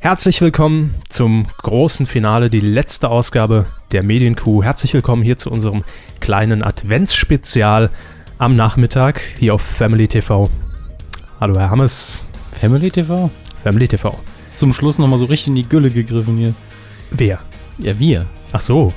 Herzlich willkommen zum großen Finale, die letzte Ausgabe der Medienkuh. Herzlich willkommen hier zu unserem kleinen Adventsspezial am Nachmittag hier auf Family TV. Hallo Herr Hammes, Family TV? Family TV. Zum Schluss nochmal so richtig in die Gülle gegriffen hier. Wer? Ja, wir. Ach so.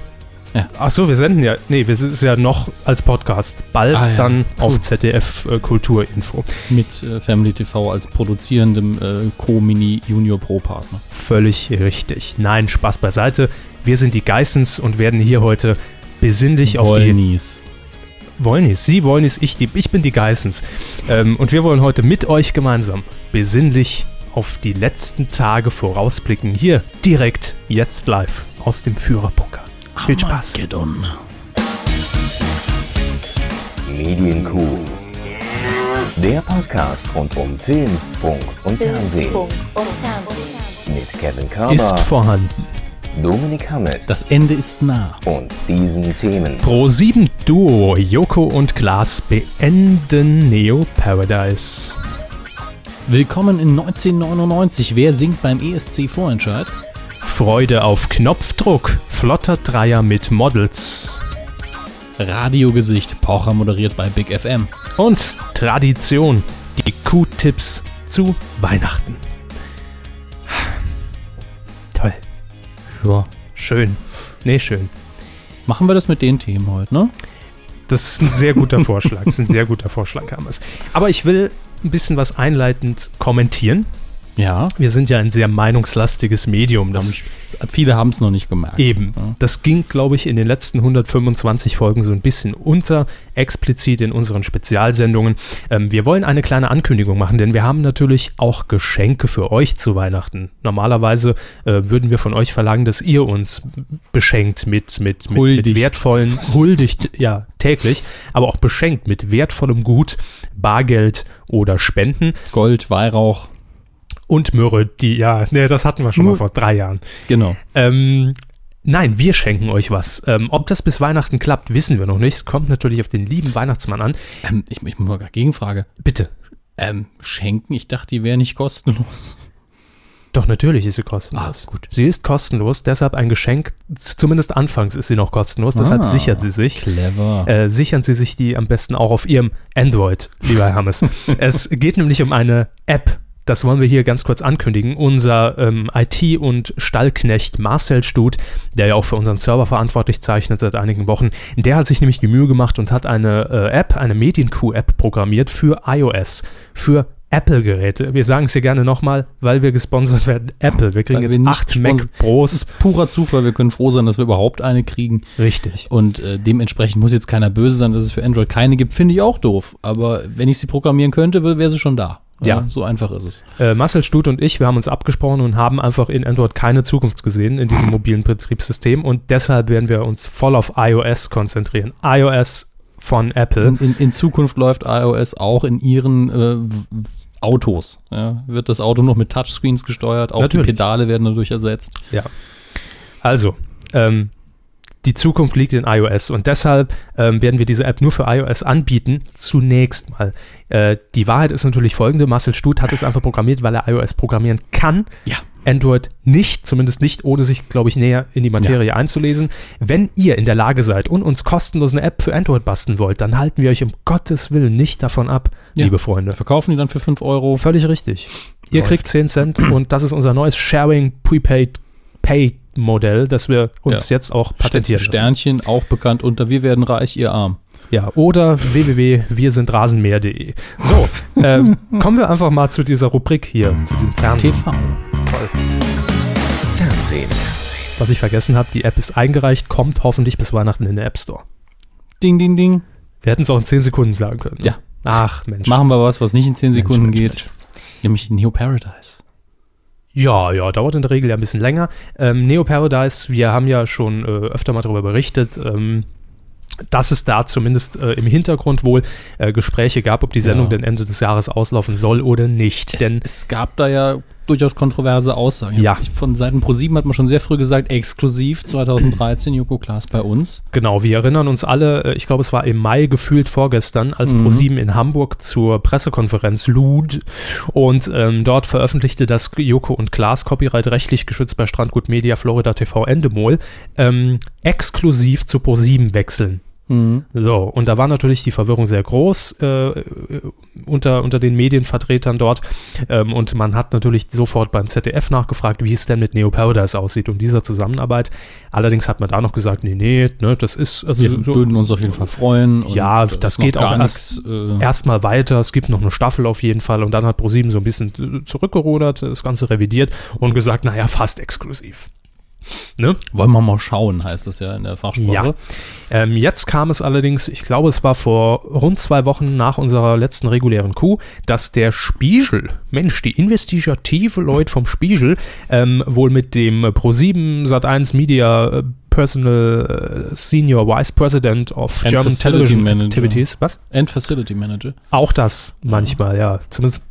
Ja. Ach so, wir senden ja. Nee, wir sind es ja noch als Podcast. Bald Ah, ja. dann auf Puh. ZDF äh, Kulturinfo. Mit äh, Family TV als produzierendem äh, Co-Mini Junior Pro Partner. Völlig richtig. Nein, Spaß beiseite. Wir sind die Geissens und werden hier heute besinnlich auf die Wollnies. Wollnis. Sie Wollnis, ich die. Ich bin die Geissens. Ähm, und wir wollen heute mit euch gemeinsam besinnlich auf die letzten Tage vorausblicken. Hier direkt, jetzt live aus dem Führerbunker. Viel Spaß. Armageddon. Medienkuh. Der Podcast rund um Film, Funk und Fernsehen. Mit Kevin Körber, Ist vorhanden. Dominik Hammes Das Ende ist nah. und diesen Themen. Pro7 Duo Joko und Glas beenden Neo Paradise. Willkommen in 1999. Wer singt beim ESC Vorentscheid? Freude auf Knopfdruck, flotter Dreier mit Models. Radiogesicht. Pocher moderiert bei Big FM. Und Tradition, die Q-Tipps zu Weihnachten. Toll, Ja. schön. Nee, schön. Machen wir das mit den Themen heute, ne? Das ist ein sehr guter Vorschlag. Das ist ein sehr guter Vorschlag, Hamas. Aber ich will ein bisschen was einleitend kommentieren. Ja. Wir sind ja ein sehr meinungslastiges Medium. Das Viele haben es noch nicht gemerkt. Eben. Ja. Das ging, glaube ich, in den letzten 125 Folgen so ein bisschen unter, explizit in unseren Spezialsendungen. Ähm, wir wollen eine kleine Ankündigung machen, denn wir haben natürlich auch Geschenke für euch zu Weihnachten. Normalerweise äh, würden wir von euch verlangen, dass ihr uns beschenkt mit, mit, mit, mit Huldigt. wertvollen, huldigt, ja, täglich, aber auch beschenkt mit wertvollem Gut, Bargeld oder Spenden Gold, Weihrauch. und Myrrhe, die, ja, ne, das hatten wir schon mal Nur- vor drei Jahren. Genau. Ähm, nein, wir schenken euch was. Ähm, ob das bis Weihnachten klappt, wissen wir noch nicht. Es kommt natürlich auf den lieben Weihnachtsmann an. Ähm, ich, ich muss mal grad Gegenfrage. Bitte. Ähm, schenken? Ich dachte, die wäre nicht kostenlos. Doch natürlich ist sie kostenlos. Ah, gut. Sie ist kostenlos, deshalb ein Geschenk. Z- Zumindest anfangs ist sie noch kostenlos, deshalb Ah. sichert sie sich. Clever. Äh, sichern Sie sich die am besten auch auf Ihrem Android, lieber Herr Hammes. es geht nämlich um eine App. Das wollen wir hier ganz kurz ankündigen. Unser ähm, IT- und Stallknecht Marcel Stut, der ja auch für unseren Server verantwortlich zeichnet seit einigen Wochen, der hat sich nämlich die Mühe gemacht und hat eine äh, App, eine Medienq-App programmiert für iOS, für Apple-Geräte. Wir sagen es hier gerne nochmal, weil wir gesponsert werden. Apple. Wir kriegen Weil wir jetzt nicht acht Mac sponsor- Das Pros. ist purer Zufall. Wir können froh sein, dass wir überhaupt eine kriegen. Richtig. Und äh, dementsprechend muss jetzt keiner böse sein, dass es für Android keine gibt. Finde ich auch doof. Aber wenn ich sie programmieren könnte, wäre sie schon da. Ja. So einfach ist es. Äh, Marcel Stut und ich, wir haben uns abgesprochen und haben einfach in Android keine Zukunft gesehen in diesem mobilen Betriebssystem und deshalb werden wir uns voll auf iOS konzentrieren. iOS von Apple. In, in, in Zukunft läuft iOS auch in ihren äh, w- w- Autos. Ja? Wird das Auto noch mit Touchscreens gesteuert? Auch Natürlich. die Pedale werden dadurch ersetzt. Also, ähm, die Zukunft liegt in iOS und deshalb ähm, werden wir diese App nur für iOS anbieten. Zunächst mal. Äh, die Wahrheit ist natürlich folgende: Marcel Stut hat es einfach programmiert, weil er iOS programmieren kann. Ja. Android nicht, zumindest nicht, ohne sich, glaube ich, näher in die Materie einzulesen. Wenn ihr in der Lage seid und uns kostenlos eine App für Android basteln wollt, dann halten wir euch um Gottes Willen nicht davon ab, Ja. liebe Freunde. Verkaufen die dann für 5 Euro? Völlig richtig. Ihr Läuft. kriegt 10 Cent und das ist unser neues Sharing Prepaid Pay Modell, das wir uns jetzt auch patentieren lassen. Sternchen, auch bekannt unter Wir werden reich, ihr arm. Ja, oder www.wirsindrasenmäher.de. So, ähm, kommen wir einfach mal zu dieser Rubrik hier, zu diesem Fernsehen. TV. Fernsehen. Was ich vergessen habe, die App ist eingereicht, kommt hoffentlich bis Weihnachten in den App Store. Ding, ding, ding. Wir hätten es auch in 10 Sekunden sagen können. ne? Ja. Ach, Mensch. Machen wir was, was nicht in 10 Sekunden Mensch, geht. Mensch. Nämlich Neo Paradise. Ja, ja, dauert in der Regel ja ein bisschen länger. Ähm, Neo Paradise, wir haben ja schon äh, öfter mal darüber berichtet, ähm, dass es da zumindest äh, im Hintergrund wohl äh, Gespräche gab, ob die Sendung Ja. denn Ende des Jahres auslaufen soll oder nicht. Es, denn es gab da ja durchaus kontroverse Aussage. Ja. Ich, von Seiten ProSieben hat man schon sehr früh gesagt, exklusiv 2013 Joko Klaas bei uns. Genau, wir erinnern uns alle, äh, ich glaube, es war im Mai gefühlt vorgestern, als Mhm. ProSieben in Hamburg zur Pressekonferenz lud und ähm, dort veröffentlichte, dass Joko und Klaas copyright-rechtlich geschützt bei Strandgut Media Florida TV Endemol ähm, exklusiv zu ProSieben wechseln. So, und da war natürlich die Verwirrung sehr groß äh, unter, unter den Medienvertretern dort. Ähm, und man hat natürlich sofort beim ZDF nachgefragt, wie es denn mit Neo Paradise aussieht und dieser Zusammenarbeit. Allerdings hat man da noch gesagt, nee, nee, ne, das ist also Wir so, würden uns auf jeden Fall freuen. und, Ja, äh, das noch geht auch gar erst- nix, äh, erstmal weiter, es gibt noch eine Staffel auf jeden Fall. Und dann hat ProSieben so ein bisschen zurückgerudert, das Ganze revidiert und gesagt, naja, fast exklusiv. Ne? Wollen wir mal schauen, heißt das ja in der Fachsprache. Ja. Ähm, jetzt kam es allerdings, ich glaube, es war vor rund zwei Wochen nach unserer letzten regulären Kuh, dass der Spiegel, Mensch, die investigative Leute vom Spiegel, ähm, wohl mit dem Pro7 Sat1 Media äh, Personal äh, Senior Vice President of And German Facility Television Manager. Activities, was? And Facility Manager. Auch das manchmal, ja. Zumindest,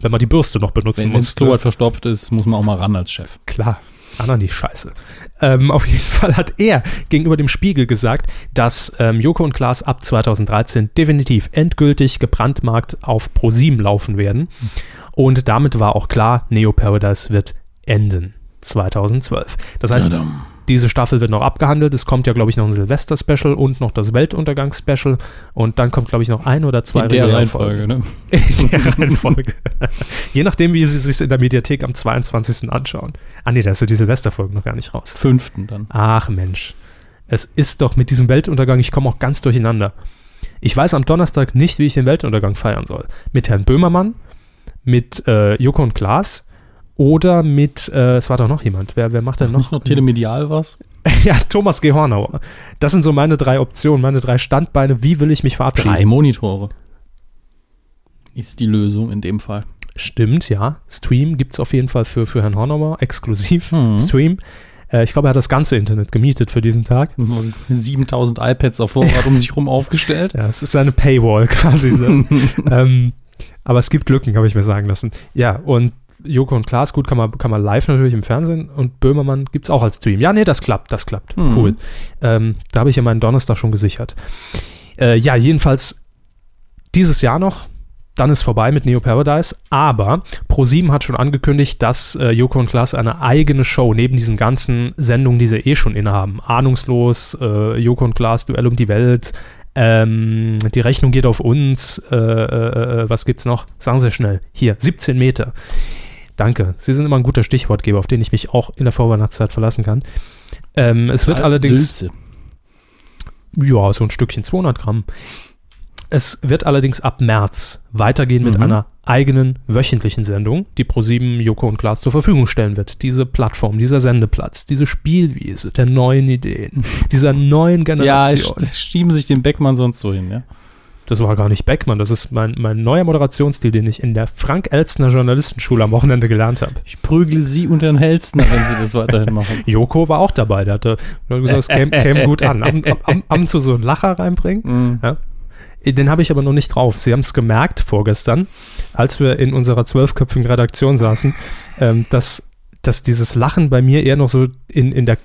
wenn man die Bürste noch benutzen Wenn muss. das Klo ne? halt verstopft ist, muss man auch mal ran als Chef. Klar, anderen die Scheiße. Ähm, auf jeden Fall hat er gegenüber dem Spiegel gesagt, dass ähm, Joko und Klaas ab 2013 definitiv endgültig gebrandmarkt auf ProSieben laufen werden. Und damit war auch klar, Neo Paradise wird enden. 2012. Das heißt, Tadam. diese Staffel wird noch abgehandelt. Es kommt ja, glaube ich, noch ein Silvester-Special und noch das Weltuntergangs-Special. Und dann kommt, glaube ich, noch ein oder zwei In der reguläre Reihenfolge, ne? in der Reihenfolge. Je nachdem, wie sie sich in der Mediathek am 22. anschauen. Ah nee, da ist ja die Silvesterfolge noch gar nicht raus. Fünften dann. Ach Mensch, es ist doch mit diesem Weltuntergang, ich komme auch ganz durcheinander. Ich weiß am Donnerstag nicht, wie ich den Weltuntergang feiern soll. Mit Herrn Böhmermann, mit äh, Joko und Klaas oder mit, äh, es war doch noch jemand, wer, wer macht denn noch? Nicht noch telemedial was? ja, Thomas G. Hornauer. Das sind so meine drei Optionen, meine drei Standbeine. Wie will ich mich verabschieden? Drei Monitore. Ist die Lösung in dem Fall. Stimmt, ja. Stream gibt es auf jeden Fall für, für Herrn Hornauer, exklusiv Mhm. Stream. Äh, ich glaube, er hat das ganze Internet gemietet für diesen Tag. 7000 iPads auf Vorrat um sich rum aufgestellt. Ja, es ist seine Paywall quasi. Ne? ähm, aber es gibt Lücken, habe ich mir sagen lassen. Ja, und Joko und Klaas, gut, kann man, kann man live natürlich im Fernsehen und Böhmermann gibt es auch als Stream. Ja, nee, das klappt, das klappt. Mhm. Cool. Ähm, da habe ich ja meinen Donnerstag schon gesichert. Äh, ja, jedenfalls dieses Jahr noch. Dann ist vorbei mit Neo Paradise, aber ProSieben hat schon angekündigt, dass äh, Joko und Klaas eine eigene Show neben diesen ganzen Sendungen, die sie eh schon innehaben, Ahnungslos, äh, Joko und Klaas, Duell um die Welt, ähm, die Rechnung geht auf uns, äh, äh, äh, was gibt's noch? Sagen Sie schnell, hier, 17 Meter. Danke, Sie sind immer ein guter Stichwortgeber, auf den ich mich auch in der Vorweihnachtszeit verlassen kann. Ähm, es wird allerdings... Sülze. Ja, so ein Stückchen 200 Gramm. Es wird allerdings ab März weitergehen mit Mhm. einer eigenen wöchentlichen Sendung, die ProSieben Joko und Klaas zur Verfügung stellen wird. Diese Plattform, dieser Sendeplatz, diese Spielwiese der neuen Ideen, dieser neuen Ja, Generation. sch- schieben sich den Beckmann sonst so hin, ja? das war gar nicht Beckmann, das ist mein, mein neuer Moderationsstil, den ich in der Frank-Elstner Journalistenschule am Wochenende gelernt habe. Ich prügle sie unter den Hellsten, wenn sie das weiterhin machen. Joko war auch dabei, der hatte der hat gesagt, es käme käm gut an. Am, am, am, am zu so einen Lacher reinbringen. Mhm. Den habe ich aber noch nicht drauf. Sie haben es gemerkt vorgestern, als wir in unserer zwölfköpfigen Redaktion saßen, ähm, dass, dass dieses Lachen bei mir eher noch so in, in der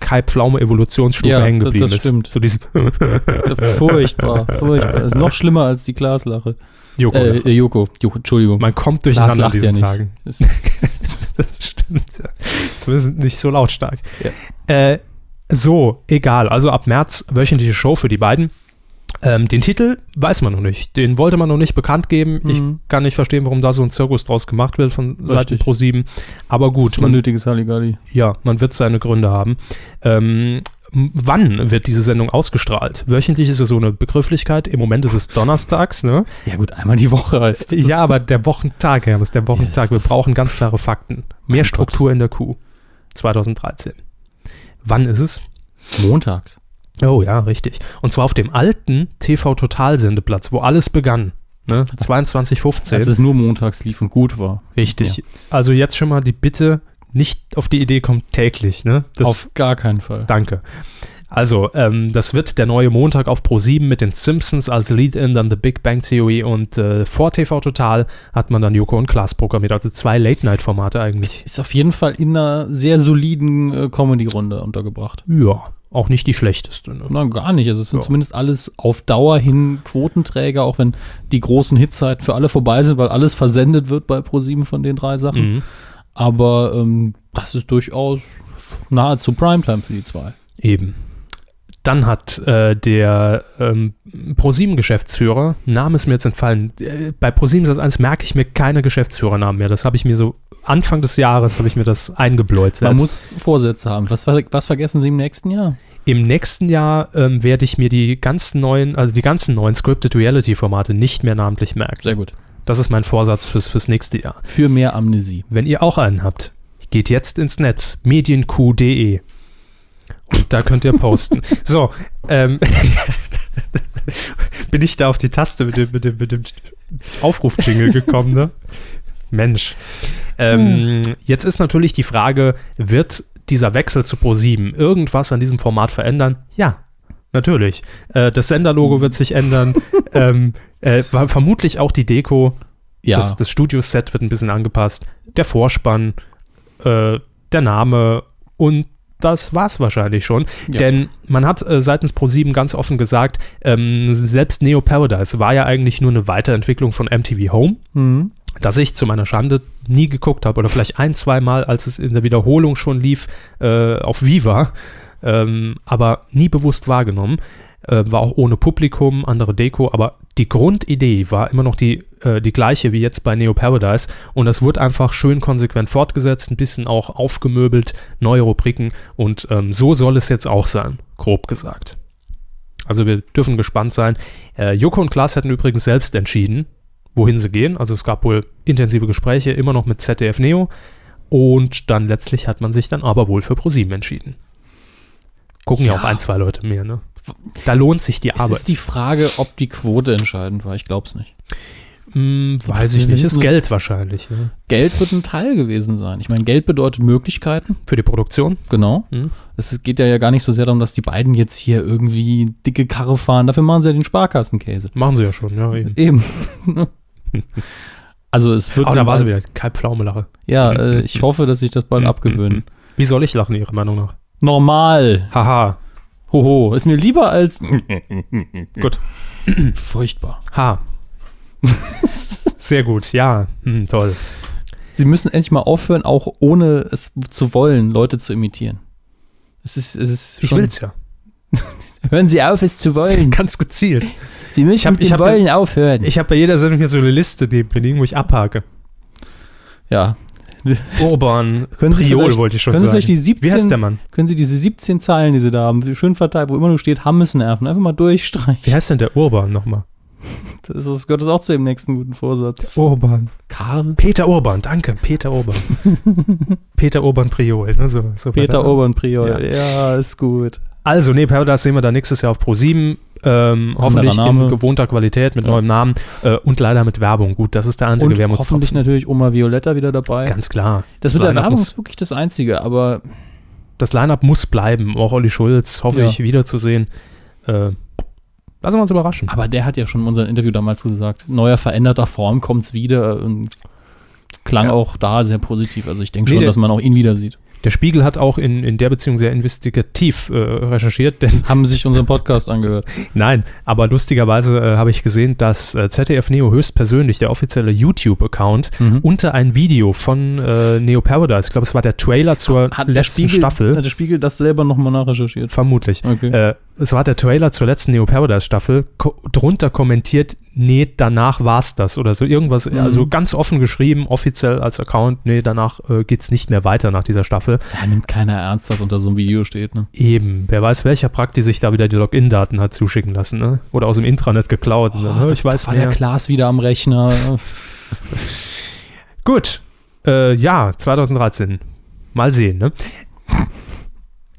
Kai-Pflaume-Evolutionsstufe Ja, hängen das- geblieben das stimmt. ist. So dieses Furchtbar, furchtbar. Ist noch schlimmer als die Glaslache. Joko. Äh, äh, Joko, Joko, Entschuldigung. ne? Man kommt durcheinander an lacht ja diesen nicht. Tagen. Ist- Das stimmt, ja. Zumindest nicht so lautstark. Ja. Äh, so, egal. Also ab März wöchentliche Show für die beiden. Ähm, den Titel weiß man noch nicht. Den wollte man noch nicht bekannt geben. Ich Mhm. kann nicht verstehen, warum da so ein Zirkus draus gemacht wird von Seiten Richtig. Pro7. Aber gut, man, Unnötiges Halligalli. ja, man wird seine Gründe haben. Ähm, m- wann wird diese Sendung ausgestrahlt? Wöchentlich ist ja so eine Begrifflichkeit. Im Moment ist es donnerstags, ne? Ja gut, einmal die Woche heißt das. Ja, aber der Wochentag, Hermes, der Ja, Wochentag. das Wir ist- brauchen ganz klare Fakten. Mehr Struktur in der Kuh. 2013. Wann ist es? montags. Oh ja, richtig. Und zwar auf dem alten TV-Total-Sendeplatz, wo alles begann. Ne? Als 22.15. es nur montags lief und gut war. Richtig. Also jetzt schon mal die Bitte, nicht auf die Idee kommt täglich. Ne? Das, Auf gar keinen Fall. danke. Also, ähm, das wird der neue Montag auf Pro7 mit den Simpsons als Lead-In, dann The Big Bang Theory und äh, vor TV Total hat man dann Joko und Klaas programmiert. Also zwei Late-Night-Formate eigentlich. Ist auf jeden Fall in einer sehr soliden äh, Comedy-Runde untergebracht. Ja, auch nicht die schlechteste. Ne? Na, gar nicht. Also es sind Ja. zumindest alles auf Dauer hin Quotenträger, auch wenn die großen Hitzeiten für alle vorbei sind, weil alles versendet wird bei ProSieben von den drei Sachen. Mhm. Aber ähm, das ist durchaus nahezu Primetime für die zwei. Eben. Dann hat äh, der ähm, ProSieben-Geschäftsführer, Name ist mir jetzt entfallen, äh, bei ProSieben Satz 1 merke ich mir keine Geschäftsführernamen mehr. Das habe ich mir so Anfang des Jahres habe ich mir das eingebläut. Man selbst. muss Vorsätze haben. Was, ver- was vergessen sie im nächsten Jahr? Im nächsten Jahr ähm, werde ich mir die ganzen neuen, also die ganzen neuen Scripted Reality Formate nicht mehr namentlich merken. Sehr gut. Das ist mein Vorsatz fürs, fürs nächste Jahr. Für mehr Amnesie. Wenn ihr auch einen habt, geht jetzt ins Netz, medienq.de. Und da könnt ihr posten. so, ähm, bin ich da auf die Taste mit dem, mit dem, mit dem Aufruf-Jingle gekommen, ne? Mensch. Ähm, Jetzt ist natürlich die Frage, wird dieser Wechsel zu Pro7 irgendwas an diesem Format verändern? Ja, natürlich. Äh, das Senderlogo wird sich ändern. ähm, äh, ver- vermutlich auch die Deko. Ja. Das, das Studio-Set wird ein bisschen angepasst. Der Vorspann, äh, der Name und das war's wahrscheinlich schon. Ja. Denn man hat äh, seitens Pro7 ganz offen gesagt, ähm, selbst Neo Paradise war ja eigentlich nur eine Weiterentwicklung von MTV Home, Mhm. das ich zu meiner Schande nie geguckt habe. Oder vielleicht ein, zweimal, als es in der Wiederholung schon lief, äh, auf Viva, ähm, aber nie bewusst wahrgenommen. Äh, war auch ohne Publikum, andere Deko, aber die Grundidee war immer noch die, äh, die gleiche wie jetzt bei Neo Paradise und das wurde einfach schön konsequent fortgesetzt, ein bisschen auch aufgemöbelt, neue Rubriken und ähm, so soll es jetzt auch sein, grob gesagt. Also wir dürfen gespannt sein. Äh, Joko und Klaas hatten übrigens selbst entschieden, wohin sie gehen. Also es gab wohl intensive Gespräche, immer noch mit ZDF Neo und dann letztlich hat man sich dann aber wohl für ProSieben entschieden. Gucken ja, Ja. auch ein, zwei Leute mehr, ne? Da lohnt sich die Es Arbeit. ist die Frage, ob die Quote entscheidend war. Ich glaube es nicht. Hm, weiß ich Wir nicht. Ist wissen- Geld wahrscheinlich. Ne? Geld wird ein Teil gewesen sein. Ich meine, Geld bedeutet Möglichkeiten. Für die Produktion. Genau. Mhm. Es geht ja, ja gar nicht so sehr darum, dass die beiden jetzt hier irgendwie dicke Karre fahren. Dafür machen sie ja den Sparkassenkäse. Machen sie ja schon, ja. Eben. Eben. also es wird. Aber da war sie wieder. Kai Pflaume lache. Ja, äh, ich hoffe, dass sich das bald abgewöhnen. Wie soll ich lachen, Ihrer Meinung nach? Normal. Haha. Hoho. Ist mir lieber als. Gut. Furchtbar. Ha. Sehr gut, ja. Hm, toll. Sie müssen endlich mal aufhören, auch ohne es zu wollen, Leute zu imitieren. Es ist, es ist Ich schon. will's ja. Hören Sie auf, es zu wollen. Ganz gezielt. Sie müssen Ich hab- mit ich dem hab- Wollen aufhören. Ich habe bei jeder Sendung hier so eine Liste neben mir liegen, wo ich abhake. ja. Urban. Können Sie Priol vielleicht- wollte ich schon können Sie sagen. vielleicht die 17 Wie heißt der Mann? Können Sie diese 17 Zeilen, die Sie da haben, schön verteilt, wo immer nur steht, Hammesnerven, einfach mal durchstreichen. Wie heißt denn der Urban nochmal? Das, ist, gehört das auch zu dem nächsten guten Vorsatz. Urban. Karl? Peter Urban, danke. Peter Urban. Peter Urban Priol. Ne? So, so war Peter der- Obern Priol. Ja. ist gut. Also, nee, Paradise sehen wir dann nächstes Jahr auf Pro7. Ähm, hoffentlich Name. in gewohnter Qualität, mit Ja. neuem Namen äh, und leider mit Werbung. Gut, das ist der einzige Und hoffentlich Wermutstropfen. natürlich Oma Violetta wieder dabei. Ganz Hm. klar. das mit der Line-Up Werbung muss- ist wirklich das Einzige, aber Das Line-Up muss bleiben. Auch Olli Schulz hoffe Ja. ich wiederzusehen. Äh, lassen wir uns überraschen. Aber der hat ja schon in unserem Interview damals gesagt, neuer veränderter Form kommt's wieder und klang Ja. auch da sehr positiv. Also ich denke Nee, schon, der- dass man auch ihn wieder sieht. Der Spiegel hat auch in, in der Beziehung sehr investigativ äh, recherchiert, denn Haben sich unseren Podcast angehört. Nein, aber lustigerweise äh, habe ich gesehen, dass äh, ZDF Neo höchstpersönlich, der offizielle YouTube-Account, Mhm. unter ein Video von äh, Neo Paradise, ich glaube, es war der Trailer zur letzten Staffel, Hat der Spiegel das selber nochmal nachrecherchiert? vermutlich. Okay. Äh, es war der Trailer zur letzten Neo Paradise Staffel, ko drunter kommentiert, nee, danach war's das oder so irgendwas, Mhm. also ganz offen geschrieben, offiziell als Account, nee, danach äh, geht's nicht mehr weiter nach dieser Staffel. da nimmt keiner ernst, was unter so einem Video steht. Ne? Eben, wer weiß, welcher Prakti sich da wieder die Login-Daten hat zuschicken lassen, ne? Oder aus dem Intranet geklaut. und dann, ne, ich weiß Oh, Ah, war der mehr. Klaas wieder am Rechner. Gut. Äh, ja, 2013. Mal sehen, ne?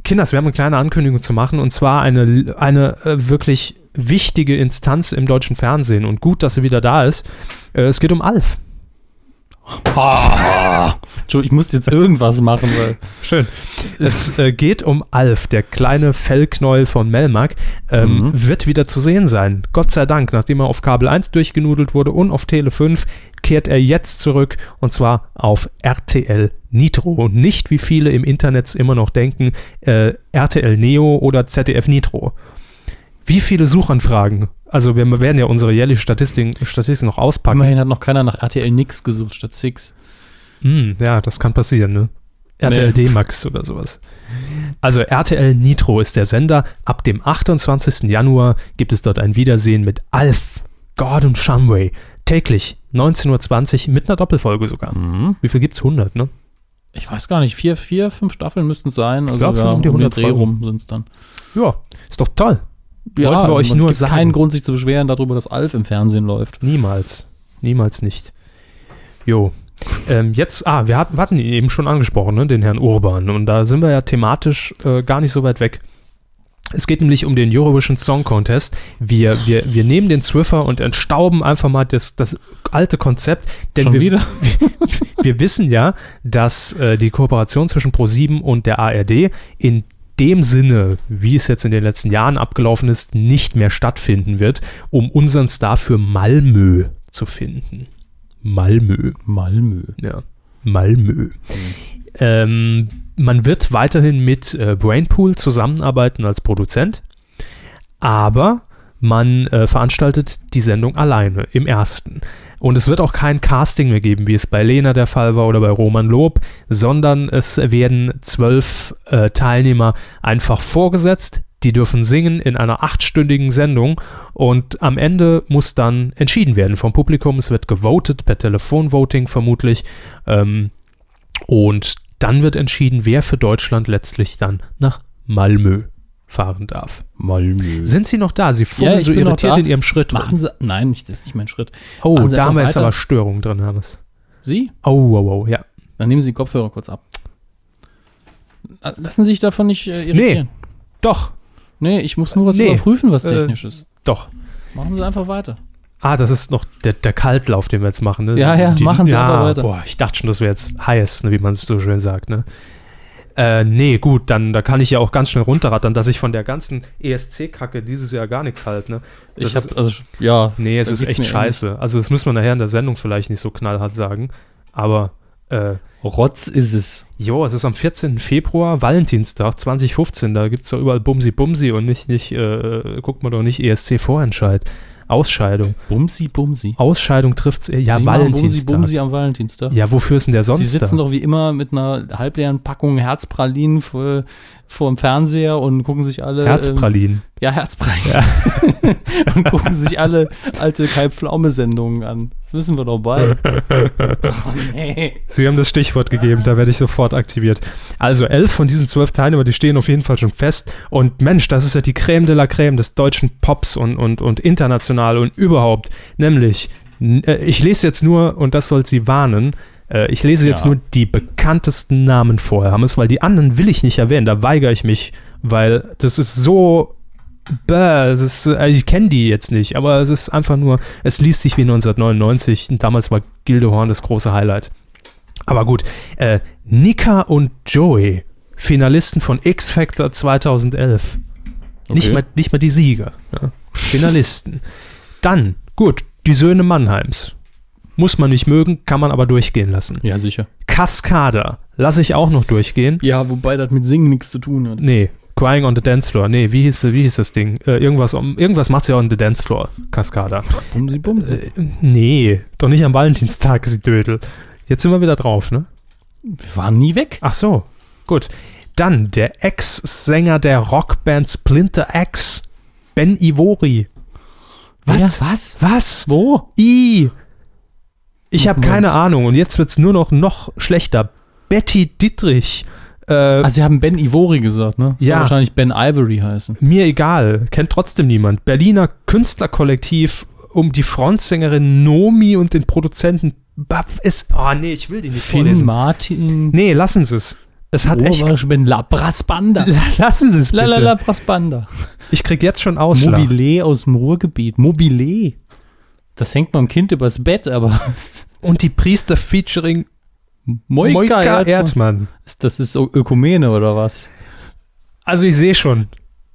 Kinders, wir haben eine kleine Ankündigung zu machen und zwar eine, eine äh, wirklich wichtige Instanz im deutschen Fernsehen und gut, dass sie wieder da ist. Äh, es geht um Alf. Ah. Entschuldigung, ich muss jetzt irgendwas machen, weil. Schön. Es äh, geht um Alf, der kleine Fellknäuel von Melmark, ähm, wird wieder zu sehen sein. Gott sei Dank, nachdem er auf Kabel 1 durchgenudelt wurde und auf Tele 5, kehrt er jetzt zurück und zwar auf RTL Nitro. Und nicht, wie viele im Internet immer noch denken, äh, RTL Neo oder ZDF Nitro. Wie viele Suchanfragen? Also wir werden ja unsere jährliche Statistik, Statistik noch auspacken. Immerhin hat noch keiner nach RTL Nix gesucht statt Six. Hm, ja, das kann passieren, ne? RTL Nee. D-Max oder sowas. Also RTL Nitro ist der Sender. Ab dem 28. Januar gibt es dort ein Wiedersehen mit Alf, Gordon Shumway. Täglich, 19.20 Uhr, mit einer Doppelfolge sogar. Wie viel gibt's? 100, ne? Ich weiß gar nicht, vier, vier, fünf Staffeln müssten es sein. Also glaub, es sind um die um den 100 Dreh Folgen. rum sind es dann. also Ja, ist doch toll. wir euch man- nur es gibt sagen. keinen Grund, sich zu beschweren darüber, dass Alf im Fernsehen läuft. Niemals. Niemals nicht. Jo. Ähm, jetzt, ah, wir hatten, wir hatten ihn eben schon angesprochen, ne, den Herrn Urban. Und da sind wir ja thematisch äh, gar nicht so weit weg. Es geht nämlich um den Eurovision Song Contest. Wir, wir, wir nehmen den Swiffer und entstauben einfach mal das, das alte Konzept. Denn Schon wir, wieder? wir wissen ja, dass äh, die Kooperation zwischen ProSieben und der ARD in dem Sinne, wie es jetzt in den letzten Jahren abgelaufen ist, nicht mehr stattfinden wird, um unseren Star für Malmö zu finden. Malmö. Malmö. Ja, Malmö. Ähm, man wird weiterhin mit äh, Brainpool zusammenarbeiten als Produzent, aber man äh, veranstaltet die Sendung alleine im ersten. Und es wird auch kein Casting mehr geben, wie es bei Lena der Fall war oder bei Roman Lob, sondern es werden zwölf äh, Teilnehmer einfach vorgesetzt. Die dürfen singen in einer achtstündigen Sendung und am Ende muss dann entschieden werden vom Publikum. Es wird gewotet per Telefonvoting vermutlich. Ähm, und dann wird entschieden, wer für Deutschland letztlich dann nach Malmö fahren darf. Malmö. Sind Sie noch da? Sie fummeln ich so bin noch irritiert da. in Ihrem Schritt. Machen Sie. Nein, nicht, das ist nicht mein Schritt. Oh, machen Sie da haben einfach wir jetzt weiter. aber Störung drin, Hannes. Sie? Oh, oh, oh, ja. Dann nehmen Sie den Kopfhörer kurz ab. Ah, Lassen Sie sich davon nicht äh, irritieren. Doch, Nee. ich muss nur was Nee. überprüfen, was Äh, technisch ist. doch. Machen Sie einfach weiter. Ah, das ist noch der, der Kaltlauf, den wir jetzt machen. Ne? Ja, ja, die, machen Sie ja, einfach weiter. Boah, ich dachte schon, das wäre jetzt heiß, ne, wie man es so schön sagt. Ne? Äh, nee, gut, dann da kann ich ja auch ganz schnell runterrattern, dass ich von der ganzen E ESC-Kacke dieses Jahr gar nichts halte. Ne? Ich Das habe also ja, Nee, es Da ist geht's echt mir scheiße. Also das müssen wir nachher in der Sendung vielleicht nicht so knallhart sagen. Aber äh, Rotz ist es. jo, es ist am 14. Februar, Valentinstag 2015. Da gibt es doch überall Bumsi Bumsi und nicht, nicht, äh, guckt man doch nicht ESC-Vorentscheid. Ausscheidung. Bumsi, bumsi. Ausscheidung trifft es. Ja, Sie machen Bumsi, Valentinstag. bumsi am Valentinstag. Ja, wofür ist denn der sonst Sie sitzen da? doch wie immer mit einer halbleeren Packung Herzpralinen vor, vor dem Fernseher und gucken sich alle. Herzpralin. Ähm, ja, Herzpralinen. und gucken sich alle alte Kai-Pflaume-Sendungen an. Das wissen wir doch bald. oh, nee. Sie haben das Stichwort gegeben, da werde ich sofort aktiviert. Also elf von diesen zwölf Teilnehmern, die stehen auf jeden Fall schon fest. Und Mensch, das ist ja die Creme de la Creme des deutschen Pops und, und, und international und überhaupt. Nämlich, n- äh, ich lese jetzt nur, und das soll Sie warnen, äh, ich lese jetzt Ja. nur die bekanntesten Namen vorher, Hammes, weil die anderen will ich nicht erwähnen, da weigere ich mich, weil das ist so Bäh, es ist, äh, ich kenne die jetzt nicht, aber es ist einfach nur, es liest sich wie 1999. und Damals war Gildehorn das große Highlight. Aber gut, äh, Nika und Joey, Finalisten von X Factor 2011. Nicht, mal, nicht mal die Sieger, ja. Finalisten. Dann, gut, die Söhne Mannheims. Muss man nicht mögen, kann man aber durchgehen lassen. Ja, sicher. Cascada, lasse ich auch noch durchgehen. Ja, wobei das mit Singen nichts zu tun hat. Nee, Crying on the Dance Floor. Nee, wie hieß, wie hieß das Ding? Äh, irgendwas um, irgendwas macht sie on the Dance Floor, Cascada. Bumsi, bumsi. Äh, nee, doch nicht am Valentinstag, sie Dödel. Jetzt sind wir wieder drauf, ne? wir waren nie weg. Ach so, gut. Dann der Ex-Sänger der Rockband Splinter X, Ben Ivori. Was? Ja, was? Was? Wo? I. Ich habe Moment. keine Ahnung und jetzt wird's nur noch noch schlechter. Betty Dietrich. Äh, Ah, Sie haben Ben Ivory gesagt, ne? Soll Ja. wahrscheinlich Ben Ivory heißen. Mir egal, kennt trotzdem niemand. Berliner Künstlerkollektiv um die Frontsängerin Nomi und den Produzenten Buff ist. Oh nee, ich will die nicht Finn vorlesen. Martin. Nee, lassen Sie es. Es hat echt. Obersch Ben Labras Banda. Lassen Sie es La la bitte. Labras Banda. Ich krieg jetzt schon Ausschlag. Mobile aus dem Ruhrgebiet. Mobile. Das hängt man dem Kind übers Bett, aber Und die Priester featuring Moika, Moika Erdmann. Erdmann. Ist- Das ist Ö- Ökumene oder was? Also ich sehe schon,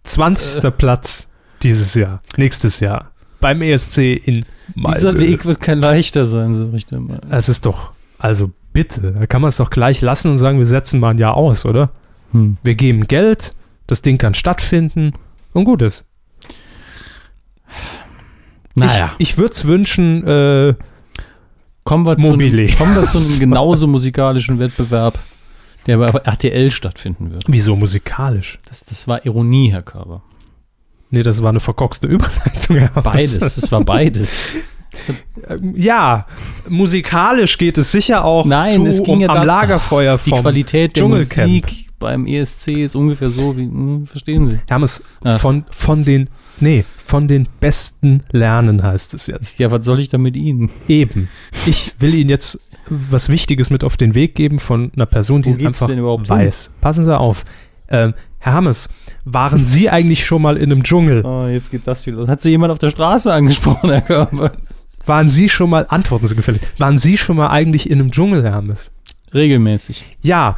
20. Platz dieses Jahr, nächstes Jahr beim ESC in Dieser Malmö. Weg wird kein leichter sein, so Richtung. Es ist doch, also bitte, da kann man es doch gleich lassen und sagen, wir setzen mal ein Jahr aus, oder? Hm. Wir geben Geld, das Ding kann stattfinden und gut ist. Naja, Ich, ich würde es wünschen, äh, kommen, wir zu Mobile. einem, kommen wir zu einem genauso musikalischen Wettbewerb, der bei RTL stattfinden wird. wieso musikalisch? Das, das war Ironie, Herr Körber. Nee, das war eine verkorkste Überleitung. ja, aber Beides, es- das war beides. Ja, musikalisch geht es sicher auch Nein, zu es ging um, ja am da- Lagerfeuer Die vom Qualität der Dschungelcamp. Musik beim ESC ist ungefähr so wie, hm, verstehen Sie? Hermes, Ah. von, von den, nee, von den Besten lernen heißt es jetzt. Ja, was soll ich da mit Ihnen? Eben. Ich will Ihnen jetzt was Wichtiges mit auf den Weg geben von einer Person, die Wo es geht's einfach denn überhaupt hin? weiß. Passen Sie auf. Ähm, Herr Hammes, waren Sie eigentlich schon mal in einem Dschungel? Oh, jetzt geht das viel los. Hat Sie jemand auf der Straße angesprochen, Herr Körber? Waren Sie schon mal, antworten Sie gefällig, waren Sie schon mal eigentlich in einem Dschungel, Herr Hammes? Regelmäßig. Ja,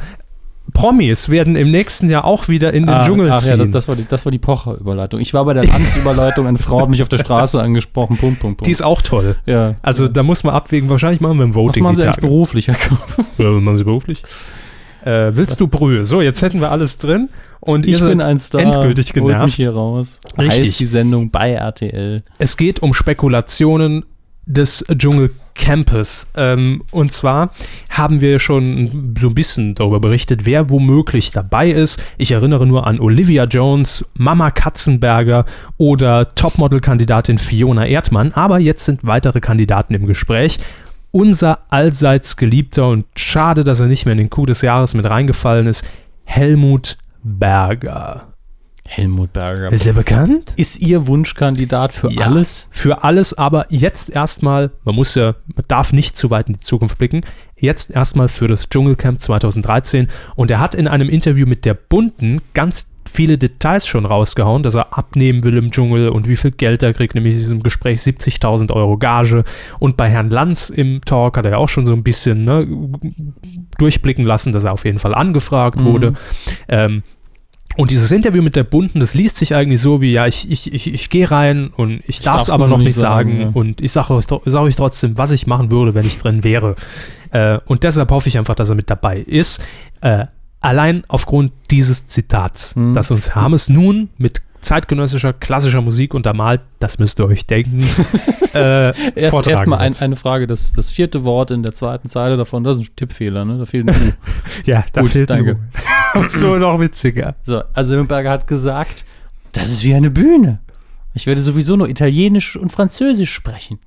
Promis werden im nächsten Jahr auch wieder in den Ah, Dschungel ach ziehen. ja, das, das war die, das war die Pocher-Überleitung. Ich war bei der Lanz-Überleitung, eine Frau hat mich auf der Straße angesprochen. Punkt, Punkt, Punkt. die ist auch toll. ja. Also da muss man abwägen, wahrscheinlich machen wir ein Was Voting machen die Sie eigentlich Tage. beruflich, Herr Körber? Ja, machen Sie beruflich. Äh, willst du Brühe? So, jetzt hätten wir alles drin. Und ihr Ich seid bin ein Star. endgültig Holt mich genervt. hier raus. Richtig. Heißt die Sendung bei RTL. Es geht um Spekulationen des Dschungelcampes. Ähm, und zwar haben wir schon so ein bisschen darüber berichtet, wer womöglich dabei ist. Ich erinnere nur an Olivia Jones, Mama Katzenberger oder Topmodel-Kandidatin Fiona Erdmann. Aber jetzt sind weitere Kandidaten im Gespräch. Unser allseits geliebter und schade, dass er nicht mehr in den Coup des Jahres mit reingefallen ist, Helmut Berger. Helmut Berger. er bekannt? Ist Ihr Wunschkandidat für Ja. alles? Für alles aber jetzt erstmal, man muss ja, man darf nicht zu weit in die Zukunft blicken, jetzt erstmal für das Dschungelcamp 2013. Und er hat in einem Interview mit der Bunden ganz viele Details schon rausgehauen, dass er abnehmen will im Dschungel und wie viel Geld er kriegt, nämlich in diesem Gespräch 70.000 Euro Gage. Und bei Herrn Lanz im Talk hat er ja auch schon so ein bisschen ne, durchblicken lassen, dass er auf jeden Fall angefragt wurde. Ähm, und dieses Interview mit der Bunden, das liest sich eigentlich so wie, ja, ich, ich, ich, ich gehe rein und ich darf es aber noch nicht sagen, ja. und ich sage euch, tro- sag euch trotzdem, was ich machen würde, wenn ich drin wäre. Äh, und deshalb hoffe ich einfach, dass er mit dabei ist. Äh, allein aufgrund dieses Zitats, Hm. das uns Hermes nun mit zeitgenössischer, klassischer Musik untermalt, das müsst ihr euch denken, äh, Erst vortragen erstmal ein, wird. eine Frage. Das, das vierte Wort in der zweiten Zeile davon, das ist ein Tippfehler, ne? Da fehlt ein U. Ja, da Gut, fehlt ein danke. U. so noch witziger. So, also Limberger hat gesagt, das ist wie eine Bühne. Ich werde sowieso nur Italienisch und Französisch sprechen.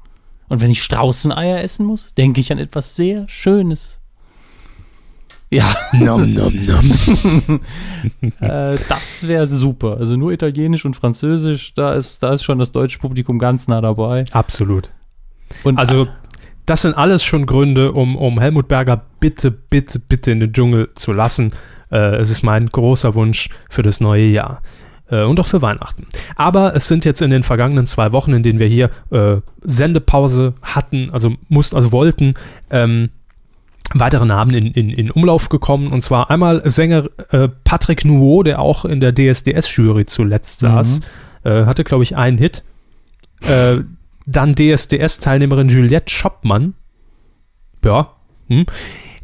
Und wenn ich Straußeneier essen muss, denke ich an etwas sehr Schönes. Ja, Nom, nom, nom. äh, das wäre super. Also nur Italienisch und Französisch, da ist, da ist schon das deutsche Publikum ganz nah dabei. Absolut. Und Also, das sind alles schon Gründe, um, um Helmut Berger bitte, bitte, bitte in den Dschungel zu lassen. Äh, es ist mein großer Wunsch für das neue Jahr. Äh, und auch für Weihnachten. Aber es sind jetzt in den vergangenen zwei Wochen, in denen wir hier äh, Sendepause hatten, also mussten, also wollten, ähm, weitere Namen in, in, in Umlauf gekommen. Und zwar einmal Sänger äh, Patrick Nouveau, der auch in der DSDS-Jury zuletzt saß. Äh, hatte, glaube ich, einen Hit. Äh, dann DSDS-Teilnehmerin Juliette Schoppmann. Ja. Hm.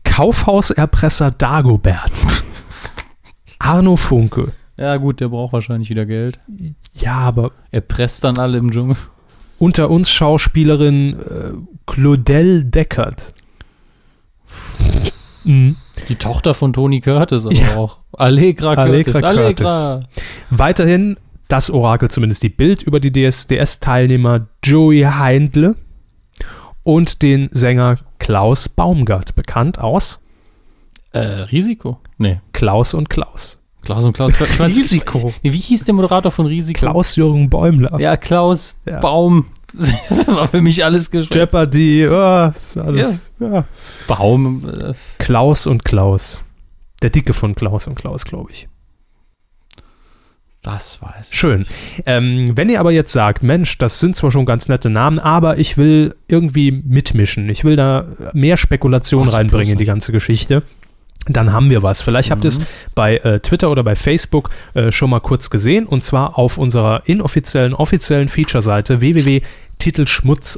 Kaufhauserpresser Dagobert. Arno Funke. äh, ja gut, der braucht wahrscheinlich wieder Geld. Ja, aber Er presst dann alle im Dschungel. unter uns Schauspielerin äh, Claudel Deckert. Mhm. Die Tochter von Toni Curtis aber Ja. auch. Allegra Curtis. Allegra Weiterhin das Orakel, zumindest die Bild über die DSDS-Teilnehmer Joey Heindle und den Sänger Klaus Baumgart, bekannt aus Äh, Risiko? Nee. Klaus und Klaus. Klaus und Klaus. Ich weiß- Nee, wie hieß der Moderator von Risiko? Klaus-Jürgen Bäumler. Ja, Klaus, Ja. Baum. War für mich alles geschwätzt. Jeopardy, ja, ist alles. Ja. Baum. Äh, Klaus und Klaus. Der Dicke von Klaus und Klaus, glaube ich. Das weiß ich. Schön. Ähm, wenn ihr aber jetzt sagt, Mensch, das sind zwar schon ganz nette Namen, aber ich will irgendwie mitmischen, ich will da mehr Spekulation Kostet bloß reinbringen in die nicht. ganze Geschichte. Dann haben wir was. Vielleicht habt ihr es bei äh, Twitter oder bei Facebook äh, schon mal kurz gesehen. Und zwar auf unserer inoffiziellen, offiziellen Feature-Seite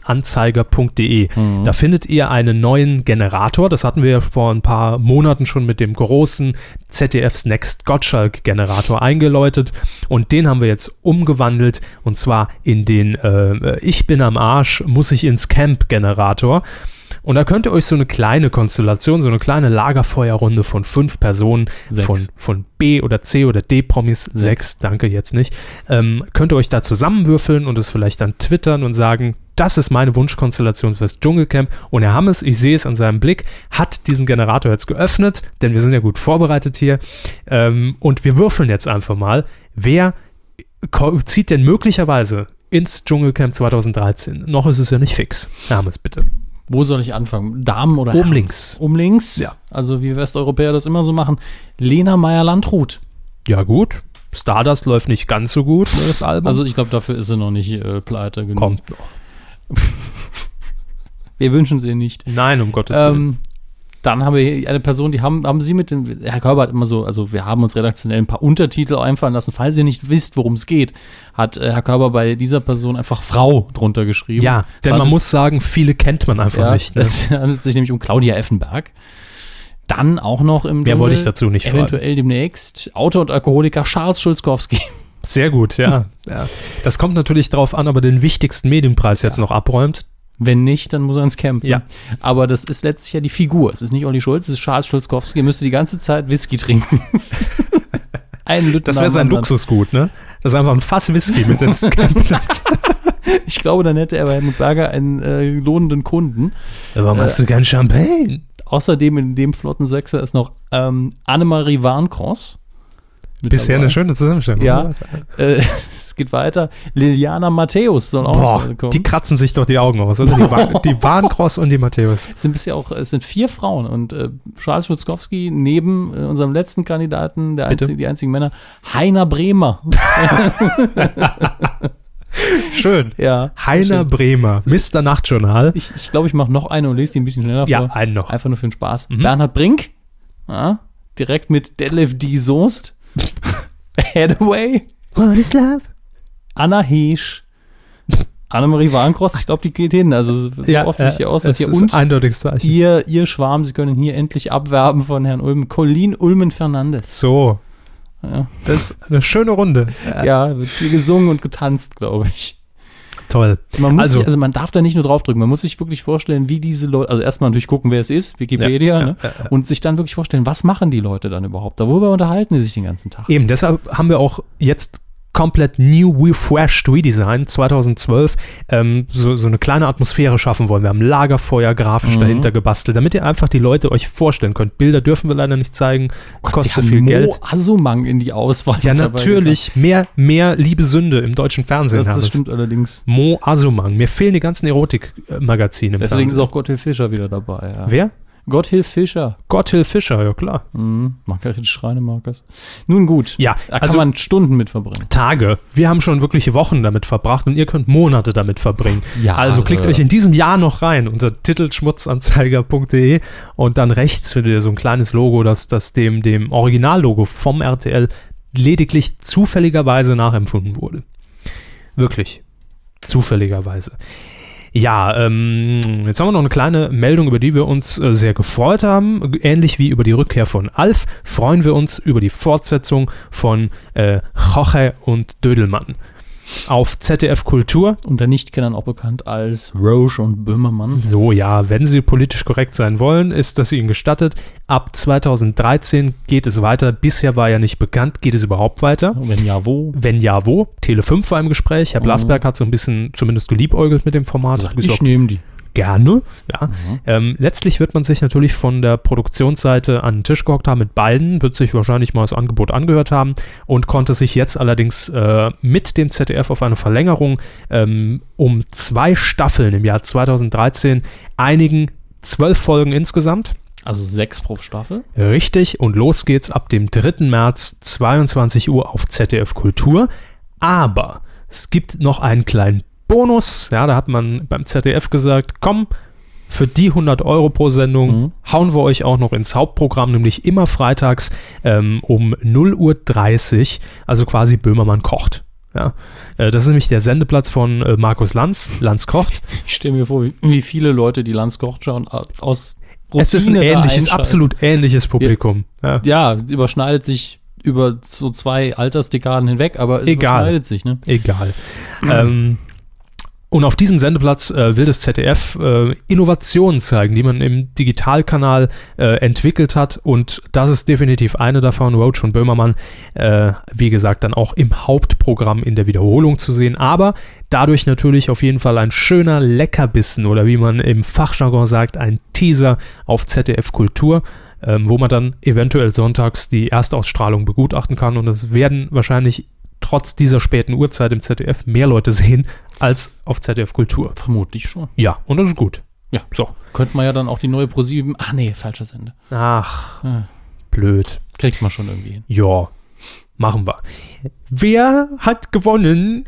www.titelschmutzanzeiger.de. Da findet ihr einen neuen Generator. Das hatten wir vor ein paar Monaten schon mit dem großen ZDFs Next Gottschalk-Generator eingeläutet. Und den haben wir jetzt umgewandelt. Und zwar in den äh, Ich bin am Arsch, muss ich ins Camp-Generator. Und da könnt ihr euch so eine kleine Konstellation, so eine kleine Lagerfeuerrunde von fünf Personen, Sechs. von, von B oder C oder D-Promis, sechs, danke jetzt nicht, ähm, könnt ihr euch da zusammenwürfeln und es vielleicht dann twittern und sagen, das ist meine Wunschkonstellation fürs Dschungelcamp. Und Herr Hammes, ich sehe es an seinem Blick, hat diesen Generator jetzt geöffnet, denn wir sind ja gut vorbereitet hier. Ähm, und wir würfeln jetzt einfach mal, wer ko- zieht denn möglicherweise ins Dschungelcamp 2013? Noch ist es ja nicht fix. Herr Hammes, bitte. Wo soll ich anfangen? Damen oder Oben Herren? links. Um links? Ja. Also wie Westeuropäer das immer so machen. Lena Meyer-Landrut. Ja, gut. Stardust läuft nicht ganz so gut, ne, das Album. Also ich glaube, dafür ist sie noch nicht äh, pleite genug. kommt noch. Wir wünschen sie nicht. Nein, um Gottes Willen. Ähm, dann haben wir hier eine Person, die haben, haben Sie mit dem, Herr Körber hat immer so, also wir haben uns redaktionell ein paar Untertitel einfallen lassen, falls ihr nicht wisst, worum es geht, hat äh, Herr Körber bei dieser Person einfach Frau drunter geschrieben. Ja, Es denn man handelt- muss sagen, viele kennt man einfach ja, nicht. Ne? Es handelt sich nämlich um Claudia Effenberg. Dann auch noch im Mehr Dschungel wollte ich dazu nicht schreiben. eventuell demnächst Autor und Alkoholiker Charles Schulzkowski. Sehr gut, ja. ja. Das kommt natürlich drauf an, ob er den wichtigsten Medienpreis jetzt noch abräumt. Wenn nicht, dann muss er ins Camp. ne? Ja. Aber das ist letztlich ja die Figur. Es ist nicht Olli Schulz, es ist Charles Schulzkowski. Er müsste die ganze Zeit Whisky trinken. Ein Lütten Das nach wäre dem sein anderen. Luxusgut, ne? Dass er einfach ein Fass Whisky mit ins Camp nimmt. Ich glaube, dann hätte er bei Helmut Berger einen äh, lohnenden Kunden. Warum hast du kein Champagne? Außerdem in dem flotten Sechser ist noch ähm, Annemarie Warncross. Mit Bisher dabei. eine schöne Zusammenstellung. Ja. Äh, es geht weiter. Liliana Matthäus soll auch noch Boah, kommen. die kratzen sich doch die Augen aus, oder? Die, Wa die Warncross und die Matthäus. Es sind bisher auch, es sind vier Frauen und äh, Charles Schutzkowski neben äh, unserem letzten Kandidaten, der Bitte? einzige, die einzigen Männer, Heiner Bremer. Schön. ja. Heiner Bremer, Mr. Nachtjournal. Ich glaube, ich, glaub, ich mache noch eine und lese die ein bisschen schneller Ja, Mhm. vor. einen noch. Einfach nur für den Spaß. Bernhard Brink. Ja, direkt mit Detlef D. Soest. Hathaway. What is love? Anna Heesch. Annemarie Warncross. Ich glaube, die geht hin. Also so Ja, oft äh, nicht hier aus. es Hier. ist Und eindeutiges Zeichen. ihr, ihr Schwarm, sie können hier endlich abwerben von Herrn Ulmen. Colin Ulmen Fernandes. So, Ja. das ist eine schöne Runde. Ja, wird viel gesungen und getanzt, glaube ich. Toll. Man muss also, Also- sich, also man darf da nicht nur draufdrücken, man muss sich wirklich vorstellen, wie diese Leute, also erstmal natürlich gucken, wer es ist, Wikipedia, Ja, ja, ne? und sich dann wirklich vorstellen, was machen die Leute dann überhaupt? Darüber unterhalten die sich den ganzen Tag. Eben, deshalb haben wir auch jetzt komplett new, refreshed Redesign 2012 ähm, so, so eine kleine Atmosphäre schaffen wollen. Wir haben Lagerfeuer grafisch Mhm. dahinter gebastelt, damit ihr einfach die Leute euch vorstellen könnt. Bilder dürfen wir leider nicht zeigen, Oh Sie kostet haben viel Mo Geld. Assumang in die Auswahl. Ja, mit dabei natürlich, mehr, mehr liebe Sünde im deutschen Fernsehen getan. Das, haben das es. stimmt allerdings. Mo Asumang. Mir fehlen die ganzen Erotik-Magazine im Deswegen ist Fernsehen. auch Gotthilf Fischer wieder dabei. Ja. Wer? Gotthilf Fischer. Gotthilf Fischer, ja klar. Mhm. Margaret Schreinemarkers. Nun gut. Ja, Da kann also- man Stunden mit verbringen. Tage. Wir haben schon wirklich Wochen damit verbracht und ihr könnt Monate damit verbringen. Jahre. Also klickt euch in diesem Jahr noch rein unter titelschmutzanzeiger.de und dann rechts findet ihr so ein kleines Logo, das, das dem, dem Originallogo vom RTL lediglich zufälligerweise nachempfunden wurde. Wirklich. Zufälligerweise. Ja, ähm, jetzt haben wir noch eine kleine Meldung, über die wir uns äh, sehr gefreut haben. Ähnlich wie über die Rückkehr von Alf freuen wir uns über die Fortsetzung von äh, Jorge und Dödelmann. Auf ZDF Kultur Unter Nichtkennern auch bekannt als Roche und Böhmermann. so, ja, wenn Sie politisch korrekt sein wollen, ist das Ihnen gestattet. Ab 2013 geht es weiter. Bisher war ja nicht bekannt, geht es überhaupt weiter. Wenn ja, wo? Wenn ja, wo? Tele 5 war im Gespräch. Herr Blasberg hat so ein bisschen zumindest geliebäugelt mit dem Format. Hat gesagt, nehme die. gerne. Ja. Ähm, letztlich wird man sich natürlich von der Produktionsseite an den Tisch gehockt haben mit beiden, wird sich wahrscheinlich mal das Angebot angehört haben und konnte sich jetzt allerdings äh, mit dem ZDF auf eine Verlängerung ähm, um zwei Staffeln im Jahr 2013 einigen, zwölf Folgen insgesamt. Also sechs pro Staffel. Richtig, und los geht's ab dem 3. März 22 Uhr auf ZDF Kultur. Aber es gibt noch einen kleinen Bonus. Ja, da hat man beim ZDF gesagt, komm, für die 100 Euro pro Sendung Mhm. hauen wir euch auch noch ins Hauptprogramm, nämlich immer freitags ähm, um 0.30 Uhr, also quasi Böhmermann kocht. Ja, äh, das ist nämlich der Sendeplatz von äh, Markus Lanz, Lanz kocht. Ich stelle mir vor, wie, wie viele Leute die Lanz Koch schauen a- aus Routine es ist ein da ähnliches, einschalten. absolut ähnliches Publikum. Ja. Ja, überschneidet sich über so zwei Altersdekaden hinweg, aber es Egal. überschneidet sich, ne? Egal. ähm, und auf diesem Sendeplatz äh, will das ZDF äh, Innovationen zeigen, die man im Digitalkanal äh, entwickelt hat. Und das ist definitiv eine davon. Roach und Böhmermann, äh, wie gesagt, dann auch im Hauptprogramm in der Wiederholung zu sehen. Aber dadurch natürlich auf jeden Fall ein schöner Leckerbissen oder wie man im Fachjargon sagt, ein Teaser auf ZDF Kultur. Ähm, wo man dann eventuell sonntags die Erstausstrahlung begutachten kann. Und es werden wahrscheinlich trotz dieser späten Uhrzeit im ZDF mehr Leute sehen als auf ZDF Kultur. Vermutlich schon. Ja, und das ist gut. Ja. so. Könnte man ja dann auch die neue Pro 7. Ach nee, falsches Ende. Ach, Ah. blöd. Kriegt man schon irgendwie hin. Ja, machen wir. Wer hat gewonnen?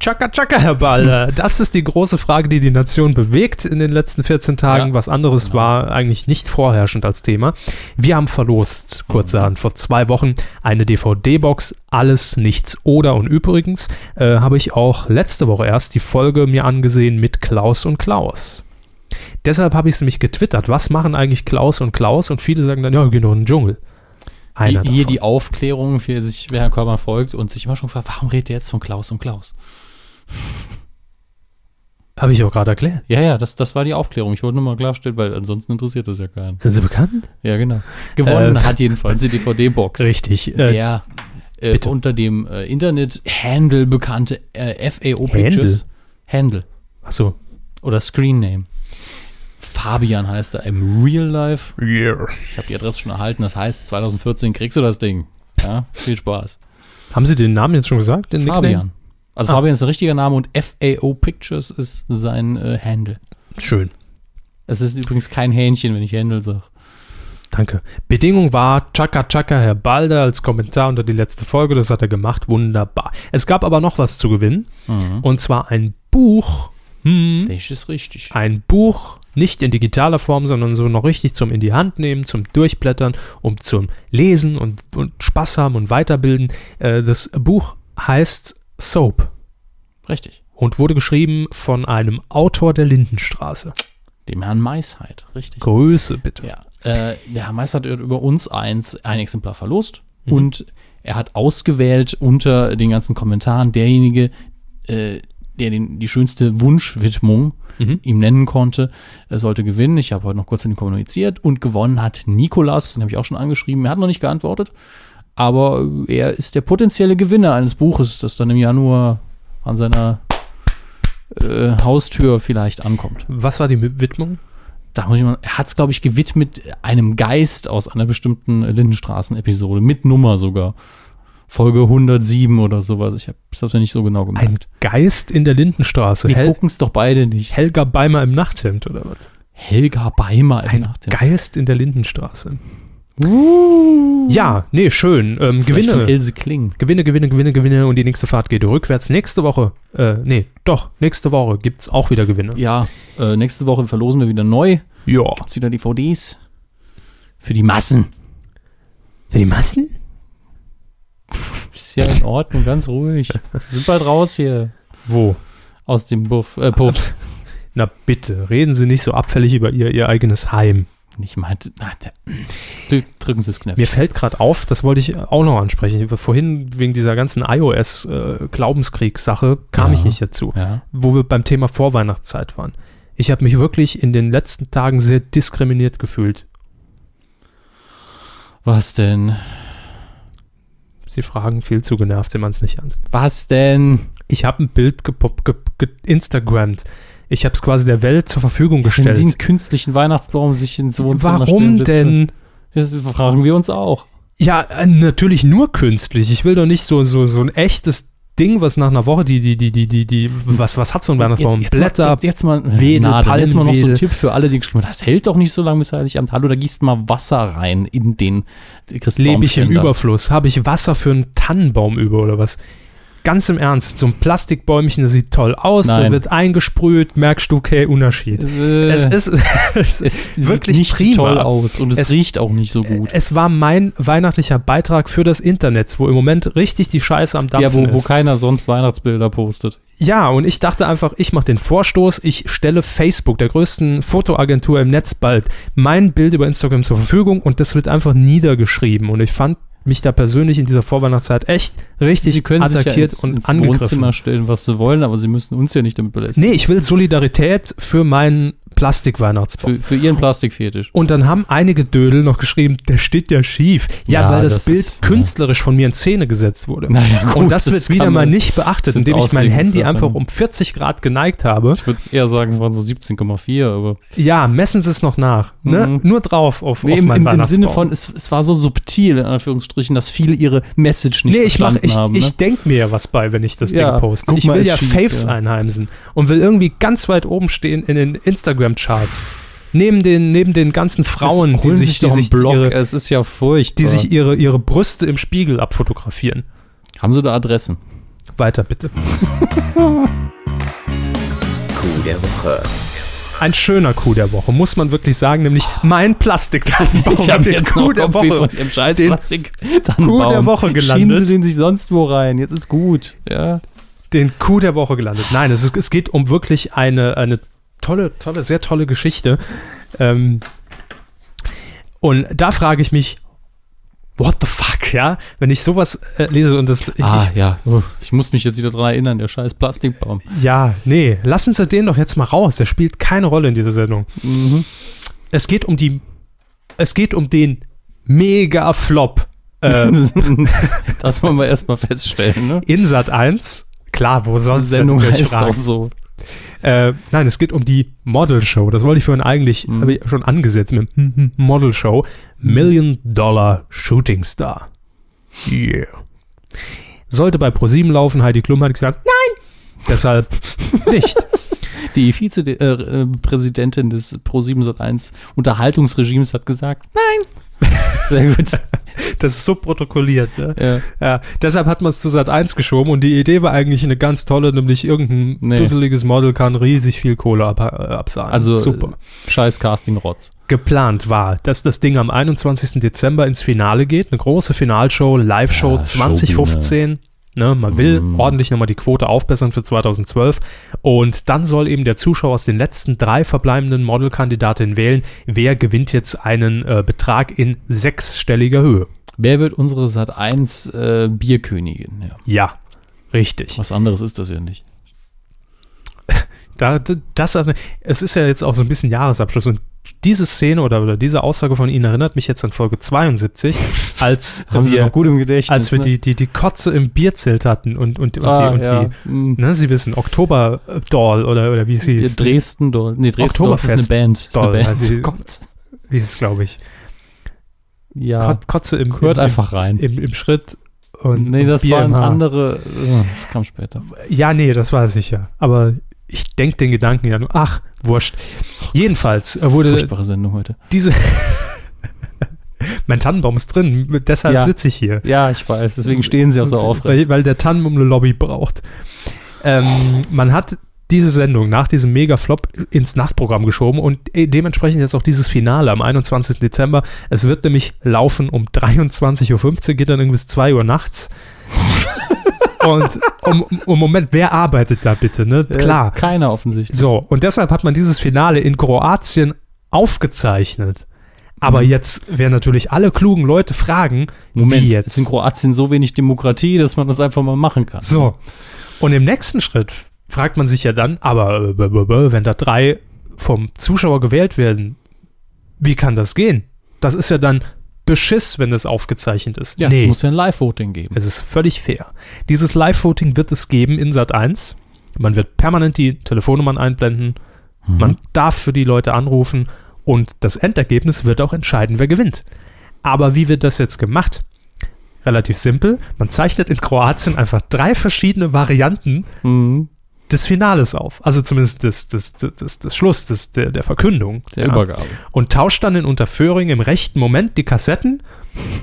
Chaka Chaka, Herr Baller. Das ist die große Frage, die die Nation bewegt in den letzten 14 Tagen. Ja, Was anderes genau. war eigentlich nicht vorherrschend als Thema. Wir haben verlost, Mhm. kurzerhand, vor zwei Wochen eine DVD-Box. Alles, nichts oder und übrigens äh, habe ich auch letzte Woche erst die Folge mir angesehen mit Klaus und Klaus. Deshalb habe ich es nämlich getwittert. Was machen eigentlich Klaus und Klaus? Und viele sagen dann, ja, gehen doch in den Dschungel. Hier Einer davon. die Aufklärung, für sich, wer Herrn Körber folgt und sich immer schon fragt, warum redet ihr jetzt von Klaus und Klaus? Habe ich auch gerade erklärt. Ja, ja, das, das war die Aufklärung. Ich wollte nur mal klarstellen, weil ansonsten interessiert das ja keinen. Sind sie bekannt? Ja, genau. Gewonnen Äh, hat jedenfalls die DVD-Box. Richtig. Äh, Der äh, bitte. unter dem äh, Internet-Handle bekannte äh, FAO Pictures. Handle. achso. Oder Screen Name. Fabian heißt er im Real Life. Yeah. Ich habe die Adresse schon erhalten. Das heißt, 2014 kriegst du das Ding. Ja, viel Spaß. Haben Sie den Namen jetzt schon gesagt? Den Nickname? Fabian. Also Ah. Fabian ist ein richtiger Name und FAO Pictures ist sein äh, Handle. Schön. Es ist übrigens kein Hähnchen, wenn ich Handle sage. Danke. Bedingung war Chaka Chaka Herr Balder als Kommentar unter die letzte Folge. Das hat er gemacht. Wunderbar. Es gab aber noch was zu gewinnen. Mhm. Und zwar ein Buch. Hm, Das ist richtig. ein Buch, nicht in digitaler Form, sondern so noch richtig zum in die Hand nehmen, zum Durchblättern, um zum Lesen und, und Spaß haben und weiterbilden. Äh, das Buch heißt Soap. Richtig. und wurde geschrieben von einem Autor der Lindenstraße. Dem Herrn Maisheit. Richtig. Größe bitte. Ja, äh, der Herr Meister hat über uns eins ein Exemplar verlost und er hat ausgewählt unter den ganzen Kommentaren derjenige, äh, der den, die schönste Wunschwidmung Mhm. ihm nennen konnte, äh, sollte gewinnen. Ich habe heute noch kurz mit ihm kommuniziert und gewonnen hat Nikolas, den habe ich auch schon angeschrieben. Er hat noch nicht geantwortet, aber er ist der potenzielle Gewinner eines Buches, das dann im Januar an seiner äh, Haustür vielleicht ankommt Was war die Mi- Widmung? da muss ich mal, er hat es, glaube ich, gewidmet einem Geist aus einer bestimmten Lindenstraßen-Episode, mit Nummer sogar. Folge 107 oder sowas. Ich habe es ja nicht so genau Ein gemerkt. Geist in der Lindenstraße. Wir Hel gucken es doch beide nicht. Helga Beimer im Nachthemd oder was? Helga Beimer Ein Nachthemd. Geist in der Lindenstraße. Ja, nee, schön. Ähm, Uh. Vielleicht von Gewinne. Else Kling. Gewinne, Gewinne, Gewinne, Gewinne und die nächste Fahrt geht rückwärts. Nächste Woche, äh, nee, doch, nächste Woche gibt es auch wieder Gewinne. Ja, äh, nächste Woche verlosen wir wieder neu. Ja. Gibt's wieder DVDs. Für die Massen. Für die Massen? Ist ja in Ordnung, ganz ruhig. Wir sind bald raus hier Wo? aus dem Buff, äh, Puff. Na bitte, reden Sie nicht so abfällig über Ihr, ihr eigenes Heim. Ich meinte, na, der- Drü- drücken Sie das Knöpfchen. Mir fällt gerade auf, das wollte ich auch noch ansprechen. Vorhin wegen dieser ganzen iOS-Glaubenskriegssache äh, kam Ja. ich nicht dazu, Ja. wo wir beim Thema Vorweihnachtszeit waren. Ich habe mich wirklich in den letzten Tagen sehr diskriminiert gefühlt. Was denn? Sie fragen viel zu genervt, sie meinen es nicht ernst. Was denn? Ich habe ein Bild gepop, ge, ge, Instagrammt. Ich habe es quasi der Welt zur Verfügung Wenn Sie einen gestellt. künstlichen Weihnachtsbaum sich ins Wohnzimmer Warum stellen, denn? sitzen- Das fragen wir uns auch. Ja, äh, natürlich nur künstlich. Ich will doch nicht so, so, so ein echtes Ding, was nach einer Woche, die, die, die, die, die, die was, was hat so ein Weihnachtsbaum? Jetzt Blätter, mal, jetzt mal, Wedel, na, dann jetzt mal noch so Palmwedel. ein Tipp für alle, die geschrieben haben, das hält doch nicht so lange bis Heiligabend. Hallo, da gießt mal Wasser rein in den Christbaumständer. lebe ich im Überfluss? Habe ich Wasser für einen Tannenbaum über oder was? Ganz im Ernst, so ein Plastikbäumchen, das sieht toll aus, da Nein. wird eingesprüht, merkst du, okay, Unterschied. Äh, Es ist, es es sieht wirklich nicht prima. toll aus und es, Es- Äh, riecht auch nicht so gut. Es war mein weihnachtlicher Beitrag für das Internet, wo im Moment richtig die Scheiße am Dampfen ja, wo, wo ist. keiner sonst Weihnachtsbilder postet. Ja, und ich dachte einfach, ich mache den Vorstoß, ich stelle Facebook, der größten Fotoagentur im Netz bald, mein Bild über Instagram zur Verfügung und das wird einfach niedergeschrieben. Und ich fand mich da persönlich in dieser Vorweihnachtszeit echt richtig Sie können sich ja attackiert ins, und ins angegriffen. Wohnzimmer stellen, was sie wollen, aber sie müssen uns ja nicht damit belästigen. Nee, ich will Solidarität für meinen Plastikweihnachtsbaum. Für, für ihren Plastikfetisch. Und dann haben einige Dödel noch geschrieben, der steht ja schief. Ja, Ja, weil das, das Bild ist- künstlerisch von mir in Szene gesetzt wurde. Naja, gut, und das, das wird kann wieder mal man- nicht beachtet, das ähm, ist indem ich mein Handy Auslegungssache. einfach um 40 Grad geneigt habe. Ich würde eher sagen, es waren so 17,4, aber. Ja, messen Sie es noch nach. Ne? Mhm. Nur drauf auf, Nee, auf im, meinen im, im Sinne Weihnachtsbaum. von, es, es war so subtil, in Anführungsstrichen, dass viele ihre Message nicht Nee, ich, mach, verstanden ich, haben. ne? ich denk mir ja was bei, wenn ich das Ja, Ding poste. guck Ich mal, will ist ja schief, Faves ja. einheimsen und will irgendwie ganz weit oben stehen in den Instagram-Charts. Neben den, neben den ganzen Frauen, Frauen, die sich, die sich, ihre, es ist ja furchtbar. die sich ihre, ihre Brüste im Spiegel abfotografieren. haben sie da Adressen? Weiter bitte. Coup der Woche. Ein schöner Coup der Woche, muss man wirklich sagen, nämlich mein plastik von ihrem scheiß Den Plastik. Coup der Woche gelandet. Schieben sie den sich sonst wo rein, jetzt ist gut. Ja. den Coup der Woche gelandet. Nein, es, ist, es geht um wirklich eine, eine tolle, tolle, sehr tolle Geschichte. Ähm, und da frage ich mich, what the fuck, ja? Wenn ich sowas äh, lese und das. Ich, ah, ja. Uff, Ich muss mich jetzt wieder dran erinnern, der scheiß Plastikbaum. ich, ja, nee, lassen Sie den doch jetzt mal raus. Der spielt keine Rolle in dieser Sendung. Mhm. Es geht um die. Es geht um den Mega-Flop. Äh, das wollen wir erstmal feststellen, ne? Insat 1. Klar, wo sonst wenn du mich heißt auch fragst. so. Äh, nein, es geht um die Model Show. Das wollte ich vorhin eigentlich, Mhm. habe ich schon angesetzt mit dem hm, hm, Model Show. Million Dollar Shooting Star. Yeah. Sollte bei ProSieben laufen, Heidi Klum hat gesagt, nein! Deshalb nicht. Die Vizepräsidentin des Pro701 Unterhaltungsregimes hat gesagt, nein. Sehr gut. Das ist so protokolliert. Ne? ja. Ja, deshalb hat man es zu Sat 1 geschoben und die Idee war eigentlich eine ganz tolle, nämlich irgendein Nee. dusseliges Model kann riesig viel Kohle ab, äh, absagen. Also super. äh, scheiß Casting-Rotz. geplant war, dass das Ding am 21. Dezember ins Finale geht. Eine große Finalshow, Live-Show Ja, 2015. Ne, man will ordentlich nochmal die Quote aufbessern für 2012. Und dann soll eben der Zuschauer aus den letzten drei verbleibenden Modelkandidatinnen wählen, wer gewinnt jetzt einen äh, Betrag in sechsstelliger Höhe. Wer wird unsere Sat 1 äh, Bierkönigin? Ja. Ja, richtig. Was anderes ist das ja nicht. Da, d- das, also, es ist ja jetzt auch so ein bisschen Jahresabschluss und diese Szene oder, oder diese Aussage von Ihnen erinnert mich jetzt an Folge 72, als wir- gut im Gedächtnis. ne? als wir die, die, die Kotze im Bierzelt hatten und, und, und ah, die, und ja. die Hm. ne, Sie wissen, Oktober-Doll oder, oder wie es hieß. Dresden Doll. Nee, Dresden Doll ist eine Oktoberfest Band. Ist eine Doll, Band. also- Gott. Wie es, glaube ich. Ja. Kot- Kotze im, Hört im, einfach rein. im, im Schritt und nee, und das Bier war im ein Haar. andere. äh, Das kam später. Ja, nee, das war sicher. Aber ich denke den Gedanken ja nur, ach, wurscht. Jedenfalls äh, wurde Furchtbare Sendung heute. diese... mein Tannenbaum ist drin, deshalb Ja. sitze ich hier. Ja, ich weiß. Deswegen stehen sie auch so aufrecht. Weil, weil der Tannenbaum eine Lobby braucht. Ähm, man hat diese Sendung nach diesem Mega-Flop ins Nachtprogramm geschoben und eh dementsprechend jetzt auch dieses Finale am 21. Dezember. Es wird nämlich laufen um 23.15 Uhr, geht dann irgendwie bis 2 Uhr nachts. und um, um Moment, wer arbeitet da bitte? Ne? Klar. Äh, keiner offensichtlich. So, und deshalb hat man dieses Finale in Kroatien aufgezeichnet. Aber jetzt werden natürlich alle klugen Leute fragen, Moment, wie jetzt. jetzt? ist in Kroatien so wenig Demokratie, dass man das einfach mal machen kann. So. Und im nächsten Schritt fragt man sich ja dann, aber äh, b- b- b- wenn da drei vom Zuschauer gewählt werden, wie kann das gehen? Das ist ja dann Beschiss, wenn das aufgezeichnet ist. Ja, es muss ja ein Live-Voting geben. es ist völlig fair. Dieses Live-Voting wird es geben in Sat 1. Man wird permanent die Telefonnummern einblenden. Man darf für die Leute anrufen und das Endergebnis wird auch entscheiden, wer gewinnt. Aber wie wird das jetzt gemacht? relativ simpel. Man zeichnet in Kroatien einfach drei verschiedene Varianten Mhm. des Finales auf. Also zumindest des, des, des, des, des Schluss, des, der, der Verkündung. Der Ja. Übergabe. Und tauscht dann in Unterföhring im rechten Moment die Kassetten,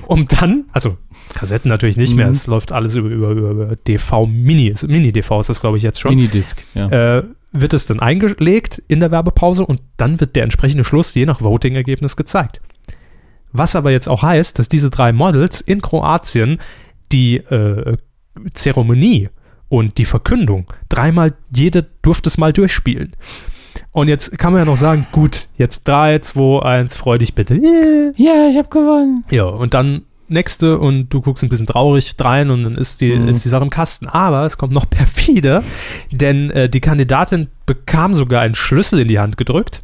um dann, also Kassetten natürlich nicht mehr, Mhm. es läuft alles über, über, über, über DV Mini, Mini-DV ist das glaube ich jetzt schon. Minidisc, ja. äh, wird es dann eingelegt in der Werbepause und dann wird der entsprechende Schluss je nach Voting-Ergebnis gezeigt. Was aber jetzt auch heißt, dass diese drei Models in Kroatien die äh, Zeremonie und die Verkündung dreimal, jede durfte es mal durchspielen. Und jetzt kann man ja noch sagen, gut, jetzt 3, 2, 1, freu dich bitte. Yeah. Ja, ich habe gewonnen. Ja, und dann nächste und du guckst ein bisschen traurig drein und dann ist die, Mhm. ist die Sache im Kasten. Aber es kommt noch perfider, denn äh, die Kandidatin bekam sogar einen Schlüssel in die Hand gedrückt,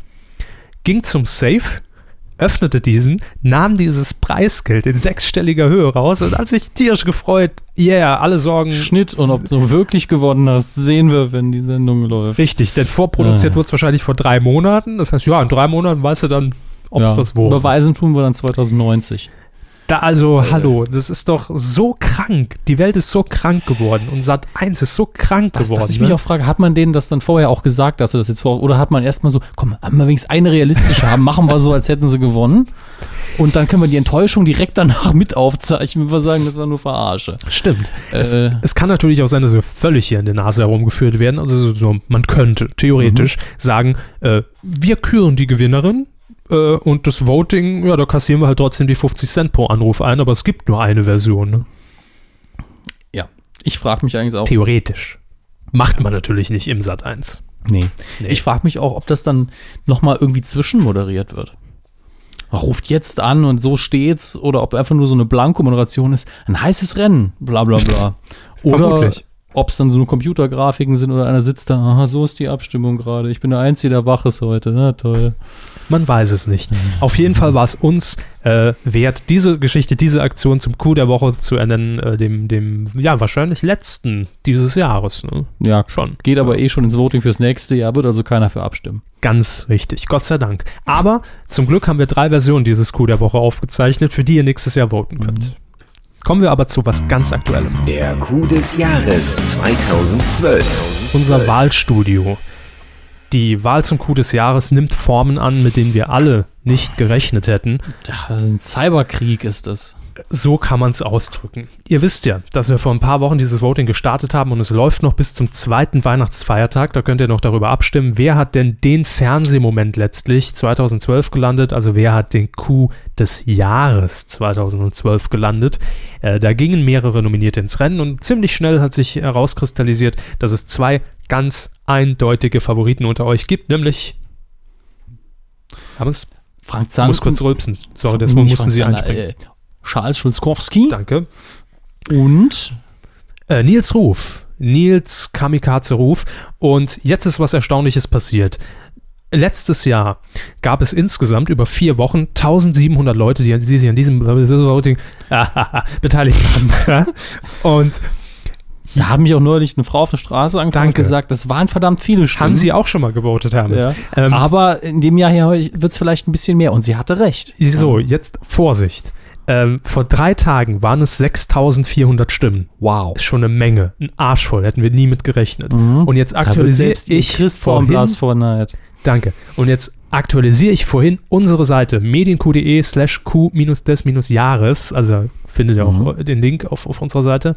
ging zum Safe, öffnete diesen, nahm dieses Preisgeld in sechsstelliger Höhe raus und hat sich tierisch gefreut. Yeah, alle Sorgen. Schnitt und ob du wirklich gewonnen hast, sehen wir, wenn die Sendung läuft. Richtig, denn vorproduziert Ah. wurde es wahrscheinlich vor drei Monaten. Das heißt, ja, in drei Monaten weißt du dann, ob es Ja. was wurde. Überweisen tun wir dann 2090. Da also, Äh. hallo, das ist doch so krank. Die Welt ist so krank geworden und Sat 1 ist so krank Was, geworden. was ich mich ne? auch frage, hat man denen das dann vorher auch gesagt, dass sie das jetzt vor, oder hat man erstmal so, komm, haben wir wenigstens eine realistische haben, machen wir so, als hätten sie gewonnen. Und dann können wir die Enttäuschung direkt danach mit aufzeichnen, wenn wir sagen, das war nur Verarsche. Stimmt. Es, Äh. es kann natürlich auch sein, dass wir völlig hier in der Nase herumgeführt werden. Also so- so, man könnte Mhm. theoretisch sagen, äh, wir küren die Gewinnerin äh, und das Voting, ja, da kassieren wir halt trotzdem die 50 Cent pro Anruf ein, aber es gibt nur eine Version. Ne? Ich frage mich eigentlich auch. Theoretisch. Macht man natürlich nicht im Sat 1. Nee. Nee. Ich frage mich auch, ob das dann nochmal irgendwie zwischenmoderiert wird. Ruft jetzt an und so steht's oder ob einfach nur so eine Blanko-Moderation ist. Ein heißes Rennen, bla bla bla. oder Vermutlich. ob es dann so eine Computergrafiken sind oder einer sitzt da, aha, so ist die Abstimmung gerade. Ich bin der Einzige, der wach ist heute. Na toll. Man weiß es nicht. Auf jeden Fall war es uns äh, wert, diese Geschichte, diese Aktion zum Coup der Woche zu ernennen, äh, dem, dem, ja, wahrscheinlich letzten dieses Jahres. Ne? Ja, Schon. geht aber eh schon ins Voting fürs nächste Jahr, wird also keiner für abstimmen. Ganz richtig, Gott sei Dank. Aber zum Glück haben wir drei Versionen dieses Coup der Woche aufgezeichnet, für die ihr nächstes Jahr voten könnt. Kommen wir aber zu was ganz Aktuellem. Der Coup des Jahres 2012. Unser Wahlstudio. Die Wahl zum Coup des Jahres nimmt Formen an, mit denen wir alle nicht gerechnet hätten. Das ist ein Cyberkrieg ist das. So kann man es ausdrücken. Ihr wisst ja, dass wir vor ein paar Wochen dieses Voting gestartet haben und es läuft noch bis zum zweiten Weihnachtsfeiertag. Da könnt ihr noch darüber abstimmen, wer hat denn den Fernsehmoment letztlich 2012 gelandet, also wer hat den Coup des Jahres 2012 gelandet. Äh, da gingen mehrere Nominierte ins Rennen und ziemlich schnell hat sich herauskristallisiert, dass es zwei ganz eindeutige Favoriten unter euch gibt, nämlich... Haben es? Frank Ich Zahn. muss kurz rülpsen. Sorry, deswegen Nicht mussten Frank sie Zander, einspringen. äh, Charles Schulzkowski Danke. und Äh, Nils Ruf. Nils Kamikaze Ruf. Und jetzt ist was Erstaunliches passiert. Letztes Jahr gab es insgesamt über vier Wochen 1700 Leute, die, die sich an diesem Voting beteiligt haben. Und Da haben mich auch neulich eine Frau auf der Straße angefangen und Danke. gesagt, das waren verdammt viele Stimmen. haben sie auch schon mal gewotet, Hermes. Mhm. Ja. Ähm, aber in dem Jahr hier wird es vielleicht ein bisschen mehr. Und sie hatte recht. so, jetzt Vorsicht. Ähm, vor drei Tagen waren es 6400 Stimmen. Wow. Mhm. Ist schon eine Menge. Ein Arsch voll, hätten wir nie mit gerechnet. Und jetzt aktualisiere ich Christ vorm vorhin- Blas vor Neid. Danke. Und jetzt aktualisiere ich vorhin unsere Seite medienq.de slash q-des-jahres. Also findet ihr auch den Link auf, auf unserer Seite.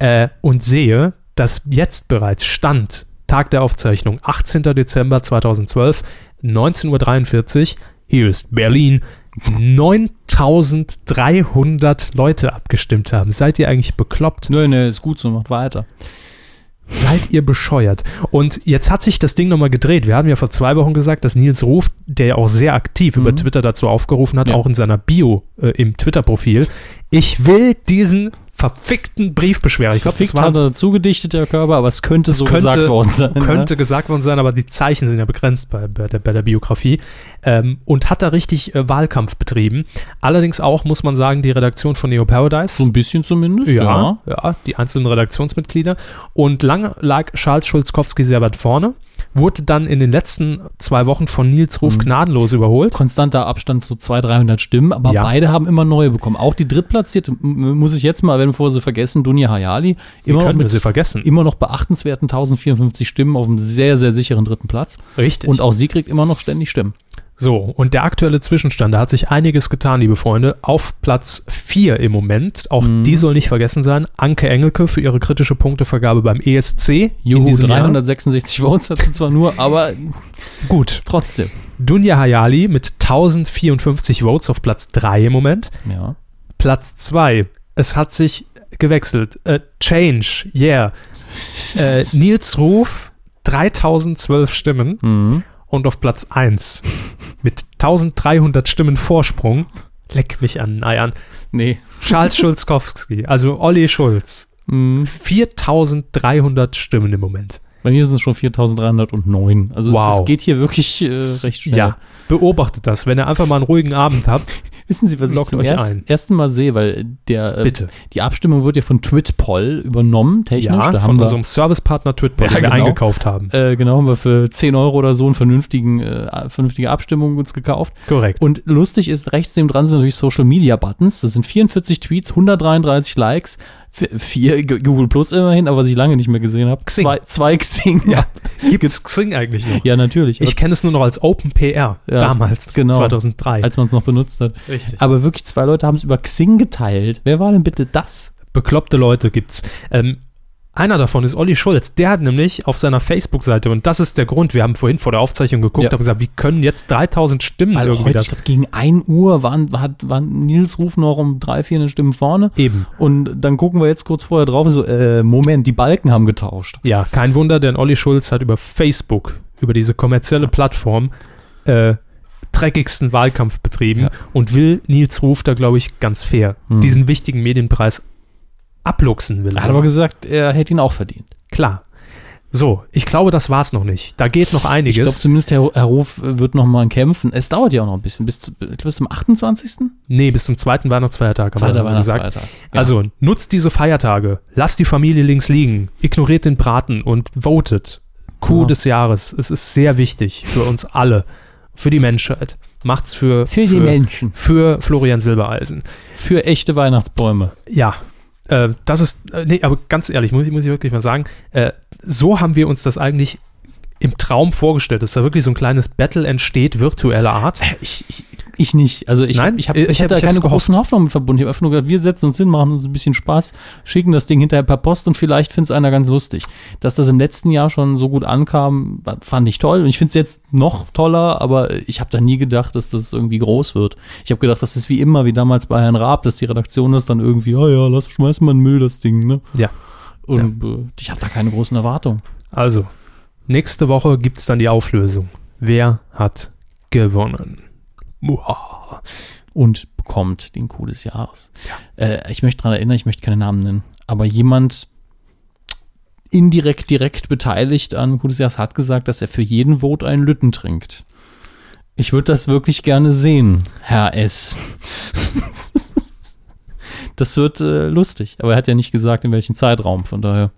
Äh, und sehe, dass jetzt bereits Stand, Tag der Aufzeichnung, 18. Dezember 2012, 19.43 Uhr, hier ist Berlin, 9300 Leute abgestimmt haben. Seid ihr eigentlich bekloppt? Nö, nö, ist gut so, macht weiter. Seid ihr bescheuert? Und jetzt hat sich das Ding nochmal gedreht. Wir haben ja vor zwei Wochen gesagt, dass Nils Ruf, der ja auch sehr aktiv über Twitter dazu aufgerufen hat, Mhm. Ja. auch in seiner Bio äh, im Twitter-Profil, ich will diesen verfickten Brief beschweren. Ich glaube, das Verfickt war, hat er dazu gedichtet, der Körper, aber es könnte so könnte- gesagt worden sein. ne? könnte gesagt worden sein, aber die Zeichen sind ja begrenzt bei, bei, der, bei der Biografie. Ähm, und hat da richtig äh, Wahlkampf betrieben. Allerdings auch, muss man sagen, die Redaktion von Neo Paradise. So ein bisschen zumindest, Ja, ja, die einzelnen Redaktionsmitglieder. Und lange lag Charles Schulzkowski sehr weit vorne. wurde dann in den letzten zwei Wochen von Nils Ruf Mhm. gnadenlos überholt. konstanter Abstand zu 200, 300 Stimmen, aber Ja. beide haben immer neue bekommen. Auch die drittplatzierte, m- muss ich jetzt mal, wenn wir sie vergessen, Dunja Hayali, Wie immer noch, können wir sie mit, vergessen? immer noch beachtenswerten 1054 Stimmen auf einem sehr, sehr sicheren dritten Platz. Richtig. Und auch sie kriegt immer noch ständig Stimmen. So, und der aktuelle Zwischenstand, da hat sich einiges getan, liebe Freunde. Auf Platz 4 im Moment, auch Mhm. die soll nicht vergessen sein, Anke Engelke für ihre kritische Punktevergabe beim E ESC. Juhu, Jahr. 366 Votes hat sie zwar nur, aber Gut. trotzdem. Dunja Hayali mit 1054 Votes auf Platz 3 im Moment. Ja. Platz 2, es hat sich gewechselt. Äh, Change, yeah. Äh, Nils Ruf, 3012 Stimmen. Mhm. und auf Platz 1 mit 1300 Stimmen Vorsprung. Leck mich an den Eiern. Nee. Charles Schulzkowski, also Olli Schulz. Mhm. 4300 Stimmen im Moment. Bei mir sind es schon 4309. Also es, Wow. es geht hier wirklich äh, recht schnell. Ja, beobachtet das. Wenn ihr einfach mal einen ruhigen Abend habt, Wissen Sie, was ich Lockt zum euch erst, ein. ersten Mal sehe, weil der äh, bitte. Die Abstimmung wird ja von Twitpoll übernommen, technisch. Ja, da von haben wir, unserem Servicepartner Twitpol, Ja, den wir genau. eingekauft haben. äh, genau, haben wir für 10 Euro oder so einen vernünftigen, äh, vernünftige Abstimmung uns gekauft. Korrekt. Und lustig ist, rechts neben dran sind natürlich Social Media Buttons. Das sind 44 Tweets, 133 Likes, 4 Google Plus immerhin, aber was ich lange nicht mehr gesehen habe. Xing. Zwei, zwei Xing. Ja. Gibt es Xing eigentlich noch? ja natürlich. Ich kenne es nur noch als OpenPR Ja, damals, genau. 2003. als man es noch benutzt hat. Richtig. Aber wirklich, zwei Leute haben es über Xing geteilt. Wer war denn bitte das? bekloppte Leute gibt's. Ähm, einer davon ist Olli Schulz. Der hat nämlich auf seiner Facebook-Seite, und das ist der Grund, wir haben vorhin vor der Aufzeichnung geguckt, Ja. haben gesagt, wie können jetzt 3000 Stimmen Weil irgendwie heute, das ich glaube, gegen 1 Uhr waren, war, war Nils Ruf noch um 3, 4 Stimmen vorne. eben. Und dann gucken wir jetzt kurz vorher drauf, so, äh, Moment, die Balken haben getauscht. Ja, kein Wunder, denn Olli Schulz hat über Facebook, über diese kommerzielle Plattform, äh, dreckigsten Wahlkampf betrieben Ja. und will Nils Ruf da, glaube ich, ganz fair Hm. diesen wichtigen Medienpreis abluchsen will. Er er. hat aber gesagt, er hätte ihn auch verdient. Klar. So, ich glaube, das war's noch nicht. Da geht noch einiges. Ich glaube, zumindest Herr, Herr Ruf äh, wird nochmal kämpfen. Es dauert ja auch noch ein bisschen, bis, zu, ich glaub, bis zum 28. nee, bis zum zweiten Weihnachtsfeiertag haben wir Zweiter dann gesagt. Weihnachtsfeiertag. Ja. Also nutzt diese Feiertage, lasst die Familie links liegen, ignoriert den Braten und votet. Kuh Ja. des Jahres. Es ist sehr wichtig für uns alle, für die Menschheit. Macht's für für die Menschen. für Florian Silbereisen. Für echte Weihnachtsbäume. Ja, äh, das ist äh, nee, aber ganz ehrlich muss ich muss ich wirklich mal sagen, äh, so haben wir uns das eigentlich im Traum vorgestellt, dass da wirklich so ein kleines Battle entsteht virtueller Art. Äh, Ich, ich, ich nicht. Also ich, Nein, Äh, ich, hab, ich ich, hab- hatte ich hab's keine gehofft. großen Hoffnungen mit verbunden. Ich habe einfach nur gedacht, wir setzen uns hin, machen uns ein bisschen Spaß, schicken das Ding hinterher per Post und vielleicht findet es einer ganz lustig. Dass das im letzten Jahr schon so gut ankam, fand ich toll. Und ich finde es jetzt noch toller, aber ich habe da nie gedacht, dass das irgendwie groß wird. Ich habe gedacht, das ist wie immer, wie damals bei Herrn Raab, dass die Redaktion das dann irgendwie, "Ah ja, ja, lass, schmeiß mal in den Müll das Ding, ne? Ja. Und äh, ich habe da keine großen Erwartungen. Also, nächste Woche gibt es dann die Auflösung. Wer hat gewonnen? Muhaha. und bekommt den Coup des Jahres. Äh, ich möchte daran erinnern, ich möchte keine Namen nennen, aber jemand indirekt, direkt beteiligt an Coup des Jahres hat gesagt, dass er für jeden Vote einen Lütten trinkt. Ich würde das wirklich gerne sehen, Herr S. Das wird äh, lustig, aber er hat ja nicht gesagt, in welchem Zeitraum. Von daher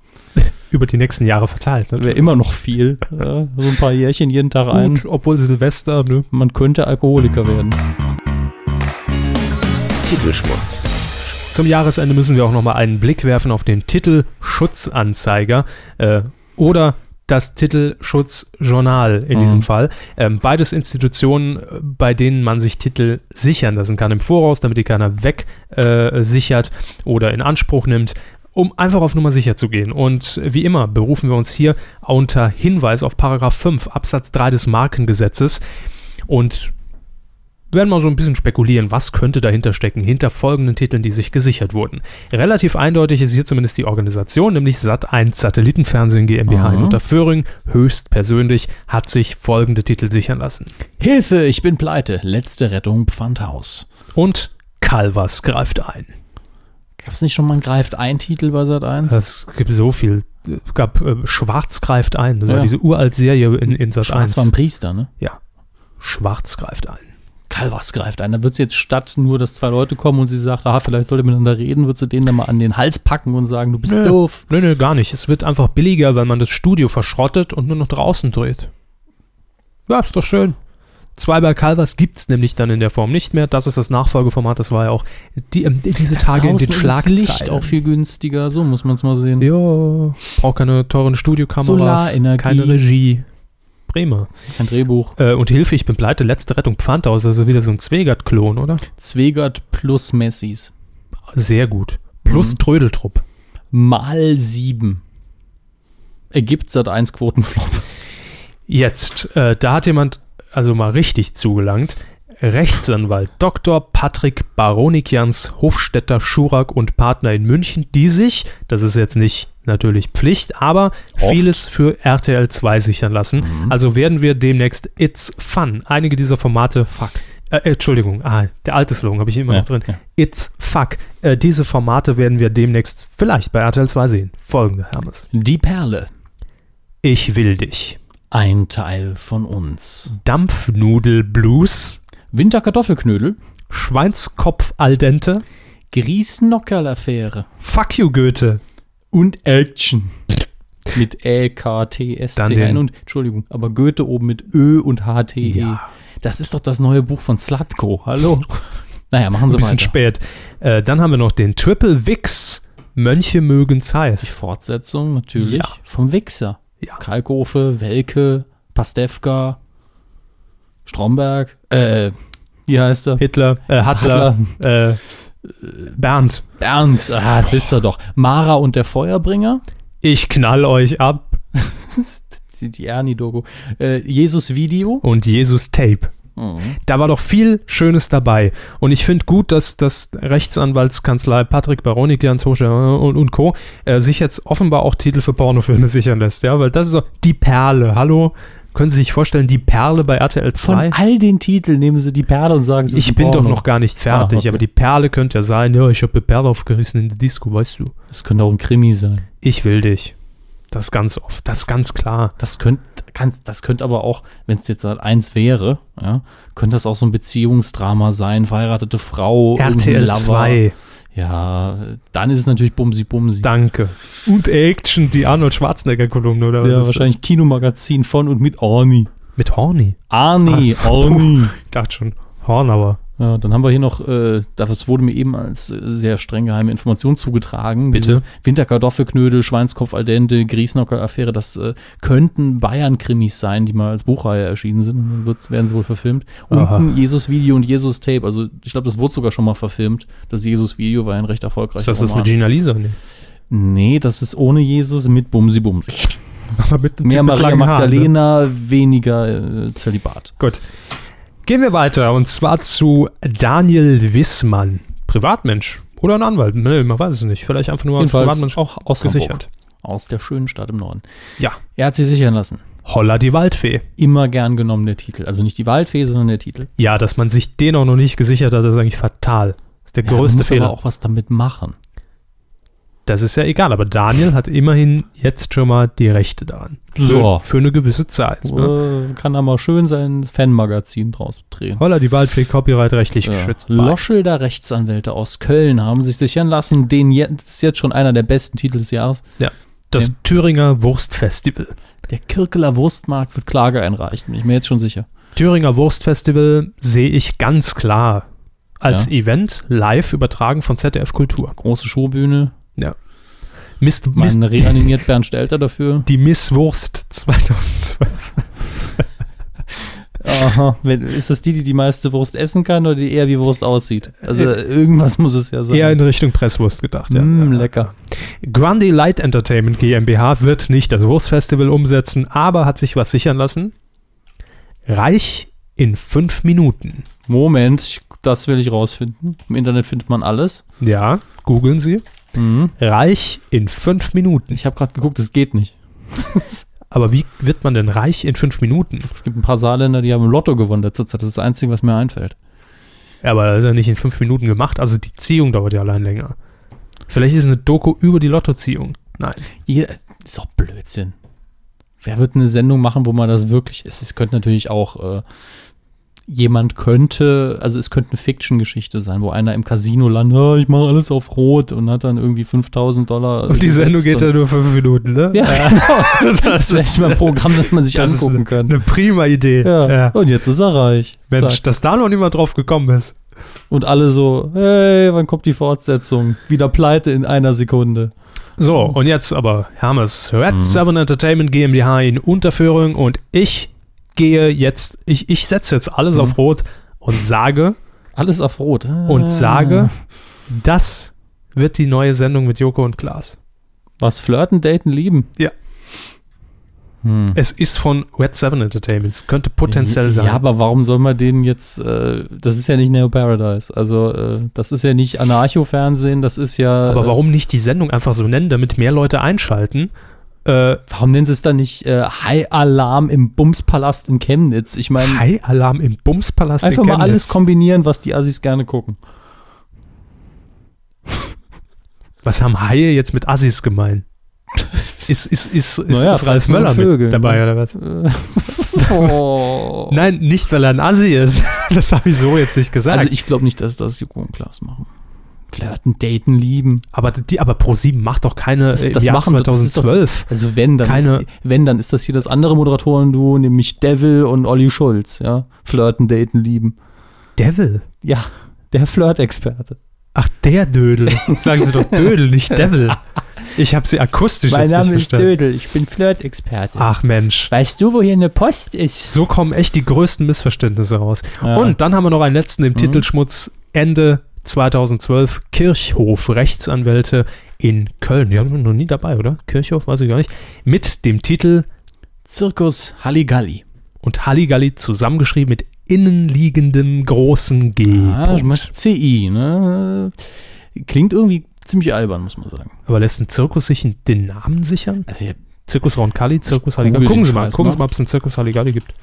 über die nächsten Jahre verteilt. Ne? wäre immer noch viel. Ja, so ein paar Jährchen jeden Tag ein. Gut, obwohl Silvester, ne? Man könnte Alkoholiker werden. Titelschmutz. Zum Jahresende müssen wir auch nochmal einen Blick werfen auf den Titel Schutzanzeiger äh, oder das Titel Schutzjournal in Mhm. diesem Fall. Ähm, beides Institutionen, äh, bei denen man sich Titel sichern lassen kann im Voraus, damit die keiner wegsichert äh, sichert oder in Anspruch nimmt, um einfach auf Nummer sicher zu gehen. Und wie immer berufen wir uns hier unter Hinweis auf Paragraph 5 Absatz 3 des Markengesetzes und werden mal so ein bisschen spekulieren, was könnte dahinter stecken, hinter folgenden Titeln, die sich gesichert wurden. Relativ eindeutig ist hier zumindest die Organisation, nämlich Sat1 Satellitenfernsehen GmbH in Mhm. Unterföhring, höchstpersönlich, hat sich folgende Titel sichern lassen. Hilfe, ich bin pleite. Letzte Rettung Pfandhaus. Und Calvas greift ein. Gab es nicht schon mal einen Greift ein Titel bei Sat 1? Es gibt so viel. Es gab äh, Schwarz greift ein, das war Ja. Ah, diese uralt Serie in, in Sat1. Schwarz war ein Priester, ne? Schwarz greift ein. Calvas greift ein. Da wird sie jetzt statt nur, dass zwei Leute kommen und sie sagt, ah, vielleicht sollte miteinander reden, wird sie denen dann mal an den Hals packen und sagen, du bist Nö. doof. Nö, nö, gar nicht. Es wird einfach billiger, weil man das Studio verschrottet und nur noch draußen dreht. Ja, ist doch schön. Zwei bei Calvas gibt es nämlich dann in der Form nicht mehr. Das ist das Nachfolgeformat. Das war ja auch die, ähm, diese Tage in Draußen den ist das Schlagzeilen. Licht auch viel günstiger, so muss man es mal sehen. Jo, braucht keine teuren Studiokameras, Solarenergie. keine Regie. Bremer. Kein Drehbuch. Äh, und Hilfe, ich bin pleite, letzte Rettung Pfandhaus, also wieder so ein Zwegert-Klon, oder? Zwegert plus Messis. Sehr gut. Plus Mhm. Trödeltrupp. Mal sieben. Ergibt Sat 1 Quotenflop. Jetzt, äh, da hat jemand also mal richtig zugelangt. Rechtsanwalt Dr. Patrick Baronikians, Hofstetter, Schurak und Partner in München, die sich, das ist jetzt nicht natürlich Pflicht, aber vieles für RTL 2 sichern lassen. Also werden wir demnächst It's Fun, einige dieser Formate. Fuck. Äh, Entschuldigung, ah, der alte Slogan habe ich immer Ja, noch drin. ja. It's Fuck. Äh, diese Formate werden wir demnächst vielleicht bei RTL 2 sehen. Folgende, Hermes. Die Perle. Ich will dich. Ein Teil von uns. Dampfnudel-Blues. Winterkartoffelknödel. Schweinskopf al dente, Griesnockerl-Affäre. Fuck you Goethe, Und Action. Mit Ä, K, T, S, Dann C, den- N und, Entschuldigung, aber Goethe oben mit Ö und H, T, E. Ja. Das ist doch das neue Buch von Slatko. Hallo. Naja, machen Sie ein bisschen weiter. spät. Äh, dann haben wir noch den Triple Wix, Mönche mögen's Die heiß. Fortsetzung natürlich Ja. vom Wichser. Ja. Kalkofe, Welke, Pastewka, Stromberg, äh, wie heißt er? Hitler, äh, Hattler, äh, Bernd, Bernd, ah, das wisst ihr doch. Mara und der Feuerbringer, ich knall euch ab die, die Ernie-Dogo, äh, Jesus Video. und Jesus Tape. Mhm. Da war doch viel Schönes dabei. Und ich finde gut, dass das Rechtsanwaltskanzlei Patrick Baronik, Jans Hosche und, und Co. Äh, sich jetzt offenbar auch Titel für Pornofilme sichern lässt. Ja, weil das ist doch die Perle. Hallo? Können Sie sich vorstellen, die Perle bei RTL 2? Von all den Titeln nehmen sie die Perle und sagen, sie Ich bin doch noch gar nicht fertig, Ah, okay. aber die Perle könnte ja sein, ja, ich habe eine Perle aufgerissen in der Disco, weißt du. Das könnte auch ein Krimi sein. Ich will dich. Das ganz oft, das ganz klar. Das könnte kannst, das könnt aber auch, wenn es jetzt eins wäre, ja, könnte das auch so ein Beziehungsdrama sein, verheiratete Frau, irgendein RTL Oh, Lover. 2, Ja, dann ist es natürlich Bumsi Bumsi. danke. Und Action, die Arnold Schwarzenegger-Kolumne, oder was ist ja, das? wahrscheinlich Kinomagazin von und mit Arnie. Mit Horny. Arnie, Arnie. Ich dachte schon, Hornauer. Ja, dann haben wir hier noch, äh, das wurde mir eben als äh, sehr streng geheime Information zugetragen. Bitte? Diese Winterkartoffelknödel, Schweinskopf al dente, Griesnockerl-Affäre, das äh, könnten Bayern-Krimis sein, die mal als Buchreihe erschienen sind. Dann wird, werden sie wohl verfilmt. Und Aha. ein Jesus-Video und Jesus-Tape. Also ich glaube, das wurde sogar schon mal verfilmt. Das Jesus-Video war ja ein recht erfolgreiches Ist das das mit Gina Lisa? Nee. Nee, das ist ohne Jesus mit Bumsi Bumsi. Aber mit einem Mehr Typ mit Maria langen Haaren, ne? Magdalena, weniger äh, Zölibat. Gut. Gehen wir weiter und zwar zu Daniel Wissmann. Privatmensch oder ein Anwalt? Nee, man weiß es nicht. Vielleicht einfach nur als Jedenfalls Privatmensch auch aus gesichert. Hamburg. Aus der schönen Stadt im Norden. Ja. Er hat sie sichern lassen. Holla die Waldfee. Immer gern genommen, der Titel. Also nicht die Waldfee, sondern der Titel. Ja, dass man sich den auch noch nicht gesichert hat, ist eigentlich fatal. ist der man größte muss Fehler. aber auch was damit machen. Das ist ja egal, aber Daniel hat immerhin jetzt schon mal die Rechte daran. So. Für, für eine gewisse Zeit. Ne? Äh, kann da mal schön sein Fanmagazin draus drehen. Holla, die Waldfee, copyright-rechtlich Ja. geschützt. Loschelder Rechtsanwälte aus Köln haben sich sichern lassen. Den jetzt, das ist jetzt schon einer der besten Titel des Jahres. Das Thüringer Wurstfestival. Der Kirkeler Wurstmarkt wird Klage einreichen. Bin ich mir jetzt schon sicher. Thüringer Wurstfestival sehe ich ganz klar als Event live übertragen von ZDF Kultur. Große Showbühne. Mist, Mist, Man reanimiert Bernd Stelter dafür. die Misswurst 2012. Aha, wenn, ist das die, die die meiste Wurst essen kann oder die eher wie Wurst aussieht? Also irgendwas muss es ja sein. Eher in Richtung Presswurst gedacht, ja. Also Mm, Ja. lecker. Grundy Light Entertainment GmbH wird nicht das Wurstfestival umsetzen, aber hat sich was sichern lassen. Reich in fünf Minuten. Moment, ich, das will ich rausfinden. Im Internet findet man alles. Mhm. Ja, googeln Sie. Reich in fünf Minuten. Ich habe gerade geguckt, es geht nicht. Aber wie wird man denn reich in fünf Minuten? Es gibt ein paar Saarländer, die haben im Lotto gewonnen letzter Zeit. Das ist das Einzige, was mir einfällt. Aber das ist ja nicht in fünf Minuten gemacht. Also die Ziehung dauert ja allein länger. Vielleicht ist es eine Doku über die Lottoziehung. Nein. Ihr, ist doch Blödsinn. Wer wird eine Sendung machen, wo man das wirklich ist? Es könnte natürlich auch äh, jemand könnte, also es könnte eine Fiction-Geschichte sein, wo einer im Casino landet, "Ah, ich mache alles auf Rot und hat dann irgendwie 5000 Dollar. Und die Sendung gesetzt geht ja nur fünf Minuten, ne? Ja, genau. Das das ist- ist vielleicht mal ein Programm, das man sich Das ist angucken kann. eine prima Idee. Ja. Ja. Und jetzt ist er reich. Mensch, Zack. dass da noch niemand drauf gekommen ist. Und alle so, hey, wann kommt die Fortsetzung? Wieder pleite in einer Sekunde. So, und jetzt aber Hermes, Red Mhm. Seven Entertainment GmbH in Unterföhring und ich gehe jetzt, ich, ich setze jetzt alles Mhm. Ah. auf Rot und sage Alles auf Rot. und sage, das wird die neue Sendung mit Joko und Klaas. Was flirten, daten, lieben. Ja. Hm. Es ist von Red Seven Entertainment, es könnte potenziell sein. Ja, aber warum soll man denen jetzt, äh, das ist ja nicht Neo Paradise, also äh, das ist ja nicht Anarcho-Fernsehen, das ist ja. Aber warum nicht die Sendung einfach so nennen, damit mehr Leute einschalten? Äh, Warum nennen sie es dann nicht äh, High Alarm im Bumspalast in Chemnitz? Ich meine, High Alarm im Bumspalast. in einfach mal Chemnitz. alles kombinieren, was die Assis gerne gucken. Was haben Haie jetzt mit Assis gemein? Ist, ist, ist, ist, Naja, ist Ralf fressen Möller Vögel, mit dabei ne? oder was? Äh, oh. Nein, nicht, weil er ein Assi ist. Das habe ich so jetzt nicht gesagt. Also ich glaube nicht, dass das Joko und Klaas machen. Flirten, daten, lieben. aber, die, aber ProSieben macht doch keine Das- äh, im das Jahr machen doch- das ist doch- 2012. Also wenn, dann, Keine- ist, wenn, dann ist das hier das andere Moderatoren-Duo, nämlich Devil und Olli Schulz, ja. Flirten, daten, lieben. Devil. Ja, der Flirt-Experte. Ach, der Dödel. Sagen Sie doch Dödel, nicht Devil. Ich habe sie akustisch mein jetzt Name nicht ist verstanden. Ah. Dödel, ich bin Flirt-Experte. Ach Mensch. Weißt du, wo hier eine Post ist? So kommen echt die größten Missverständnisse raus. Ja. Mhm. Und dann haben wir noch einen letzten im Titelschmutz. Ende 2012 Kirchhof Rechtsanwälte in Köln. Die haben wir noch nie dabei, oder? Kirchhof, weiß ich gar nicht. Mit dem Titel Zirkus Halligalli. und Halligalli zusammengeschrieben mit innenliegendem großen G. Ah, ich mein, Punkt. CI, ne? Klingt irgendwie ziemlich albern, muss man sagen. Aber lässt ein Zirkus sich einen- den Namen sichern? Also ich Zirkus Roncalli, Zirkus Ich Halligalli. google Gucken den Sie mal, Scheiß gucken Sie mal. mal, ob es einen Zirkus Halligalli gibt.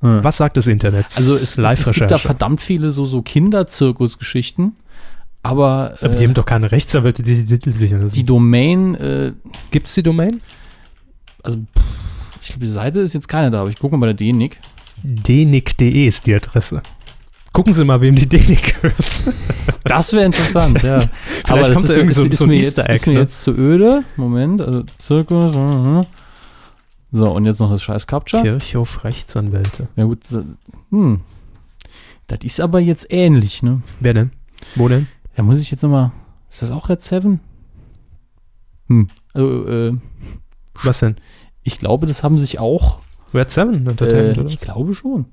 Hm. Was sagt das Internet? Also es, es, es gibt da Live-Recherche. verdammt viele so, so Kinderzirkus-Geschichten, aber Aber die äh, haben doch keine Rechtsanwälte, die die Titel sichern. die Domain, äh, Gibt es die Domain? also pff, ich glaube, die Seite ist jetzt keine da, aber ich gucke mal bei der DENIC. denick.de E ist die Adresse. Gucken Sie mal, wem die Denick gehört. Das wäre interessant, ja. Vielleicht kommt da irgend so- so ein mir Easter jetzt, Egg, Ist mir ne? jetzt zu öde. Moment, also Zirkus. mhm. So, und jetzt noch das scheiß Captcha. Kirchhof Rechtsanwälte. Ja gut, so- hm. Das ist aber jetzt ähnlich, ne? Wer denn? Wo denn? Da muss ich jetzt nochmal. Ist das auch Red 7? Hm. Also, äh, Was denn? ich glaube, das haben sich auch Red Seven Entertainment, Äh, oder? ich was? glaube schon.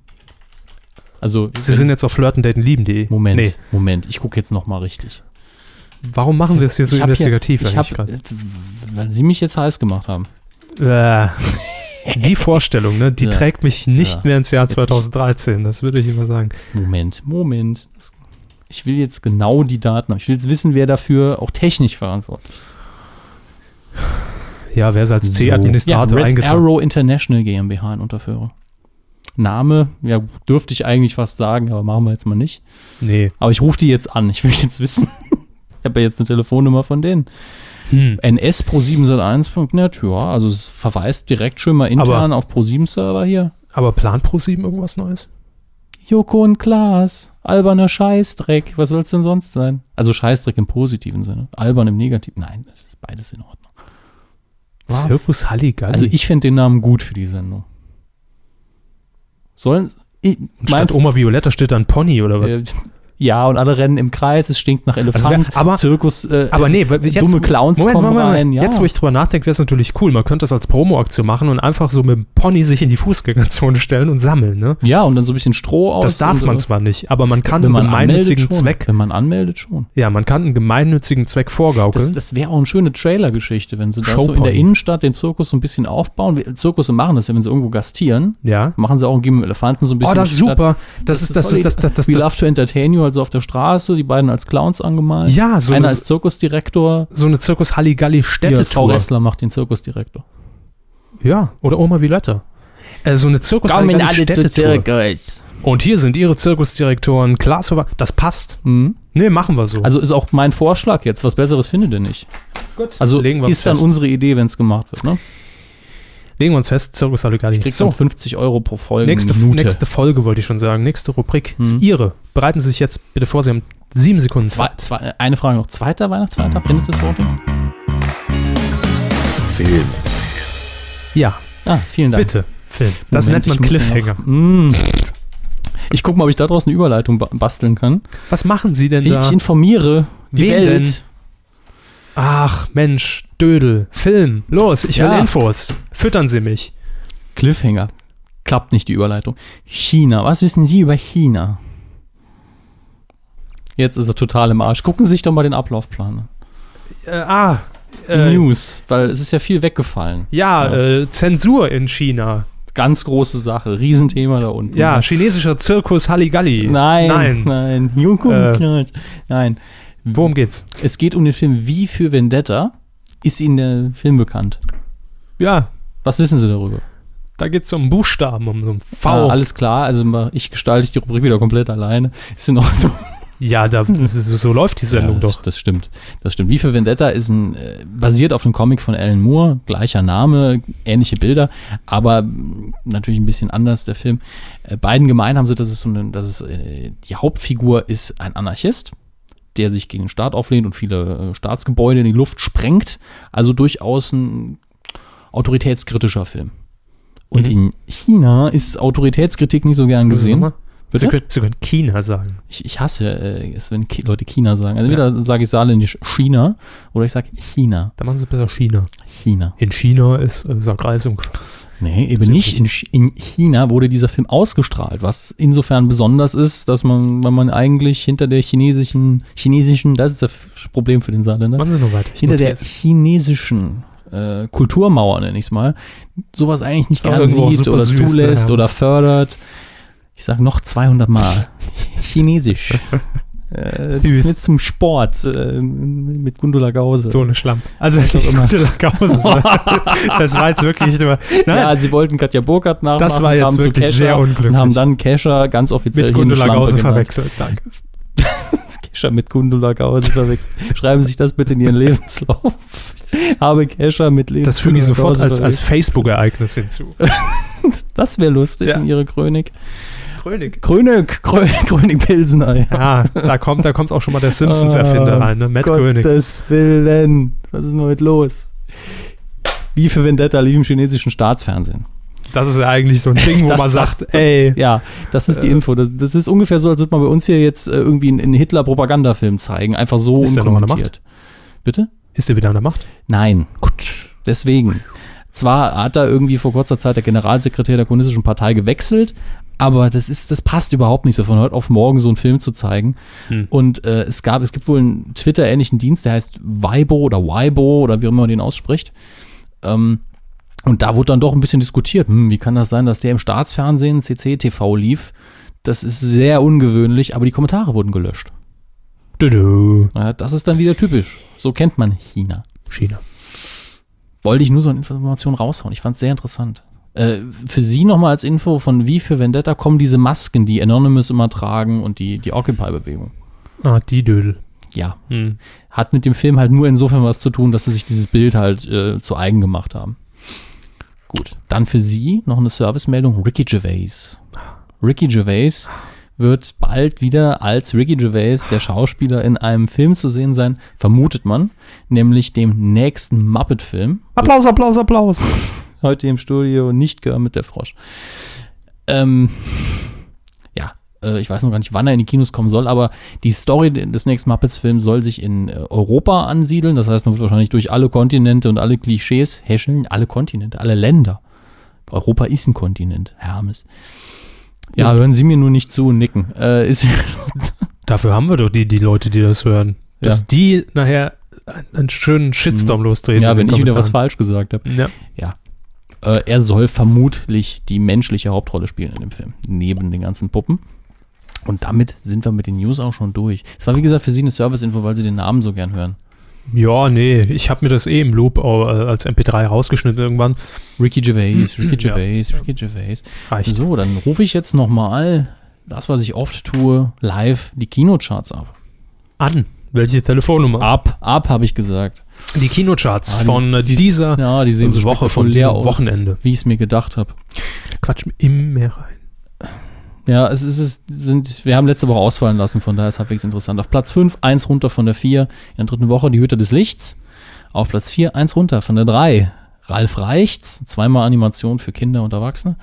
Also, Sie sind jetzt auf flirtendatenlieben.de. Moment, Nee. Moment, ich gucke jetzt noch mal richtig. Warum machen wir es hier so Ich hab investigativ hier, ich eigentlich hab, gerade? äh, Weil sie mich jetzt heiß gemacht haben. Äh, die Vorstellung, ne, die Ja. trägt mich nicht Ja. mehr ins Jahr Jetzt- 2013, das würde ich immer sagen. Moment, Moment. Das- Ich will jetzt genau die Daten haben. Ich will jetzt wissen, wer dafür auch technisch verantwortlich ist. Ja, wer ist als C-Administrator ja, Red eingetragen? Arrow International GmbH in Unterföhring. Name, ja, dürfte ich eigentlich fast sagen, aber machen wir jetzt mal nicht. Nee. Aber ich rufe die jetzt an. Ich will jetzt wissen. ich habe ja jetzt eine Telefonnummer von denen. Hm. NS pro 701.net, ja, also es verweist direkt schon mal intern auf pro 7 Server hier. Aber plant ProSieben irgendwas Neues? Joko und Klaas, alberner Scheißdreck, was soll's denn sonst sein? Also Scheißdreck im positiven Sinne, albern im negativen. Nein, es ist beides in Ordnung. Wow. Zirkus Halligalli. Also ich fände den Namen gut für die Sendung. Sollen ich, Und statt Oma Violetta steht da ein Pony um, oder was? äh, ja, und alle rennen im Kreis, es stinkt nach Also Elefant, wer- aber- Zirkus, äh, Aber nee, weil jetzt, dumme Clowns Moment, kommen Moment, Moment. rein. Ja. Jetzt, wo ich drüber nachdenke, wäre es natürlich cool. Man könnte das als Promo-Aktion machen und einfach so mit dem Pony sich in die Fußgängerzone stellen und sammeln. Ne? äh, ja, und dann so ein bisschen Stroh aus. Das darf und, man äh, zwar nicht, aber man kann wenn man einen anmeldet gemeinnützigen schon. Zweck, Wenn man anmeldet schon. ja, man kann einen gemeinnützigen Zweck Das, vorgaukeln. das wäre auch eine schöne Trailer-Geschichte, wenn sie da so in Showpony. der Innenstadt den Zirkus so ein bisschen aufbauen. Wir- Zirkusse machen das ja, wenn sie irgendwo gastieren, ja. machen sie auch und geben Elefanten so ein bisschen. Oh, das die ist Stadt. super. Das, ist das, eine das, das, das, We das, love to entertain you, also auf der Straße, die beiden als Clowns angemalt. ja, so Einer eine, als Zirkusdirektor. so eine Zirkus Halligalli Hier, Frau Städtetour. Ressler macht den Zirkusdirektor. Ja, oder Oma Violetta. Äh, so eine Zirkus Halligalli Städtetour. Zirkus. Und hier sind ihre Zirkusdirektoren, Klaas Hofer. Das passt. Mhm. Nee, machen wir so. Also ist auch mein Vorschlag jetzt. Was Besseres findet ihr nicht. Gut. Also Legen wir ist dann fest. unsere Idee, wenn es gemacht wird. Ne? Legen wir uns fest, Circus Allegati. Kriegst so. 50 Euro pro Folge. Nächste, Minute. nächste Folge wollte ich schon sagen. Nächste Rubrik ist Mhm. Ihre. Bereiten Sie sich jetzt bitte vor, Sie haben sieben Sekunden Zwei, Zeit. zwei, eine Frage noch. Zweiter Weihnachtsfeiertag endet das Voting? Film. Ja, Ah, vielen Dank. bitte, Film. Das Moment, nennt ich man muss ja Cliffhanger. noch- Mm. Ich gucke mal, ob ich daraus eine Überleitung ba basteln kann. Was machen Sie denn Ich da? informiere die Wen Welt. denn? Ach, Mensch, Dödel, Film, los, ich will Ja. Infos. Füttern Sie mich. Cliffhanger. Klappt nicht die Überleitung. China. Was wissen Sie über China? Jetzt ist er total im Arsch. Gucken Sie sich doch mal den Ablaufplan an. Äh, ah, Die äh, News, weil es ist ja viel weggefallen. ja, Äh, Zensur in China. Ganz große Sache, Riesenthema da unten. Ja, chinesischer Zirkus Halligalli. Mhm. nein, nein, Nein. nein, Junko, Äh. nein. nein. Worum geht's? Es geht um den Film Wie für Vendetta. Ist Ihnen der Film bekannt? Ja, Was wissen Sie darüber? da geht's um Buchstaben, um so ein Ah, V. alles klar, also ma- ich gestalte die Rubrik wieder komplett alleine. Ist in Ordnung. ja, da, das ist, so läuft die Sendung Hm. ja, das, doch. Das stimmt. Das stimmt. Wie für Vendetta ist ein, äh, basiert auf einem Comic von Alan Moore, gleicher Name, ähnliche Bilder, aber mh, natürlich ein bisschen anders der Film. Äh, beiden gemein haben sie, dass es so eine, dass es äh, die Hauptfigur ist ein Anarchist, der sich gegen den Staat auflehnt und viele äh, Staatsgebäude in die Luft sprengt. Also durchaus ein autoritätskritischer Film. Und Mhm. in China ist Autoritätskritik nicht so gern gesehen. Sie Bitte? können, Sie können China sagen. Ich, ich hasse äh, es, wenn Ki Leute China sagen. Also Ja. entweder sage ich saarländisch China oder ich sage China. Da machen Sie besser China. China. In China ist äh, Sarkreisung. Nee, eben Sehr nicht. In, Chi- in China wurde dieser Film ausgestrahlt, was insofern besonders ist, dass man, weil man eigentlich hinter der chinesischen, chinesischen, das ist das F- Problem für den Saarländer, Machen Sie noch weiter. Ich hinter der notier's. chinesischen äh, Kulturmauer, nenne ich es mal, sowas eigentlich nicht Aber gern irgendwo auch sieht super oder süß, ne, zulässt Hermes. oder fördert. Ich sage noch 200 Mal. Chinesisch. Äh, das Süß. ist nicht zum Sport äh, mit Gundula Gause. so eine Schlamm. Also das, auch immer. das war jetzt wirklich nur. Nein, Ja, sie wollten Katja Burkhardt nachmachen. das war kamen jetzt zu wirklich Kescher sehr Und haben unglücklich. dann Kescher ganz offiziell mit hier eine Gundula Schlampe Gause genannt. verwechselt. Danke. Kescher mit Gundula Gause verwechselt. Schreiben Sie sich das bitte in Ihren Lebenslauf. Habe Kescher mit Lebenslauf. Das füge ich sofort als, als Facebook-Ereignis hinzu. Das wäre lustig Ja. in Ihre Chronik. Krönig. Krönig, Krö Krönig Pilsenei. Ja, da kommt, da kommt auch schon mal der Simpsons-Erfinder Ah, rein, ne? Matt König. Gottes Willen. Was ist denn heute los? Wie für Vendetta lief im chinesischen Staatsfernsehen. Das ist ja eigentlich so ein Ding, wo Das- man das- sagt, ey, Ja, das ist die Äh. Info. Das, das ist ungefähr so, als würde man bei uns hier jetzt äh, irgendwie einen, einen Hitler-Propagandafilm zeigen. Einfach so Ist der noch an der unkommentiert. Bitte? ist der wieder an der Macht? Nein. Gut. Deswegen. Zwar hat da irgendwie vor kurzer Zeit der Generalsekretär der Kommunistischen Partei gewechselt, aber das ist, das passt überhaupt nicht so von heute auf morgen so einen Film zu zeigen. Hm. Und äh, es gab, es gibt wohl einen Twitter-ähnlichen Dienst, der heißt Weibo oder Weibo oder wie auch immer man den ausspricht. Ähm, und da wurde dann doch ein bisschen diskutiert, hm, wie kann das sein, dass der im Staatsfernsehen CCTV lief? Das ist sehr ungewöhnlich, aber die Kommentare wurden gelöscht. Dudu. Ja, das ist dann wieder typisch. So kennt man China. China. Wollte ich nur so eine Information raushauen. Ich fand es sehr interessant. Äh, für Sie nochmal als Info von Wie für Vendetta kommen diese Masken, die Anonymous immer tragen und die, die Occupy-Bewegung. Ah, die Dödel. Ja, Hm. hat mit dem Film halt nur insofern was zu tun, dass sie sich dieses Bild halt äh, zu eigen gemacht haben. Gut, dann für Sie noch eine Servicemeldung: Ricky Gervais. Ricky Gervais wird bald wieder als Ricky Gervais, der Schauspieler, in einem Film zu sehen sein, vermutet man, nämlich dem nächsten Muppet-Film. Applaus, Applaus, Applaus. Heute im Studio nicht gehört mit der Frosch. Ähm, ja, äh, ich weiß noch gar nicht, wann er in die Kinos kommen soll, aber die Story des nächsten Muppets-Films soll sich in äh, Europa ansiedeln. Das heißt, man wird wahrscheinlich durch alle Kontinente und alle Klischees häscheln. Alle Kontinente, alle Länder. Europa ist ein Kontinent, Hermes. Ja, hören Sie mir nur nicht zu und nicken. Äh, ist, Dafür haben wir doch die, die Leute, die das hören. Dass Ja. Mhm. die nachher einen, einen schönen Shitstorm lostreten. ja, in wenn den ich wieder was Kommentaren. falsch gesagt habe. Ja. Äh, er soll vermutlich die menschliche Hauptrolle spielen in dem Film, neben den ganzen Puppen. Und damit sind wir mit den News auch schon durch. Es war wie gesagt für Sie eine Service-Info, weil Sie den Namen so gern hören. Ja, nee, ich habe mir das eh im Loop au- äh, als MP3 rausgeschnitten irgendwann. Ricky Gervais, Ricky Mhm. Ja. Gervais, Ricky Gervais. Reicht. So, dann rufe ich jetzt nochmal das, was ich oft tue, live die Kinocharts ab. An. Welche Telefonnummer? Ab, ab, habe ich gesagt. Die Kinocharts Ah, die- von äh, dieser Ja, die sehen so Also Woche von spektakulär diesem aus, Wochenende. wie ich es mir gedacht habe. Quatsch im Meer rein. Ja, es ist, es sind, wir haben letzte Woche ausfallen lassen, von daher ist halbwegs interessant. Auf Platz 5, eins runter von der 4, in der dritten Woche die Hüter des Lichts. Auf Platz 4, eins runter von der 3, Ralf Reichts, zweimal Animation für Kinder und Erwachsene.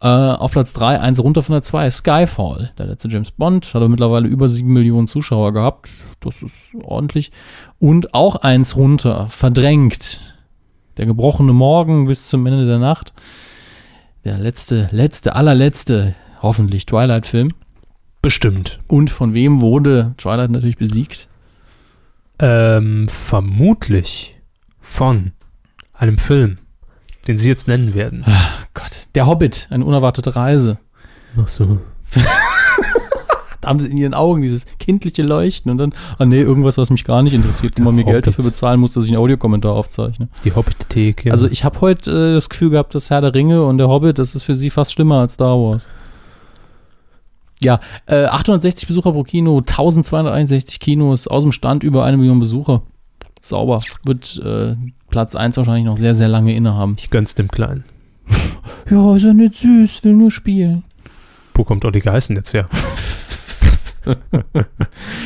Äh, auf Platz 3, eins runter von der 2, Skyfall, der letzte James Bond, hat er mittlerweile über 7 Millionen Zuschauer gehabt, das ist ordentlich. Und auch eins runter, verdrängt, der gebrochene Morgen bis zum Ende der Nacht. Der letzte, letzte, allerletzte, hoffentlich Twilight-Film. Bestimmt. Und von wem wurde Twilight natürlich besiegt? Ähm, vermutlich von einem Film, den Sie jetzt nennen werden. Gott, der Hobbit, eine unerwartete Reise. Ach so. Da haben sie in ihren Augen dieses kindliche Leuchten und dann, ah nee, irgendwas, was mich gar nicht interessiert, wo man mir Geld Hobbit. dafür bezahlen muss, dass ich einen Audiokommentar aufzeichne. Die Hobbit-Thek. Ja. Also ich habe heute äh, das Gefühl gehabt, dass Herr der Ringe und der Hobbit, das ist für sie fast schlimmer als Star Wars. Ja, äh, 860 Besucher pro Kino, 1261 Kinos, aus dem Stand über eine Million Besucher. Sauber. Wird äh, Platz 1 wahrscheinlich noch sehr, sehr lange innehaben. ich gönn's dem Kleinen. Ja, ist ja nicht süß, will nur spielen. Wo kommt Olli Geißen jetzt her?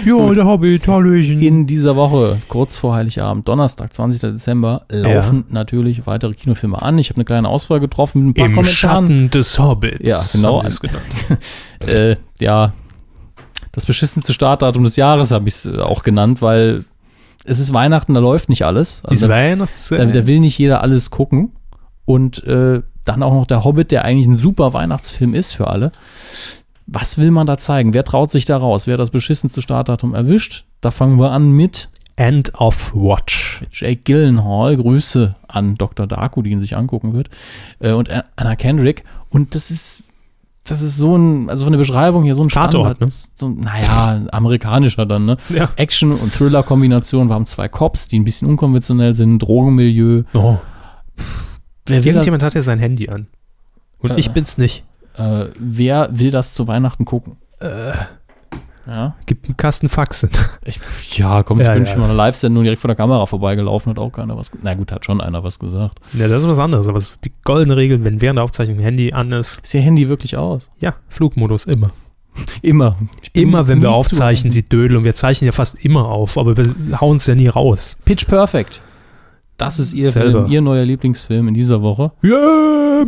Gut. der Hobbit, Hallöchen. In dieser Woche, kurz vor Heiligabend, Donnerstag, 20. Dezember, laufen natürlich weitere Kinofilme an. Ich habe eine kleine Auswahl getroffen mit ein paar Im Kommentaren. Schatten des Hobbits. Ja, genau. haben sie es genannt. Äh, ja, das beschissenste Startdatum des Jahres habe ich es auch genannt, weil es ist Weihnachten, da läuft nicht alles. Ist Also da, Weihnachtszeit. da, da will nicht jeder alles gucken. Und äh, dann auch noch der Hobbit, der eigentlich ein super Weihnachtsfilm ist für alle. Was will man da zeigen? Wer traut sich da raus? Wer hat das beschissenste Startdatum erwischt? Da fangen wir an mit End of Watch. mit Jake Gyllenhaal. Grüße an Dr. Darko, die ihn sich angucken wird. Äh, und An- Anna Kendrick. Und das ist, das ist so ein, also von der Beschreibung hier so ein Tatort, ne? So, ein- naja, amerikanischer dann, ne? Ja. Action- und Thriller-Kombination. Wir haben zwei Cops, die ein bisschen unkonventionell sind, Drogenmilieu. Oh. Wer will, das, Irgendjemand hat ja sein Handy an. Und Äh. ich bin's nicht. äh, wer will das zu Weihnachten gucken? Äh. Ja, Gibt einen Kasten Faxen. ich, ja komm, ich Ja, bin ja. schon mal eine Live-Sendung direkt vor der Kamera vorbeigelaufen, hat auch keiner was ge- Na gut, hat schon einer was gesagt. Ja, das ist was anderes, aber es ist die goldene Regel, wenn während der Aufzeichnung ein Handy an ist, Ist ihr Handy wirklich aus? ja, Flugmodus immer. Immer. Ich bin Immer wenn wir nie zu- aufzeichnen, sie dödeln und wir zeichnen ja fast immer auf, aber wir hauen es ja nie raus. Pitch Perfect. Das ist ihr, Selber. Film, ihr neuer Lieblingsfilm in dieser Woche. Yeah,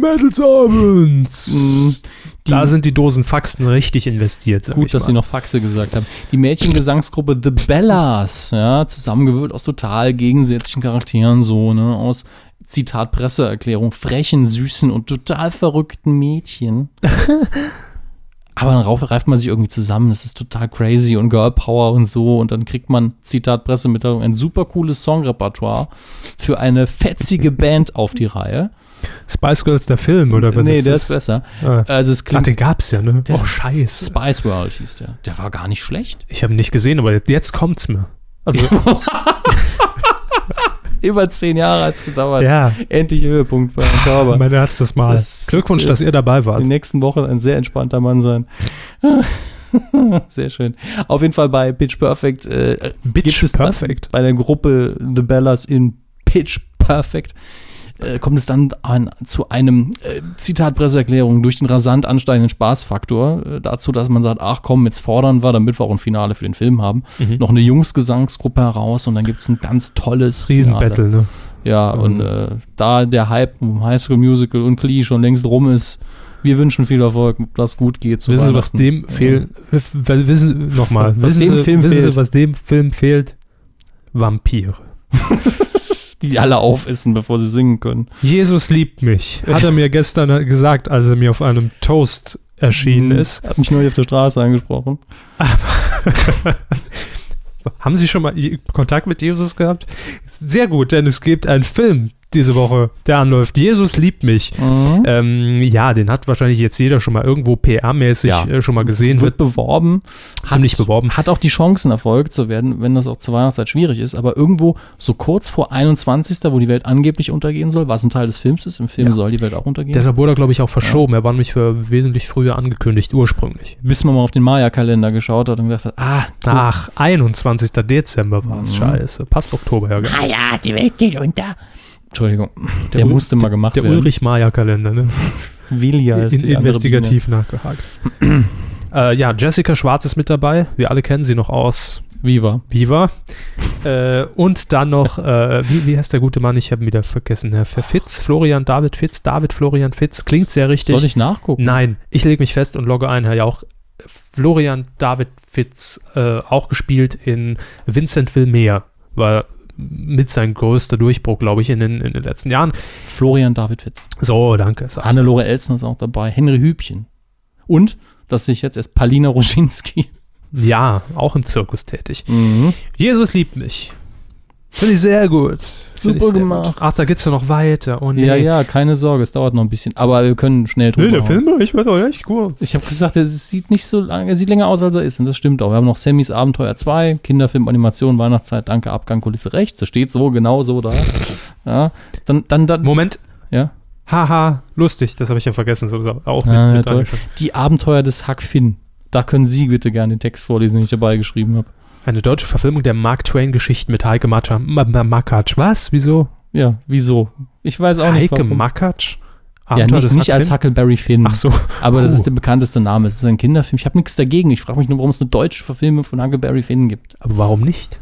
Mädelsabends! Da Die- sind die Dosen Faxen richtig investiert. Sag Gut, ich dass mal. sie noch Faxe gesagt haben. Die Mädchengesangsgruppe The Bellas, ja, zusammengewürfelt aus total gegensätzlichen Charakteren, so, ne, aus Zitat Presseerklärung, frechen, süßen und total verrückten Mädchen. Aber dann rauf- reift man sich irgendwie zusammen, das ist total crazy und Girl Power und so. Und dann kriegt man, Zitat Pressemitteilung, ein super cooles Songrepertoire für eine fetzige Band auf die Reihe. Spice Girls, der Film, oder was nee, ist der das? ist besser. Ah. Also es Ach, klingt den gab's ja, ne? Der- oh, scheiße. Spice World hieß der. Der war gar nicht schlecht. Ich habe ihn nicht gesehen, aber jetzt kommt's mir. Also, Über zehn Jahre hat es gedauert. ja, Endlich Höhepunkt bei Körper. mein erstes Mal. Das- Glückwunsch, dass ihr dabei In wart. den nächsten Wochen ein sehr entspannter Mann sein. sehr schön. Auf jeden Fall bei Pitch Perfect. Äh, Bitch gibt es dann Perfect. Bei der Gruppe The Bellas in Pitch Perfect. äh, Kommt es dann an, zu einem äh, Zitat Presseerklärung durch den rasant ansteigenden Spaßfaktor äh, dazu, dass man sagt, ach komm, jetzt fordern wir, damit wir auch ein Finale für den Film haben, Mhm. noch eine Jungsgesangsgruppe heraus und dann gibt es ein ganz tolles Finale. Riesenbattle, ne? Ja, und äh, da der Hype um High School Musical und Glee schon längst rum ist, wir wünschen viel Erfolg, dass es gut geht. zu wissen Sie, was Weihnachten. dem fehlt? Wissen noch mal. Was wissen dem Sie, Film wissen fehlt? Sie, was dem Film fehlt? Vampire. Die alle aufessen, bevor sie singen können. Jesus liebt mich, hat er mir gestern gesagt, als er mir auf einem Toast erschienen ist. Hat mich neulich auf der Straße angesprochen. Haben Sie schon mal Kontakt mit Jesus gehabt? Sehr gut, denn es gibt einen Film, diese Woche, der anläuft. Jesus liebt mich. Ähm, ja, den hat wahrscheinlich jetzt jeder schon mal irgendwo PR-mäßig Ja. äh, schon mal gesehen. Wird beworben. ziemlich beworben. Hat auch die Chancen, Erfolg zu werden, wenn das auch zur Weihnachtszeit schwierig ist. Aber irgendwo so kurz vor 21., wo die Welt angeblich untergehen soll, was ein Teil des Films ist, im Film soll die Welt auch untergehen. Deshalb wurde er, glaube ich, auch verschoben. Er war nämlich für wesentlich früher angekündigt, ursprünglich. bis man mal auf den Maya-Kalender geschaut hat und gedacht hat, ah, Ach, 21. Dezember war es. Mhm. Scheiße. Passt Oktober her. gell? ah ja, die Welt geht unter. Entschuldigung, der, Ul- musste mal gemacht Der werden. Ulrich-Meyer-Kalender, ne? Wilja In, die andere investigativ nachgehakt. äh, ja, Jessica Schwarz ist mit dabei. Wir alle kennen sie noch aus Biene. Viva. Viva. äh, und dann noch, äh, wie, wie heißt der gute Mann? Ich habe ihn wieder vergessen. Herr Fitz, Florian David Fitz, David Florian Fitz. Klingt sehr richtig. Soll ich nachgucken? Nein, ich lege mich fest und logge ein, Herr Jauch. Florian David Fitz, äh, auch gespielt in Vincent Wilmeer, war mit sein größter Durchbruch, glaube ich, in den, in den letzten Jahren. Florian David Fitz. So, danke. sag ich. Hannelore Elsner ist auch dabei. Henry Hübchen. Und, das sehe ich jetzt erst, Palina Roschinski. Ja, auch im Zirkus tätig. Jesus liebt mich. Finde ich sehr gut. Find ich Super sehr gemacht. Gut. Ach, da geht's ja noch weiter. Oh, nee. Ja, ja, keine Sorge, es dauert noch ein bisschen. Aber wir können schnell drüber. hauen. ich weiß auch echt kurz. Ich habe gesagt, es sieht nicht so lang, er sieht länger aus, als er ist. Und das stimmt auch. Wir haben noch Sammys Abenteuer 2, Kinderfilm, Animation, Weihnachtszeit, Danke, Abgang, Kulisse rechts. Das steht so, genau so da. Ja, dann, dann, dann, Moment. ja. Haha, lustig. Das habe ich ja vergessen. So, so, auch mit, Ah, ja, mit toll. reingeschaut. Die Abenteuer des Huck Finn. Da können Sie bitte gerne den Text vorlesen, den ich dabei geschrieben habe. Eine deutsche Verfilmung der Mark Twain-Geschichten mit Heike Macha- Ma- Ma- Makatsch. Was? Wieso? Ja, wieso? Ich weiß auch nicht. Heike warum. Makatsch? Ah, Ja, Abenteuer nicht, des nicht Huck als Finn? Huckleberry Finn. Ach so. Oh. Aber das Puh. ist der bekannteste Name. Es ist ein Kinderfilm. Ich habe nichts dagegen. Ich frage mich nur, warum es eine deutsche Verfilmung von Huckleberry Finn gibt. Aber warum nicht?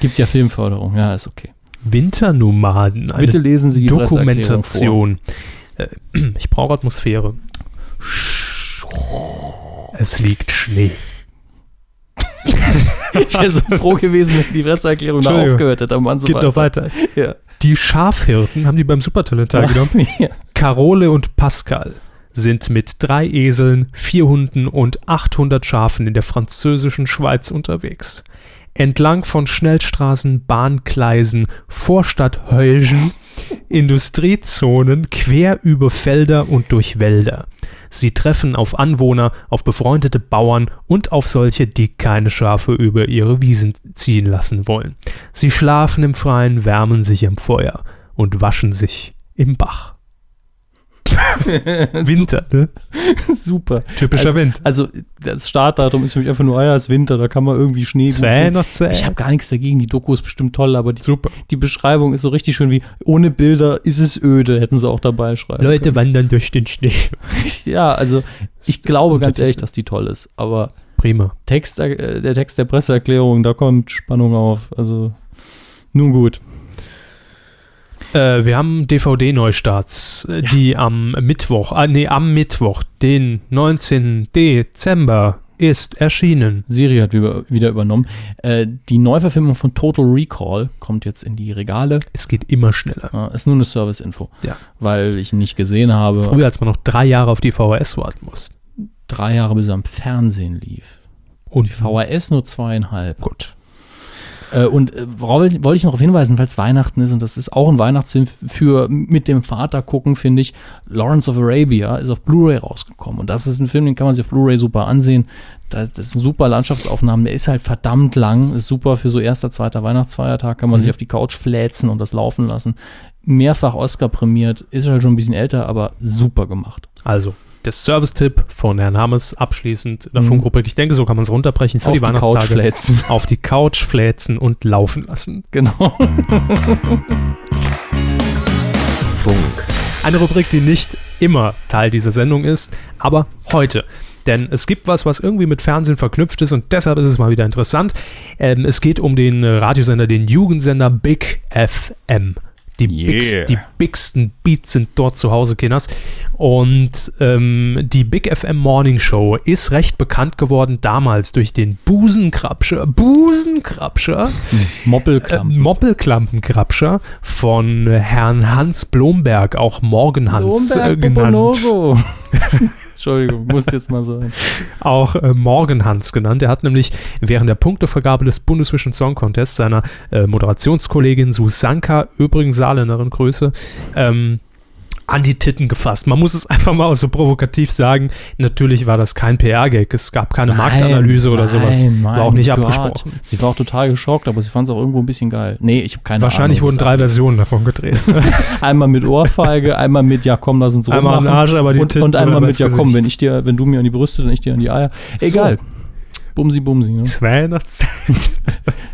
Gibt ja Filmförderung. Ja, ist okay. Winternomaden. Eine Bitte lesen Sie die Presseerklärung vor. Dokumentation. Äh, Ich brauche Atmosphäre. Es liegt Schnee. Ich wäre so froh gewesen, wenn die Presseerklärung da Entschuldigung. aufgehört hätte. Aber Geht noch weiter. Ja. Die Schafhirten haben die beim Supertalent teilgenommen. Ja. Carole und Pascal sind mit drei Eseln, vier Hunden und 800 Schafen in der französischen Schweiz unterwegs. Entlang von Schnellstraßen, Bahngleisen, Vorstadthäuschen, Industriezonen, quer über Felder und durch Wälder. Sie treffen auf Anwohner, auf befreundete Bauern und auf solche, die keine Schafe über ihre Wiesen ziehen lassen wollen. Sie schlafen im Freien, wärmen sich am Feuer und waschen sich im Bach. Winter, ne? Super. Typischer Wind. Also, das Startdatum ist für mich einfach nur, ah ja, ist Winter, da kann man irgendwie Schnee. gut sehen. Zäh. Ich habe gar nichts dagegen. Die Doku ist bestimmt toll, aber die, Super. die Beschreibung ist so richtig schön wie: ohne Bilder ist es öde, hätten sie auch dabei schreiben. Leute wandern durch den Schnee. können. ja, also, ich glaube ganz ehrlich, dass die toll ist. Aber Prima. Text, äh, der Text der Presseerklärung, da kommt Spannung auf. Also, nun gut. Äh, wir haben DVD-Neustarts, äh, die am Mittwoch, ah, nee, am Mittwoch, den 19. Dezember ist erschienen. Siri hat wieder, wieder übernommen. Äh, die Neuverfilmung von Total Recall kommt jetzt in die Regale. Es geht immer schneller. Äh, ist nur eine Service-Info. Ja. Weil ich ihn nicht gesehen habe. Früher, als man noch drei Jahre auf die VHS warten musste. Drei Jahre, bis er im Fernsehen lief. Und VHS nur zweieinhalb. Gut. Äh, und äh, worauf- wollte ich noch darauf hinweisen, weil es Weihnachten ist und das ist auch ein Weihnachtsfilm für mit dem Vater gucken, finde ich. Lawrence of Arabia ist auf Blu-ray rausgekommen und das ist ein Film, den kann man sich auf Blu-ray super ansehen. Das, das sind super Landschaftsaufnahmen, der ist halt verdammt lang, ist super für so erster, zweiter Weihnachtsfeiertag, Mhm. kann man sich auf die Couch fläzen und das laufen lassen. Mehrfach Oscar prämiert, ist halt schon ein bisschen älter, aber super gemacht. Also, der Service-Tipp von Herrn Hammes abschließend in der Mhm. Funkgruppe. Ich denke, so kann man es runterbrechen für Auf die die Couch Weihnachtstage. fläzen. auf die Couch fläzen und laufen lassen. Genau. Funk. Eine Rubrik, die nicht immer Teil dieser Sendung ist, aber heute. Denn es gibt was, was irgendwie mit Fernsehen verknüpft ist und deshalb ist es mal wieder interessant. Ähm, es geht um den äh, Radiosender, den Jugendsender Big FM. Die, Yeah. bigst, die bigsten Beats sind dort zu Hause, Kinders. Und ähm, die Big FM Morning Show ist recht bekannt geworden damals durch den Busenkrabscher. Busenkrabscher? Moppelklamm. Mhm. Äh, Moppelklampenkrabscher von äh, äh, Herrn Hans Blomberg, auch Morgenhans äh, genannt. Poponogo. Entschuldigung, muss jetzt mal sein. auch äh, Morgenhans genannt. Er hat nämlich während der Punktevergabe des Bundesvision Song Contest seiner äh, Moderationskollegin Susanka, übrigens Saarländerin Größe, ähm, an die Titten gefasst. Man muss es einfach mal so provokativ sagen. Natürlich war das kein PR-Gag. Es gab keine Marktanalyse oder sowas. War auch nicht abgesprochen. Sie war auch total geschockt, aber sie fand es auch irgendwo ein bisschen geil. Nee, ich habe keine Wahrscheinlich Ahnung. wurden drei Versionen davon gedreht. Einmal mit Ohrfeige, einmal mit Ja komm, lass uns Einmal an den rummachen. Arsch, aber die und, Titten und einmal oder mit ins Ja komm, Gesicht. wenn ich dir, wenn du mir an die Brüste, dann ich dir an die Eier. Egal. Bumsi, bumsi, ne? Es Weihnachtszeit.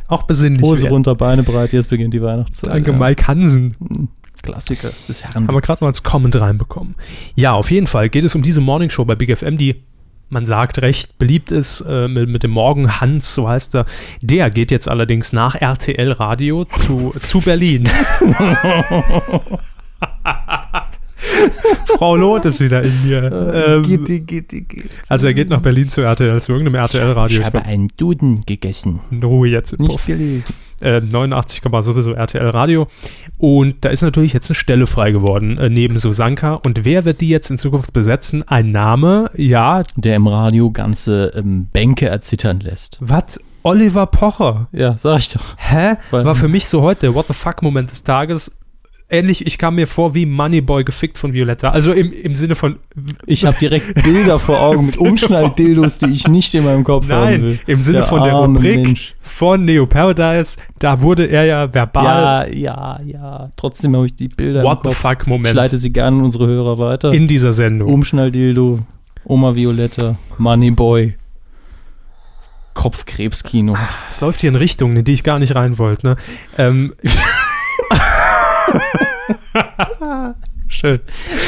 auch besinnlich. Hose werden. runter, Beine breit, jetzt beginnt die Weihnachtszeit. Danke, ja. Mike Hansen. Klassiker des Haben wir gerade mal als Comment reinbekommen. Ja, auf jeden Fall geht es um diese Morningshow bei Big FM, die, man sagt, recht beliebt ist äh, mit, mit dem Morgen Hans, so heißt er. Der geht jetzt allerdings nach RTL Radio zu, zu Berlin. Frau Loth ist wieder in mir. Ähm, also er geht nach Berlin zu RTL, zu irgendeinem RTL-Radio. Ich glaube, einen Duden gegessen. in Ruhe jetzt. Puff gelesen. äh, 89, Komma sowieso RTL Radio. Und da ist natürlich jetzt eine Stelle frei geworden, äh, neben Susanka. Und wer wird die jetzt in Zukunft besetzen? Ein Name, ja, Der im Radio ganze ähm, Bänke erzittern lässt. was? Oliver Pocher. Ja, sag ich doch. Hä? Weil- War für mich so heute der What the fuck-Moment des Tages. Ähnlich, ich kam mir vor wie Moneyboy gefickt von Violetta. Also im, im Sinne von, Ich habe direkt Bilder vor Augen mit Umschnalldildos, die ich nicht in meinem Kopf haben nein, will. im Sinne Der von der arme Rubrik Mensch. von Neo Paradise. Da wurde er ja verbal Ja, ja, ja. Trotzdem habe ich die Bilder What im the Kopf. Ich fuck-Moment leite sie gerne an unsere Hörer weiter. in dieser Sendung. Umschnalldildo, Oma Violetta, Moneyboy, Kopfkrebskino. Es läuft hier in Richtungen, in die ich gar nicht rein wollte. Ne? Ähm. Schön.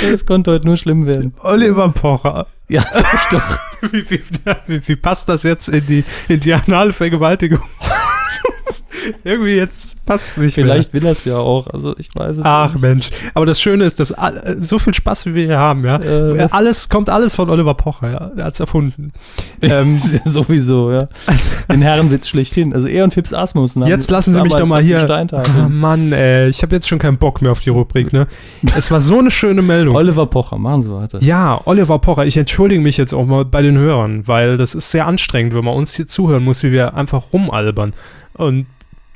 Das konnte heute nur schlimm werden. Oliver Pocher. Ja, sag ich doch. Wie, wie, wie, wie passt das jetzt in die, in die anale Vergewaltigung? Irgendwie jetzt passt es nicht Vielleicht will er es ja auch. Also ich weiß es mehr. Ach nicht. Mensch. Aber das Schöne ist, dass all, äh, so viel Spaß, wie wir hier haben, ja. Äh. Alles kommt alles von Oliver Pocher, ja. Er hat es erfunden. Ähm, sowieso, ja. Den Herrenwitz schlechthin. Also er und Fips Asmussen. haben Jetzt lassen Sie mich doch damals mal auf den hier- Ah, Steintafeln. Mann, ey, ich habe jetzt schon keinen Bock mehr auf die Rubrik, ne? Es war so eine schöne Meldung. Oliver Pocher, machen Sie weiter. Ja, Oliver Pocher, ich entschuldige mich jetzt auch mal bei den Hörern, weil das ist sehr anstrengend, wenn man uns hier zuhören muss, wie wir einfach rumalbern. Und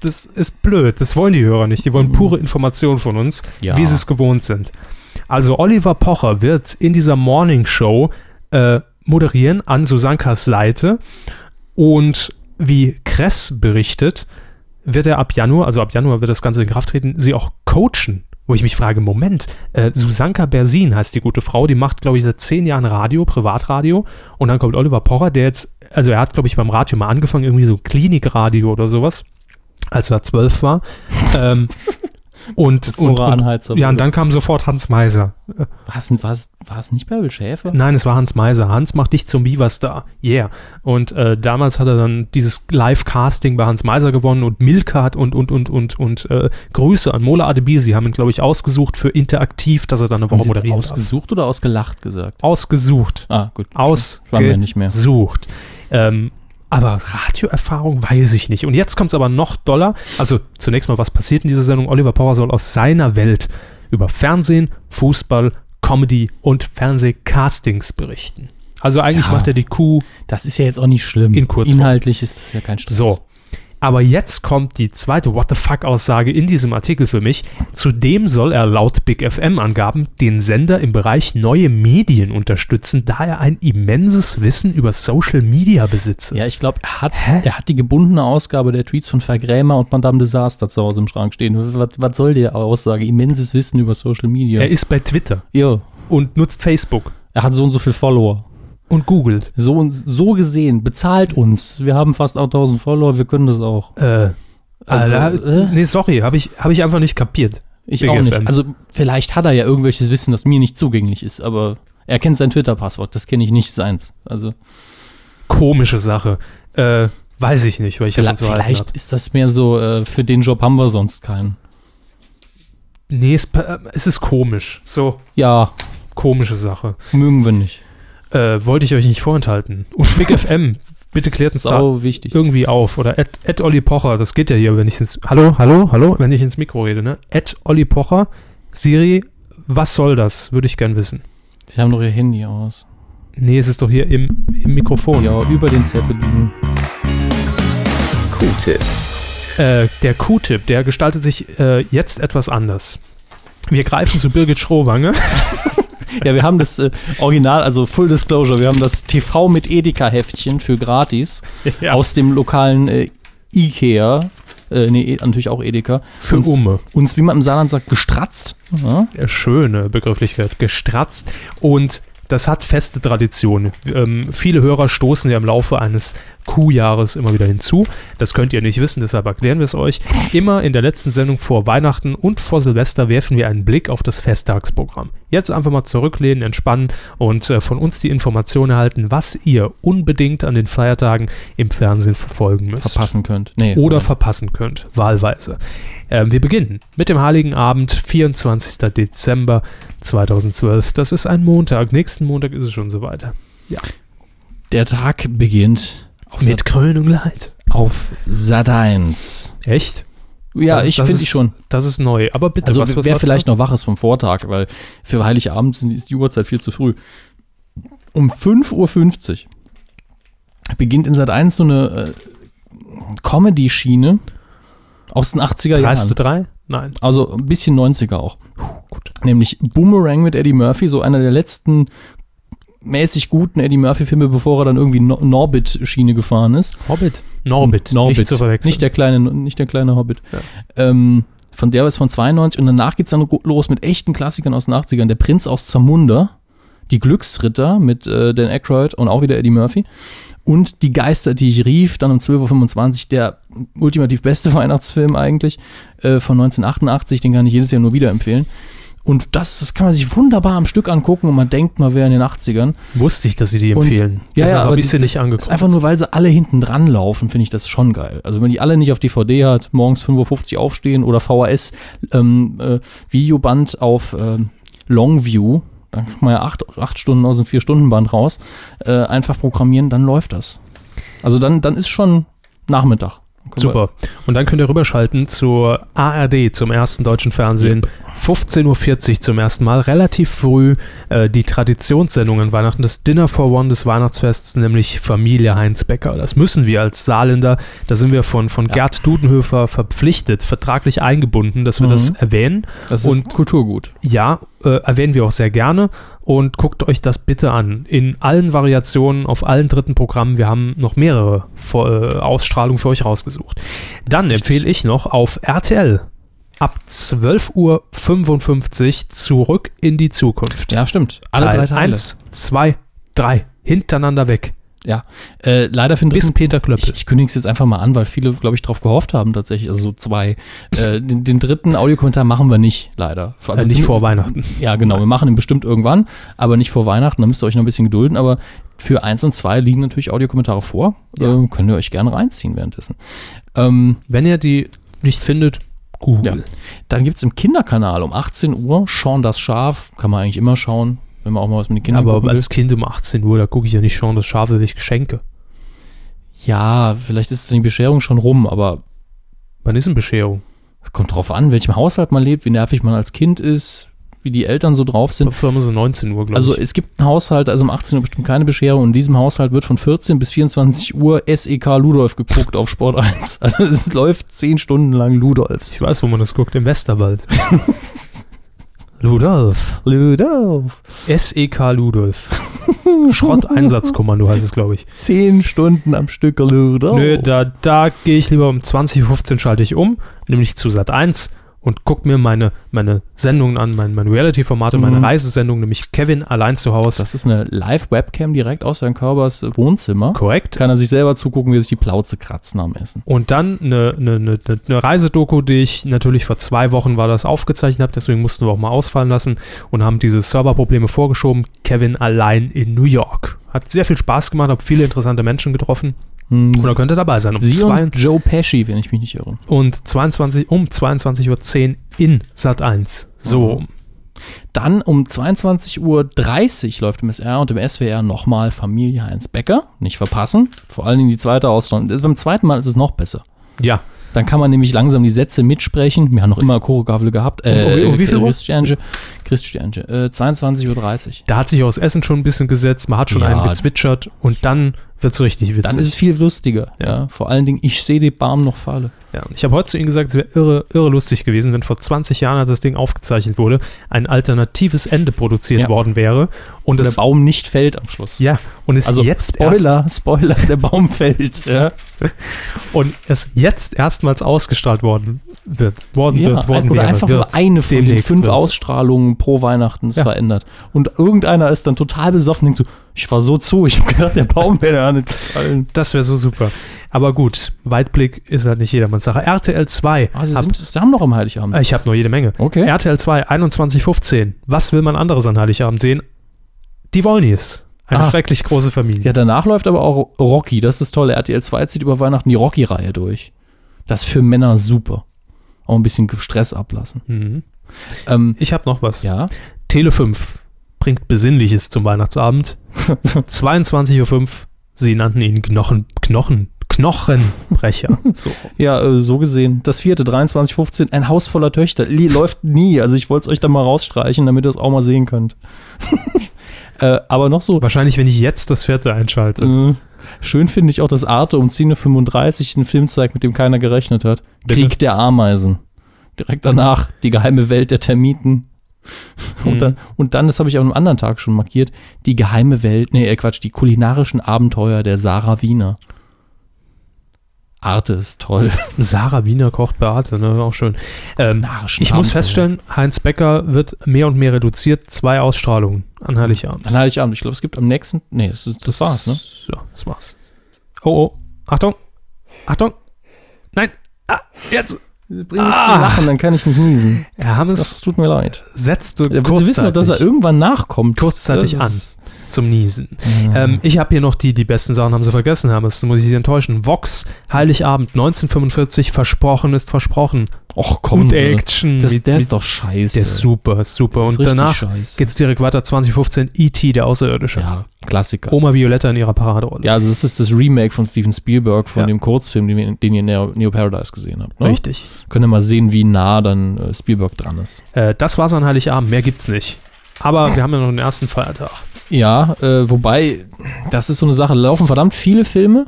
das ist blöd, das wollen die Hörer nicht. Die wollen pure Information von uns, Ja. wie sie es gewohnt sind. Also Oliver Pocher wird in dieser Morning Show äh, moderieren an Susankas Seite und wie Kress berichtet, wird er ab Januar, also ab Januar wird das Ganze in Kraft treten, sie auch coachen. Wo ich mich frage, Moment, äh, Susanka Bersin heißt die gute Frau, die macht, glaube ich, seit zehn Jahren Radio, Privatradio. Und dann kommt Oliver Pocher, der jetzt, also er hat, glaube ich, beim Radio mal angefangen, irgendwie so Klinikradio oder sowas, als er zwölf war. ähm, und, und, Flora und, Anheizer. ja, und dann kam sofort Hans Meiser. war, es, war, es, war es nicht Bärbel Schäfer? Nein, es war Hans Meiser. Hans macht dich zum Viva-Star. Yeah. Und äh, damals hat er dann dieses Live-Casting bei Hans Meiser gewonnen und Milka hat und, und, und, und, und äh, Grüße an Mola Adebisi haben ihn, glaube ich, ausgesucht für interaktiv, dass er dann eine Haben Woche Sie jetzt moderiert hat. ausgesucht oder ausgelacht gesagt? Ausgesucht. Ah, gut. Schwamm ja Ausgesucht. nicht mehr. Ähm, aber Radioerfahrung weiß ich nicht. Und jetzt kommt es aber noch doller. Also zunächst mal, was passiert in dieser Sendung? Oliver Power soll aus seiner Welt über Fernsehen, Fußball, Comedy und Fernsehcastings berichten. Also eigentlich Ja. macht er die Kuh Das ist ja jetzt auch nicht schlimm. In Kurzform. Inhaltlich ist das ja kein Stress. so. Aber jetzt kommt die zweite What the fuck-Aussage in diesem Artikel für mich. Zudem soll er laut Big FM-Angaben den Sender im Bereich neue Medien unterstützen, da er ein immenses Wissen über Social Media besitze. Ja, ich glaube, er hat, Hä? er hat die gebundene Ausgabe der Tweets von Vergrämer und Madame Desaster zu Hause im Schrank stehen. Was, was soll die Aussage? Immenses Wissen über Social Media. Er ist bei Twitter ja. und nutzt Facebook Er hat so und so viel Follower. und googelt. So, und- so gesehen, bezahlt uns. Wir haben fast 8000 Follower, wir können das auch. Äh, Also, Alter, äh? nee, sorry, habe ich, hab ich einfach nicht kapiert. Ich Big auch FM. nicht. Also, vielleicht hat er ja irgendwelches Wissen, das mir nicht zugänglich ist, aber er kennt sein Twitter-Passwort. Das kenne ich nicht seins. Also, Komische Sache. Äh, weiß ich nicht, weil ich vielleicht, verhalten vielleicht ist das mehr so, äh, für den Job haben wir sonst keinen. hab. Nee, es, pa- es ist komisch. So, Ja, komische Sache. mögen wir nicht. Äh, wollte ich euch nicht vorenthalten. Und Big FM, bitte klärt uns da Sau wichtig. irgendwie auf. Oder Ed, Ed Olli Pocher, das geht ja hier, wenn ich ins. Hallo, hallo, hallo, wenn ich ins Mikro rede, ne? Ed Olli Pocher, Siri, was soll das? Würde ich gern wissen. Sie haben doch ihr Handy aus. Nee, es ist doch hier im, im Mikrofon. Ja, über den Zeppelin. Q-Tipp. Äh, der Q-Tipp, der gestaltet sich äh, jetzt etwas anders. Wir greifen zu Birgit Schrowange. Ja, wir haben das äh, Original, also Full Disclosure, wir haben das TV mit Edeka-Heftchen für gratis aus dem lokalen äh, Ikea. Äh, nee, eh, natürlich auch Edeka. Für uns, Umme. Uns, wie man im Saarland sagt, gestratzt. Ja. Äh, Schöne Begrifflichkeit. Gestratzt. Und das hat feste Tradition. Ähm, viele Hörer stoßen ja im Laufe eines Q-Jahres immer wieder hinzu. Das könnt ihr nicht wissen, deshalb erklären wir es euch. Immer in der letzten Sendung vor Weihnachten und vor Silvester werfen wir einen Blick auf das Festtagsprogramm. Jetzt einfach mal zurücklehnen, entspannen und äh, von uns die Information erhalten, was ihr unbedingt an den Feiertagen im Fernsehen verfolgen müsst Verpassen könnt. Nee, oder verpassen könnt, wahlweise. Ähm, wir beginnen mit dem Heiligen Abend, 24. Dezember 2012. Das ist ein Montag. Nächsten Montag ist es schon soweit. der Tag beginnt auf, Sat Mit Krönung Leid. auf Sat 1. Echt? Ja, Das- ich das finde ist- schon. Das ist neu. Aber bitte, Also wer war- vielleicht noch wach ist vom Vortag, weil für Heiligabend sind- ist die Uhrzeit viel zu früh. Um 5.50 Uhr beginnt in Sat 1 so eine äh, Comedy-Schiene aus den 80er Dreiste Jahren. drei? Nein. Also ein bisschen 90er auch. Nämlich Boomerang mit Eddie Murphy, so einer der letzten mäßig guten Eddie Murphy-Filme, bevor er dann irgendwie no Norbit-Schiene gefahren ist. Hobbit. Norbit. Norbit. Nicht zu verwechseln. Nicht der kleine, nicht der kleine Hobbit. Ja. Ähm, von der ist von 92 und danach geht's dann go- los mit echten Klassikern aus den 80ern. Der Prinz aus Zamunda, die Glücksritter mit äh, Dan Aykroyd und auch wieder Eddie Murphy und die Geister, die ich rief, dann um 12.25 Uhr, der ultimativ beste Weihnachtsfilm eigentlich äh, von 1988, den kann ich jedes Jahr nur wieder empfehlen. Und das, das kann man sich wunderbar am Stück angucken und man denkt, man wäre in den 80ern. Wusste ich, dass sie die Und- empfehlen. Ja, Deshalb ja, habe ich sie das- nicht das angeguckt. Ist einfach nur, weil sie alle hinten dran laufen, finde ich das schon geil. Also wenn man die alle nicht auf DVD hat, morgens 5.50 Uhr aufstehen oder VHS ähm, äh, Videoband auf ähm, Longview, dann kriegt man ja acht, acht Stunden aus dem Vier-Stunden-Band raus, äh, einfach programmieren, dann läuft das. Also dann, dann ist schon Nachmittag. Dann können Super. Und dann könnt ihr rüberschalten zur ARD, zum ersten deutschen Fernsehen. 15.40 Uhr zum ersten Mal, relativ früh, äh, die Traditionssendung an Weihnachten, das Dinner for One des Weihnachtsfests, nämlich Familie Heinz Becker. Das müssen wir als Saarländer, da sind wir von, von Gerd Dudenhöfer verpflichtet, vertraglich eingebunden, dass wir Mhm. das erwähnen. Wir, das und- ist Kulturgut. Ja, äh, erwähnen wir auch sehr gerne und guckt euch das bitte an. In allen Variationen, auf allen dritten Programmen. Wir haben noch mehrere Vo- äh, Ausstrahlungen für euch rausgesucht. Dann Das ist richtig. empfehle ich noch auf RTL ab 12.55 Uhr zurück in die Zukunft. Ja, stimmt. Alle drei Teile. Eins, zwei, drei. Hintereinander weg. Ja. Äh, leider für den Bis dritten Peter Klöppel. Ich, ich kündige es jetzt einfach mal an, weil viele, glaube ich, drauf gehofft haben tatsächlich. Also so zwei. Äh, den, den dritten Audiokommentar machen wir nicht, leider. Also nicht vor Weihnachten. Ja, genau. Wir machen ihn bestimmt irgendwann, aber nicht vor Weihnachten. Da müsst ihr euch noch ein bisschen gedulden. Aber für eins und zwei liegen natürlich Audiokommentare vor. Ähm, könnt ihr euch gerne reinziehen währenddessen. Ähm, Wenn ihr die nicht findet, ja. Google. Dann gibt es im Kinderkanal um 18 Uhr Sean das Schaf. Kann man eigentlich immer schauen, wenn man auch mal was mit den Kindern Aber gucken will. als Kind um 18 Uhr, da gucke ich ja nicht schon das Schafe, will ich Geschenke. Ja, vielleicht ist dann die Bescherung schon rum, aber Wann ist denn Bescherung? es kommt drauf an, in welchem Haushalt man lebt, wie nervig man als Kind ist, wie die Eltern so drauf sind. Und zwar immer so 19 Uhr, glaube Also ich. es gibt einen Haushalt, also um 18 Uhr bestimmt keine Bescherung. In diesem Haushalt wird von 14 bis 24 Uhr SEK Ludolf geguckt auf Sport 1. Also es läuft 10 Stunden lang Ich Ludolfs. weiß, wo man das guckt, im Westerwald. Ludolf. Ludolf. SEK E Ludolf. Schrotteinsatzkommando heißt es, glaube ich. 10 Stunden am Stück Ludolf. Nö, da, da gehe ich lieber um 20.15 Uhr schalte ich um, nämlich zu Sat 1 und guck mir meine, meine Sendungen an, meine, meine Reality-Formate, meine Mhm. Reisesendungen, nämlich Kevin allein zu Hause. das ist eine Live-Webcam direkt aus Herrn Körbers Wohnzimmer. korrekt. Kann er sich selber zugucken, wie er sich die Plauze kratzen am Essen. Und dann eine, eine, eine, eine Reisedoku, die ich natürlich vor zwei Wochen war das aufgezeichnet habe, deswegen mussten wir auch mal ausfallen lassen und haben diese Serverprobleme vorgeschoben. Kevin allein in New York. Hat sehr viel Spaß gemacht, habe viele interessante Menschen getroffen. Hm, Oder könnte dabei sein. Um, Sie zwei, und Joe Pesci, wenn ich mich nicht irre. und 22, um 22.10 Uhr in Sat 1. Mhm. So. Dann um 22.30 Uhr läuft im SR und im SWR nochmal Familie Heinz Becker. Nicht verpassen. Vor allen Dingen die zweite Ausstrahlung. Das- Beim zweiten Mal ist es noch besser. Ja. Dann kann man nämlich langsam die Sätze mitsprechen. Wir haben noch immer Choreografie gehabt. Äh, Um- um- um wie viel Uhr? Christiange, Christsternchen. Äh, 22.30 Uhr. Da hat sich aus Essen schon ein bisschen gesetzt, man hat schon Ja. einen gezwitschert und dann wird es richtig witzig. Dann ist es viel lustiger. Ja. Vor allen Dingen, ich sehe die Barm noch falle. Ja, und ich habe heute zu ihm gesagt, es wäre irre, irre lustig gewesen, wenn vor 20 Jahren, als das Ding aufgezeichnet wurde, ein alternatives Ende produziert Ja. worden wäre. Und Und der das Baum nicht fällt am Schluss. ja, und es jetzt Also, Spoiler, Spoiler, der Baum fällt. Ja. Erst, und es jetzt erstmals ausgestrahlt worden wird, worden Ja, wird, worden ein, oder wäre, einfach wird, nur eine von den demnächst fünf wird. Ausstrahlungen pro Weihnachten ist Ja. verändert. Und irgendeiner ist dann total besoffen und denkt so, ich war so zu, ich habe gedacht, der Baum wäre da nicht gefallen. Das wäre so super. Aber gut, Weitblick ist halt nicht jedermanns Sache. RTL 2. Ah, sie, hab- sind, sie haben noch am Heiligabend. äh, ich habe noch jede Menge. Okay. RTL 2, 21.15. Was will man anderes an Heiligabend sehen? Die Wollnies. Eine Ah. schrecklich große Familie. Ja, danach läuft aber auch Rocky. Das ist das Tolle. RTL 2 zieht über Weihnachten die Rocky-Reihe durch. Das ist für Männer super. Auch ein bisschen Stress ablassen. Mhm. Ähm, Ich habe noch was. ja. Tele 5 bringt Besinnliches zum Weihnachtsabend. 22.05 Uhr, sie nannten ihn Knochen, Knochen, Knochenbrecher. So. Ja, äh, so gesehen. Das vierte, 23.15, ein Haus voller Töchter. Li läuft nie. Also ich wollte es euch dann mal rausstreichen, damit ihr es auch mal sehen könnt. äh, aber noch so. Wahrscheinlich, wenn ich jetzt das vierte einschalte. Äh, schön finde ich auch, dass Arte um 10.35 Uhr einen Film zeigt, mit dem keiner gerechnet hat. Bitte? Krieg der Ameisen. Direkt danach die geheime Welt der Termiten. Mhm. Und, dann, und dann, das habe ich an einem anderen Tag schon markiert, die geheime Welt, nee, äh, Quatsch, die kulinarischen Abenteuer der Sarah Wiener. Arte ist toll. Sarah Wiener kocht Beate, ne? Auch schön. Ähm, Kulinarischen ich muss Abenteuer. feststellen, Heinz Becker wird mehr und mehr reduziert. Zwei Ausstrahlungen an Heiligabend. An Heiligabend. Ich glaube, es gibt am nächsten. Nee, das, das war's, ne? Ja, das war's. Oh, oh. Achtung. Achtung. Nein. Ah, jetzt. Bring mich zum Lachen, dann kann ich nicht niesen. Herr Ah! Das Hammes tut mir leid. setzte Ja, aber Sie kurzzeitig, wissen doch, dass er irgendwann nachkommt. kurzzeitig Das ist- zum Niesen. Ja. Ähm, ich habe hier noch die, die besten Sachen haben sie vergessen, haben es, muss ich sie enttäuschen. Vox, Heiligabend 1945, versprochen ist versprochen. Och, komm. Und Sie. ne? Action. Das, mit- der mit- ist doch scheiße. der ist super, super. Das ist Und richtig danach scheiße. geht's direkt weiter, 2015, E.T., der Außerirdische. ja, Klassiker. Oma Violetta in ihrer Paraderolle. Ja, also das ist das Remake von Steven Spielberg von Ja. dem Kurzfilm, den, wir- den ihr in Neo, Neo Paradise gesehen habt. Ne? Richtig. Könnt ihr mal sehen, wie nah dann äh, Spielberg dran ist. Äh, das war's an Heiligabend, mehr gibt's nicht. Aber wir haben ja noch den ersten Feiertag. Ja, äh, wobei, das ist so eine Sache. Da laufen verdammt viele Filme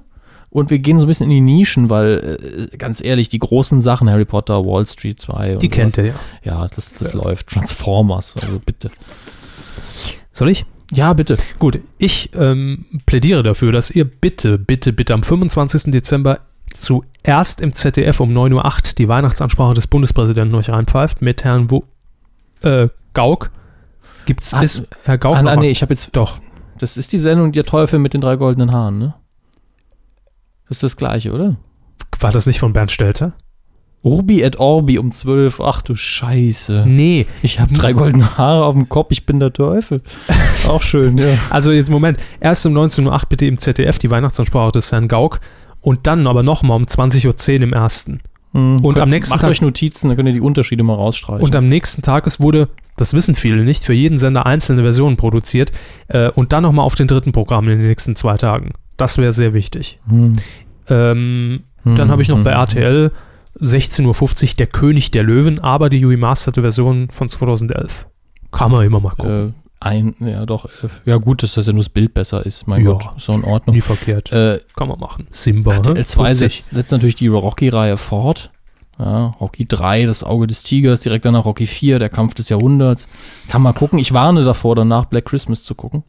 und wir gehen so ein bisschen in die Nischen, weil, äh, ganz ehrlich, die großen Sachen, Harry Potter, Wall Street 2 und Die kennt ihr ja. ihr. Ja, das, das läuft. Transformers, also bitte. Soll ich? Ja, bitte. Gut, ich ähm, plädiere dafür, dass ihr bitte, bitte, bitte am 25. Dezember zuerst im ZDF um 9.08 Uhr die Weihnachtsansprache des Bundespräsidenten euch reinpfeift mit Herrn Wo äh, Gauck. Gibt's, Ah, ist Herr Gauck Ah, noch ah, am- nee, ich habe jetzt Doch, Das ist die Sendung Der Teufel mit den drei goldenen Haaren, ne? Das ist das gleiche, oder? war das nicht von Bernd Stelter? Ruby at Orbi um 12. Ach du Scheiße. Nee, Ich habe drei goldene Haare auf dem Kopf, ich bin der Teufel. Auch schön, ja. also jetzt Moment, erst um 19.08 Uhr bitte im ZDF die Weihnachtsansprache des Herrn Gauck und dann aber nochmal um 20.10 Uhr im ersten. Und am nächsten Hm. macht Tag- euch Notizen, dann könnt ihr die Unterschiede mal rausstreichen. Und am nächsten Tag, es wurde, das wissen viele nicht, für jeden Sender einzelne Versionen produziert äh, und dann nochmal auf den dritten Programm in den nächsten zwei Tagen. Das wäre sehr wichtig. Hm. Ähm, Dann habe ich noch bei Mhm, RTL 16.50 Uhr Der König der Löwen, aber die remasterte Version von 2011. Kann man immer mal gucken. Äh, ein, ja doch, elf. ja gut, dass das ja nur das Bild besser ist, mein Ja. Gott, ist doch in Ordnung. Nie verkehrt. Äh, Kann man machen. Simba. RTL 2 putzig. setzt, setzt natürlich die Rocky-Reihe fort. Ja, Rocky 3, das Auge des Tigers, direkt danach Rocky 4, der Kampf des Jahrhunderts. Kann man gucken. Ich warne davor, danach Black Christmas zu gucken.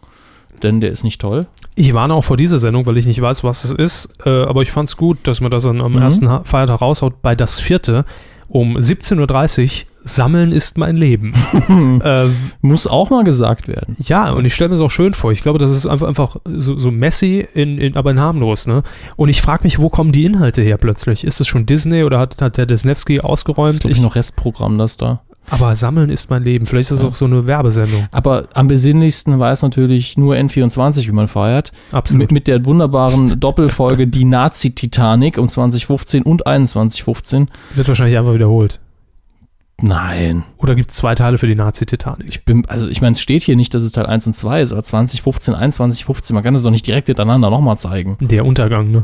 Denn der ist nicht toll. Ich warne auch vor dieser Sendung, weil ich nicht weiß, was es ist. Äh, aber ich fand es gut, dass man das dann am Mhm. ersten Ha- Feiertag raushaut. Bei das vierte um 17.30 Uhr. Sammeln ist mein Leben. äh, Muss auch mal gesagt werden. ja, und ich stelle mir das auch schön vor. Ich glaube, das ist einfach, einfach so, so messy, in, in, aber in harmlos. Ne? Und ich frage mich, wo kommen die Inhalte her plötzlich? Ist es schon Disney oder hat, hat der Desnevsky Das ist, ausgeräumt? glaube ich, Ich, noch Restprogramm, das da. aber Sammeln ist mein Leben. Vielleicht ist es Ja. auch so eine Werbesendung. Aber am besinnlichsten war es natürlich nur N24, wie man feiert. Absolut. Mit, mit der wunderbaren Doppelfolge Die Nazi-Titanic um 2015 und 2115. Wird wahrscheinlich einfach wiederholt. Nein. Oder gibt es zwei Teile für die Nazi-Titanic? Ich bin, also ich meine, es steht hier nicht, dass es Teil 1 und 2 ist, aber 2015, 21, 15, man kann es doch nicht direkt hintereinander nochmal zeigen. Der Untergang, ne?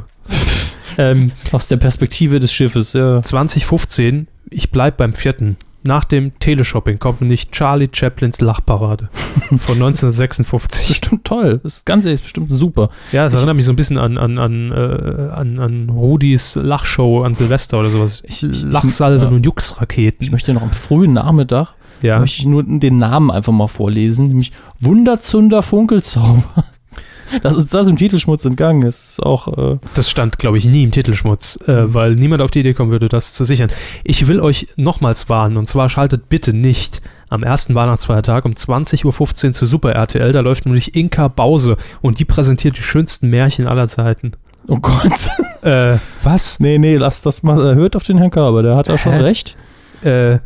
ähm, Aus der Perspektive des Schiffes, ja. 2015, ich bleib beim vierten. Nach dem Teleshopping kommt nämlich Charlie Chaplins Lachparade von 1956. Bestimmt toll. Ist ganz ehrlich, ist bestimmt super. Ja, das Ich- erinnert mich so ein bisschen an, an, an, äh, an, an Rudis Lachshow an Silvester oder sowas. Ich- ich- Lachsalven ja. und Ich Juxraketen. möchte noch am frühen Nachmittag, Ja. möchte ich nur den Namen einfach mal vorlesen, nämlich Wunderzunder Funkelzauber. Dass uns das im Titelschmutz entgangen ist, ist auch äh, Das stand, glaube ich, nie im Titelschmutz, Mhm. äh, weil niemand auf die Idee kommen würde, das zu sichern. Ich will euch nochmals warnen, und zwar schaltet bitte nicht am ersten Weihnachtsfeiertag um 20.15 Uhr zu Super RTL. Da läuft nämlich Inka Bause und die präsentiert die schönsten Märchen aller Zeiten. Oh Gott. Äh, was? Nee, nee, lasst das mal. äh, Hört auf den Herrn Körber, der hat da schon Hä? recht. Äh,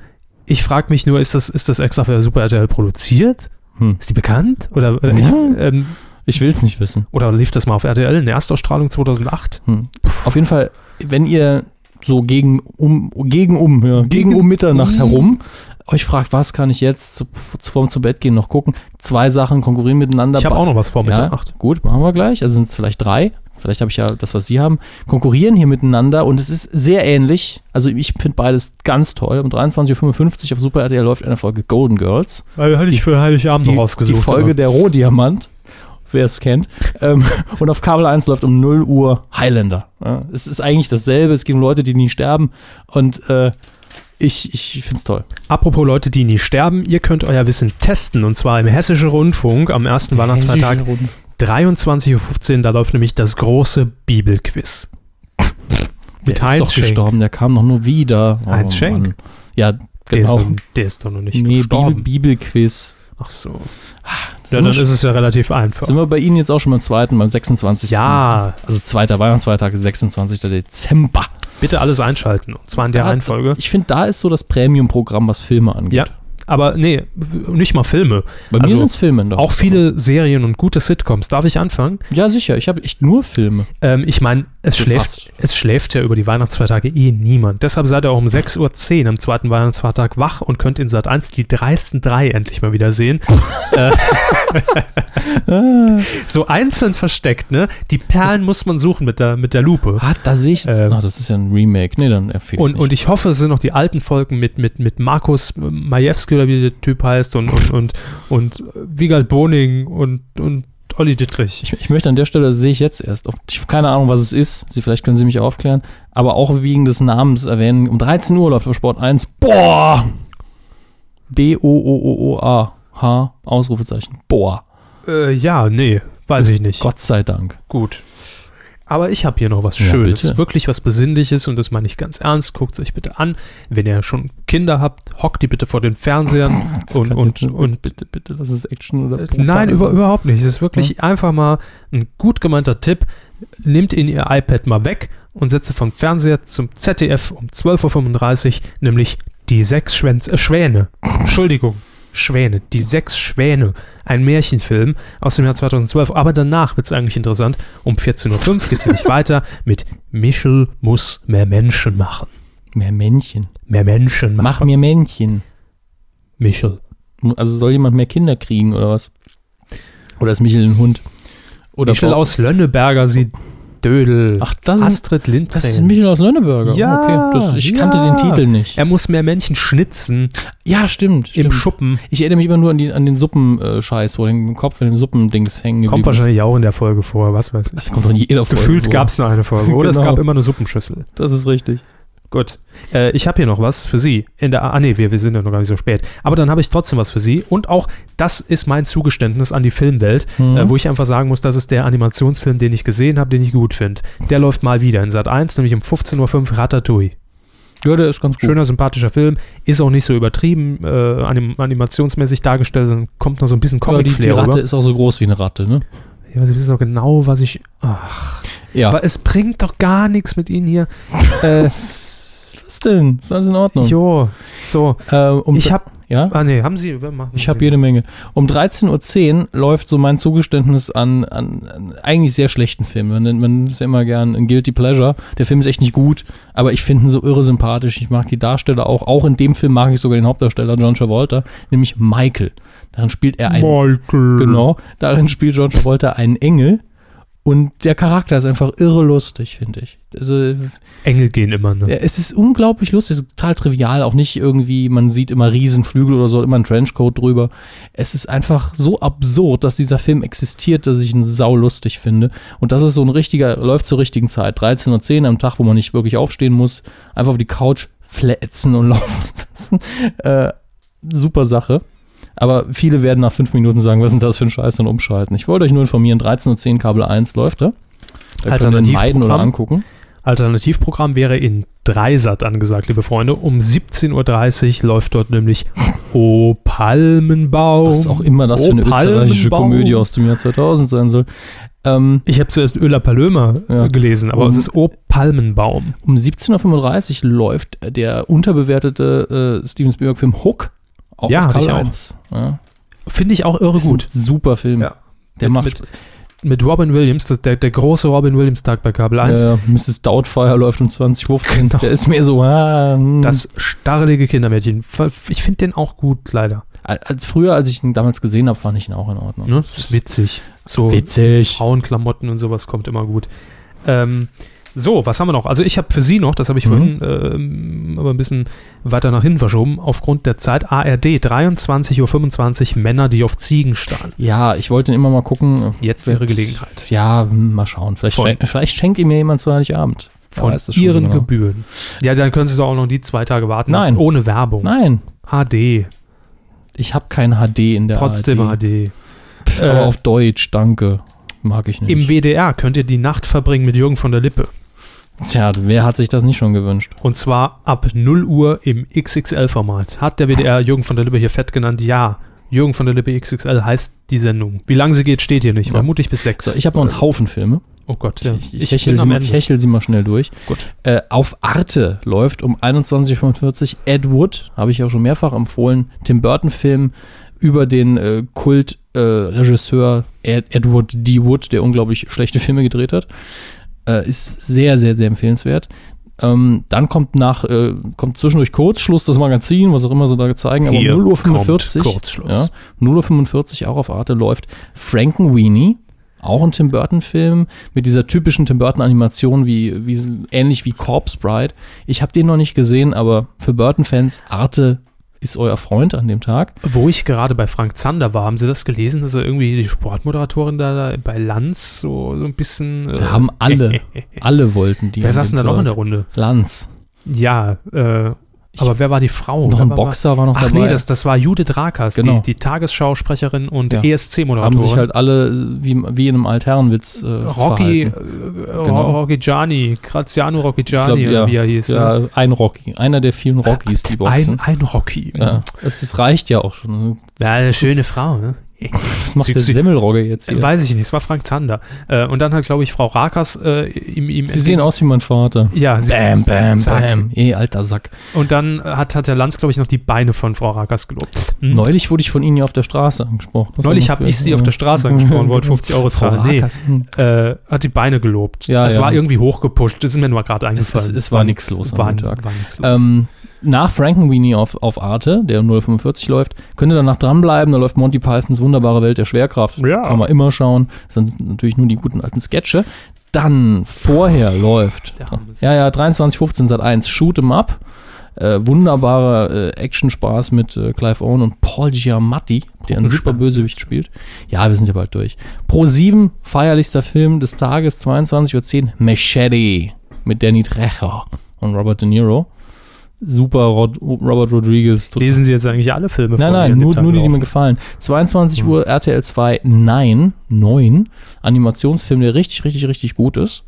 ich frage mich nur, ist das, ist das extra für Super RTL produziert? Hm. Ist die bekannt? Oder, äh, ich, Ja. ähm, Ich will's nicht wissen. oder lief das mal auf RTL in der Erstausstrahlung 2008? Hm. Auf jeden Fall, wenn ihr so gegen um, gegen um, ja, gegen um Mitternacht um. herum euch fragt, was kann ich jetzt zu, zu, vorm zu Bett gehen noch gucken? Zwei Sachen konkurrieren miteinander. Ich habe auch noch was vor Ja. Mitternacht. Gut, machen wir gleich. Also sind es vielleicht drei. Vielleicht habe ich ja das, was Sie haben. Konkurrieren hier miteinander und es ist sehr ähnlich. Also ich finde beides ganz toll. Um 23.55 Uhr auf Super RTL läuft eine Folge Golden Girls. Also hatte ich für Heiligabend noch rausgesucht. Die Folge der Rohdiamant, wer es kennt. Ähm, und auf Kabel 1 läuft um 0 Uhr Highlander. Ja, es ist eigentlich dasselbe, es geht um Leute, die nie sterben. Und äh, ich, ich finde es toll. Apropos Leute, die nie sterben, ihr könnt euer Wissen testen und zwar im Hessischen Rundfunk am ersten Weihnachtsfeiertag 23.15 Uhr. Da läuft nämlich das große Bibelquiz. Der Mit ist Heinz doch Schenk. gestorben, der kam noch nur wieder. Oh, Heinz Schenk? Mann. Ja, Der, ist genau. noch, der ist doch noch nicht Nee, Bibel, gestorben. Bibelquiz. Ach so. Sind Ja, wir dann schon- ist es ja relativ einfach. sind wir bei Ihnen jetzt auch schon beim zweiten, beim 26. Ja, Also zweiter Weihnachtsfeiertag, 26. Dezember. bitte alles einschalten. Und zwar in der Da- Reihenfolge. Ich finde, da ist so das Premium-Programm, was Filme angeht. Ja, aber nee, w- nicht mal Filme. Bei Also, mir sind es Filme. Doch. Auch viele Serien und gute Sitcoms. Darf ich anfangen? Ja, sicher. Ich habe echt nur Filme. Ähm, ich meine, es So schläft, fast. es schläft ja über die Weihnachtsfeiertage eh niemand. Deshalb seid ihr auch um 6.10 Uhr am zweiten Weihnachtsfeiertag wach und könnt in Sat 1 die dreisten drei endlich mal wieder sehen. Äh, so einzeln versteckt, ne? Die Perlen muss man suchen mit der, mit der Lupe. Ah, da sehe ich jetzt. Ähm. ah, das ist ja ein Remake. Nee, dann empfehle ich Und, und ich hoffe, es sind noch die alten Folgen mit, mit, mit Markus Majewski oder wie der Typ heißt und, und, und, und Wiegald Boning und, und Olli Dittrich. ich, ich möchte an der Stelle, das sehe ich jetzt erst, ob, ich habe keine Ahnung, was es ist. Sie, vielleicht können Sie mich aufklären. Aber auch wegen des Namens erwähnen. Um 13 Uhr läuft auf Sport 1. Boah! B-O-O-O-O-A. H. Ausrufezeichen. Boah. Äh, ja, nee, weiß ich nicht. Gott sei Dank. Gut. Aber ich habe hier noch was Ja, Schönes, bitte. wirklich was Besinnliches und das meine ich ganz ernst. Guckt es euch bitte an. Wenn ihr schon Kinder habt, hockt die bitte vor den Fernsehern und, kann und, jetzt- und Bitte, bitte, das ist Action oder. Nein, brutal über, sein. überhaupt nicht. Es ist wirklich einfach mal ein gut gemeinter Tipp. Nehmt ihn ihr iPad mal weg und setzt sie vom Fernseher zum ZDF um 12.35 Uhr, nämlich die sechs Schwänz, äh, Schwäne. Entschuldigung. Schwäne, die sechs Schwäne, ein Märchenfilm aus dem Jahr 2012. Aber danach wird es eigentlich interessant. Um 14.05 Uhr geht es nämlich weiter mit Michel muss mehr Menschen machen. Mehr Männchen. Mehr Menschen machen. Mach mir Männchen. Michel. Also soll jemand mehr Kinder kriegen oder was? Oder ist Michel ein Hund? Oder Michel Bo- aus Lönneberger sieht Dödel. Ach, das ist, Astrid Lindgren. das ist Michel aus Lönneberger. Oh, Ja, okay. Das, ich ja. kannte den Titel nicht. Er muss mehr Männchen schnitzen Ja, stimmt. im stimmt. Schuppen. Ich erinnere mich immer nur an, die, an den Suppenscheiß, wo im Kopf in dem Suppendings hängen Kommt geblieben ist. wahrscheinlich auch in der Folge vor, was weiß ich. Das kommt doch in jeder Folge Gefühlt vor. gab es nur eine Folge. Oder es Genau. gab immer eine Suppenschüssel. Das ist richtig. Gut. Äh, ich habe hier noch was für Sie. In der, ah, nee, wir, wir sind ja noch gar nicht so spät. Aber dann habe ich trotzdem was für Sie. Und auch das ist mein Zugeständnis an die Filmwelt, Mhm. äh, wo ich einfach sagen muss, das ist der Animationsfilm, den ich gesehen habe, den ich gut finde. Der läuft mal wieder in Sat 1, nämlich um 15.05 Uhr Ratatouille. Uh. Ja, der ist ganz gut. Schöner, sympathischer Film. Ist auch nicht so übertrieben, äh, anim animationsmäßig dargestellt, sondern kommt noch so ein bisschen Aber die, die Comic-Flair rüber. Ratte ist auch so groß wie eine Ratte, ne? Ja, aber Sie wissen doch genau, was ich. Ja. Aber es bringt doch gar nichts mit Ihnen hier. äh, Was ist denn? Ist alles in Ordnung? jo, so. Äh, um Ich habe. ja? Ah, nee, haben Sie. machen Ich Sie. habe jede Menge. Um 13.10 Uhr läuft so mein Zugeständnis an, an, an eigentlich sehr schlechten Filmen. Man nennt man es ja immer gern ein Guilty Pleasure. Der Film ist echt nicht gut, aber ich finde ihn so irre sympathisch. Ich mag die Darsteller auch. Auch in dem Film mag ich sogar den Hauptdarsteller John Travolta, nämlich Michael. Darin spielt er einen. Michael. Genau. Darin spielt John Travolta einen Engel. Und der Charakter ist einfach irre lustig, finde ich. Also, Engel gehen immer, ne? ja, es ist unglaublich lustig, es ist total trivial, auch nicht irgendwie, man sieht immer Riesenflügel oder so, immer ein Trenchcoat drüber. Es ist einfach so absurd, dass dieser Film existiert, dass ich ihn saulustig finde. Und das ist so ein richtiger, läuft zur richtigen Zeit, 13 und 10 am Tag, wo man nicht wirklich aufstehen muss, einfach auf die Couch flätzen und laufen lassen. Äh, super Sache. Aber viele werden nach fünf Minuten sagen, was ist denn das für ein Scheiß und umschalten. Ich wollte euch nur informieren, 13 und 10 Kabel 1 läuft, ne? Da könnt ihr ihn meiden Alternativprogramm. oder angucken. Alternativprogramm wäre in Dreisat angesagt, liebe Freunde. Um 17.30 Uhr läuft dort nämlich O Palmenbaum. Was auch immer das für eine Oh, österreichische Palmenbaum. Komödie aus dem Jahr 2000 sein soll. Ähm, Ich habe zuerst Öla Palömer Ja. äh, gelesen, aber Um- es ist O Palmenbaum. um 17.35 Uhr läuft der unterbewertete äh, Steven Spielberg-Film Hook auch Ja, auf hab ich Kabel auch. 1. Ja, Finde ich auch irre ist gut. ein super Film. Ja. Der Mit- macht mit, mit Robin Williams, das, der, der große Robin Williams-Tag bei Kabel 1. äh, Mrs. Doubtfire läuft um 20.15 Genau. Der ist mir so, ah, hm. Das starrelige Kindermädchen. Ich finde den auch gut, leider. Al- als früher, als ich ihn damals gesehen habe, fand ich ihn auch in Ordnung. Ne? Ist witzig. So Witzig. Frauenklamotten und sowas kommt immer gut. Ähm, so, was haben wir noch? Also ich habe für Sie noch, das habe ich Mhm. vorhin ähm, aber ein bisschen weiter nach hinten verschoben, aufgrund der Zeit ARD 23.25 Uhr Männer, die auf Ziegen stahlen. Ja, ich wollte ihn immer mal gucken. Jetzt wäre Gelegenheit. Ja, hm, mal schauen. Vielleicht, Von- schenkt- vielleicht schenkt ihr mir jemand zu Heiligabend. Wer Von weiß das schon so ihren genau. Gebühren. Ja, dann können Sie doch auch noch die zwei Tage warten. Das Nein. ist Ohne Werbung. Nein, HD. ich habe kein HD in der Trotzdem ARD. HD. Pff, aber auf Deutsch, danke. Mag ich Im nicht. WDR könnt ihr die Nacht verbringen mit Jürgen von der Lippe. Tja, wer hat sich das nicht schon gewünscht? Und zwar ab 0 Uhr im XXL-Format. Hat der WDR Jürgen von der Lippe hier fett genannt? Ja. Jürgen von der Lippe XXL heißt die Sendung. Wie lange sie geht, steht hier nicht. Ja. Vermutlich bis 6. So, ich habe noch einen Haufen Filme. oh Gott. Ich, ja. ich, ich, hechel, bin sie am mal, Ende. ich hechel sie mal schnell durch. Gut. Äh, auf Arte läuft um 21.45 Uhr Ed Wood, habe ich ja schon mehrfach empfohlen, Tim Burton-Film über den äh, Kult-Regisseur Ed, Edward D. Wood, der unglaublich schlechte Filme gedreht hat. Äh, ist sehr, sehr, sehr empfehlenswert. Ähm, dann kommt nach, äh, kommt zwischendurch Kurzschluss, das Magazin, was auch immer sie da zeigen, aber Hier um 0.45 Uhr. kommt Kurzschluss. Ja, 0.45 Uhr auch auf Arte läuft Frankenweenie. Auch ein Tim Burton-Film mit dieser typischen Tim Burton-Animation, wie, wie, ähnlich wie Corpse Bride. Ich habe den noch nicht gesehen, aber für Burton-Fans, Arte ist euer Freund an dem Tag. Wo ich gerade bei Frank Zander war, haben Sie das gelesen, dass er irgendwie die Sportmoderatorin da, da bei Lanz so, so ein bisschen. äh, Da haben alle, alle wollten die. Wer an saß dem denn da noch in der Tag. Runde? Lanz. Ja, äh, Ich- aber wer war die Frau? noch Wer ein Oh, war- Boxer war noch Ach dabei. nee, das, das war Judith Rakas, Genau. die, die Tagesschausprecherin und E Ja. haben sich ESC-Moderatorin. halt alle äh, wie, wie in einem Altherrenwitz äh, Rocky, äh, verhalten. genau. Rocky Gianni, Graziano Rocky Gianni, Ich glaub, oder ja. wie er hieß. ne? Ja, ein Rocky. Einer der vielen Rockys, die boxen. Äh, Ein, ein Rocky. Ja, es ist, reicht ja auch schon. Ja, eine schöne Frau. Ne? Was macht Sie- der sie- Äh, Semmelrogge jetzt hier? Weiß ich nicht, es war Frank Zander. Äh, und dann hat, glaube ich, Frau Rakas äh, ihm, ihm... Sie sehen aus wie mein Vater. Ja, sie- zack. Eh, alter Sack. Und dann hat, hat der Lanz, glaube ich, noch die Beine von Frau Rakas gelobt. Hm? Neulich wurde ich von Ihnen ja auf der Straße angesprochen. Das Neulich war habe noch- ich sie auf der Straße angesprochen, wollte 50 Euro Frau zahlen. Nee, Rakas, hm. äh, hat die Beine gelobt. Ja, es ja. war irgendwie hochgepusht, das ist mir nur gerade eingefallen. es war nix los an War, dem Tag. war nix los. Ähm, nach Frankenweenie auf, auf Arte, der um 045 läuft, könnt ihr danach dranbleiben. Da läuft Monty Pythons Wunderbare Welt der Schwerkraft. Ja. Kann man immer schauen. Das sind natürlich nur die guten alten Sketche. Dann vorher läuft. Der Hammes. Ja, ja, 23.15 Sat 1, Shoot 'em Up. Äh, wunderbarer äh, Action-Spaß mit äh, Clive Owen und Paul Giamatti, der einen super Gruppenspaß. Bösewicht spielt. Ja, wir sind ja bald durch. Pro 7, feierlichster Film des Tages, 22.10 Uhr, Machete mit Danny Trejo und Robert De Niro. Super Rod Robert Rodriguez. Tot- Lesen Sie jetzt eigentlich alle Filme Nein, vor, die an nein, dem nur, Tag nur die, die laufen? Hm. mir gefallen. 22 Uhr RTL 2, nein, 9. Animationsfilm, der richtig, richtig, richtig gut ist.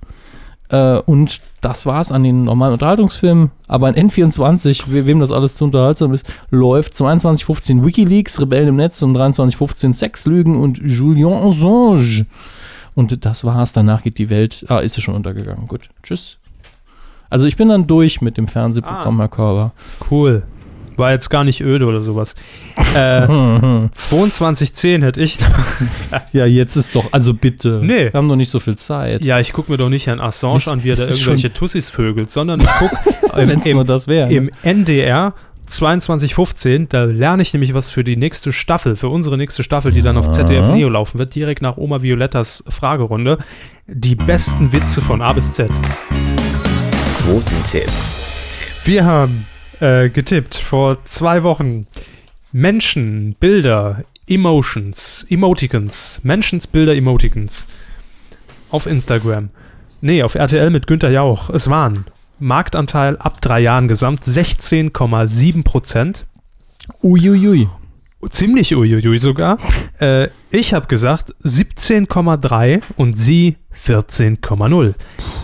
Äh, und das war's an den normalen Unterhaltungsfilmen. Aber an N24, we wem das alles zu unterhaltsam ist, läuft 22.15 Wikileaks, Rebellen im Netz und 23.15 Sexlügen und Julian Assange. Und das war's. Danach geht die Welt. Ah, ist sie schon untergegangen. Gut. Tschüss. Also ich bin dann durch mit dem Fernsehprogramm, Ah. Herr Körber. Cool. War jetzt gar nicht öde oder sowas. Äh, 2210 hätte ich. Ja, jetzt ist doch, also bitte. Nee. Wir haben doch nicht so viel Zeit. Ja, ich gucke mir doch nicht Herrn Assange Das- an, wie er da das ist irgendwelche Tussis vögelt, sondern ich gucke Wenn's im, das wäre. im NDR 22.15, da lerne ich nämlich was für die nächste Staffel, für unsere nächste Staffel, die dann auf ZDF Neo laufen wird, direkt nach Oma Violettas Fragerunde. Die besten Witze von A bis Z. Quotentipp. Wir haben äh, getippt vor zwei Wochen Menschen, Bilder, Emotions, Emoticons, Menschens, Bilder, Emoticons. Auf Instagram. Nee, auf RTL mit Günther Jauch. Es waren Marktanteil ab drei Jahren gesamt 16,7 Prozent. Uiuiui. Ziemlich uiuiui sogar. Äh, ich habe gesagt 17,3 und sie 14,0.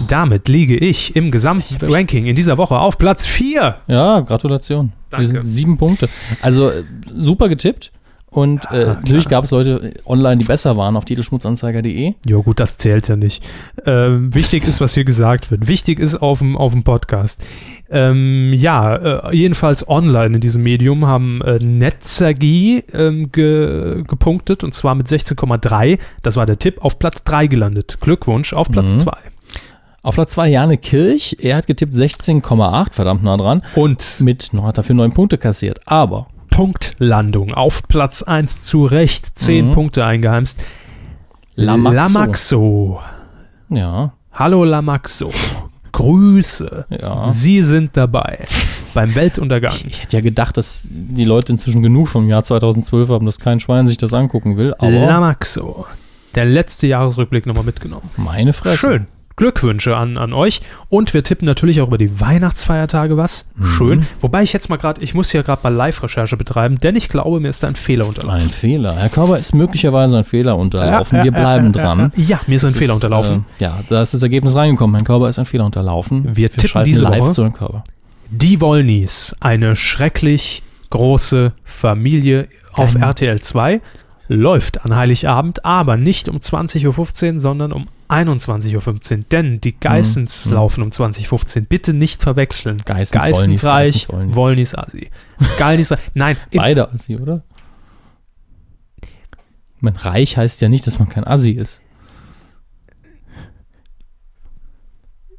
Damit liege ich im Gesamtranking in dieser Woche auf Platz 4. Ja, Gratulation. Danke. Das sind sieben Punkte. Also äh, super getippt. Und äh, natürlich gab es Leute äh, online, die besser waren auf titelschmutzanzeiger.de. Ja gut, das zählt ja nicht. Ähm, wichtig ist, was hier gesagt wird. Wichtig ist auf dem, auf dem Podcast. Ähm, ja, äh, jedenfalls online in diesem Medium haben äh, Netzergie ähm, ge, gepunktet und zwar mit 16,3. Das war der Tipp. Auf Platz 3 gelandet. Glückwunsch auf Mhm. Platz 2. Auf Platz 2 Jane Kirch. Er hat getippt 16,8, verdammt nah dran. Und Mit, noch hat dafür neun Punkte kassiert. Aber Punktlandung auf Platz 1 zu Recht. 10 Mhm. Punkte eingeheimst. Lamaxo. Lamaxo. Ja, Hallo Lamaxo. Grüße. ja. Sie sind dabei beim Weltuntergang. Ich hätte ja gedacht, dass die Leute inzwischen genug vom Jahr 2012 haben, dass kein Schwein sich das angucken will. Aber Lamaxo. Der letzte Jahresrückblick nochmal mitgenommen. meine Fresse. Schön. Glückwünsche an, an euch. Und wir tippen natürlich auch über die Weihnachtsfeiertage was. Schön. Wobei ich jetzt mal gerade, ich muss hier gerade mal Live-Recherche betreiben, denn ich glaube, mir ist da ein Fehler unterlaufen. Ein Fehler. Herr Körber ist möglicherweise ein Fehler unterlaufen. Ja, Wir ja, ja, bleiben ja, dran. Ja, ja, mir ist ein Das Fehler ist, unterlaufen. Äh, ja, da ist das Ergebnis reingekommen. Herrn Körber ist ein Fehler unterlaufen. Wir tippen schalten diese live Woche. zu Herrn Körber. Die Wollnies, eine schrecklich große Familie auf Keine- RTL 2, läuft an Heiligabend, aber nicht um 20.15 Uhr, sondern um 21.15 Uhr. Denn die Geissens Hm, hm. laufen um 20.15 Uhr. Bitte nicht verwechseln. Geistens, Wollnis, Geistensreich, Geistens, Wollnis. Wollnis Assi. Geistensreich, nein, in, Beide Assi, oder? Man reich heißt ja nicht, dass man kein Assi ist.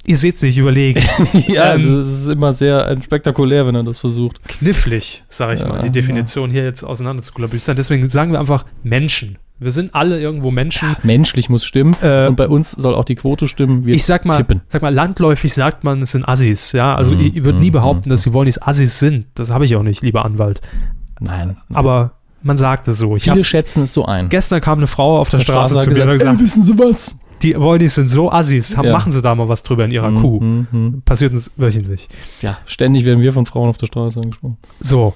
ihr seht es nicht, überlegen. ja, Ähm, das ist immer sehr äh, spektakulär, wenn er das versucht. Knifflig, sage ich Ja, mal, die Definition hier jetzt auseinander zu klabüstern. Deswegen sagen wir einfach Menschen. Wir sind alle irgendwo Menschen. Menschlich muss stimmen. Äh, und bei uns soll auch die Quote stimmen. Wir ich sag mal, tippen. sag mal, landläufig sagt man, es sind Assis, ja. Also Mm, ich, ich würde nie mm, behaupten, dass die Wollnis Assis sind. Das habe ich auch nicht, lieber Anwalt. Nein. Aber man sagt es so. Ich Viele hab's, schätzen es so ein. gestern kam eine Frau auf der Der Straße hat zu mir und hat gesagt, "Ey, gesagt, wissen Sie was? die Wollnis sind so Assis, hab, Ja. machen sie da mal was drüber in ihrer Kuh. Mhm, mhm. Passiert uns wöchentlich. Ja, ständig werden wir von Frauen auf der Straße angesprochen. So,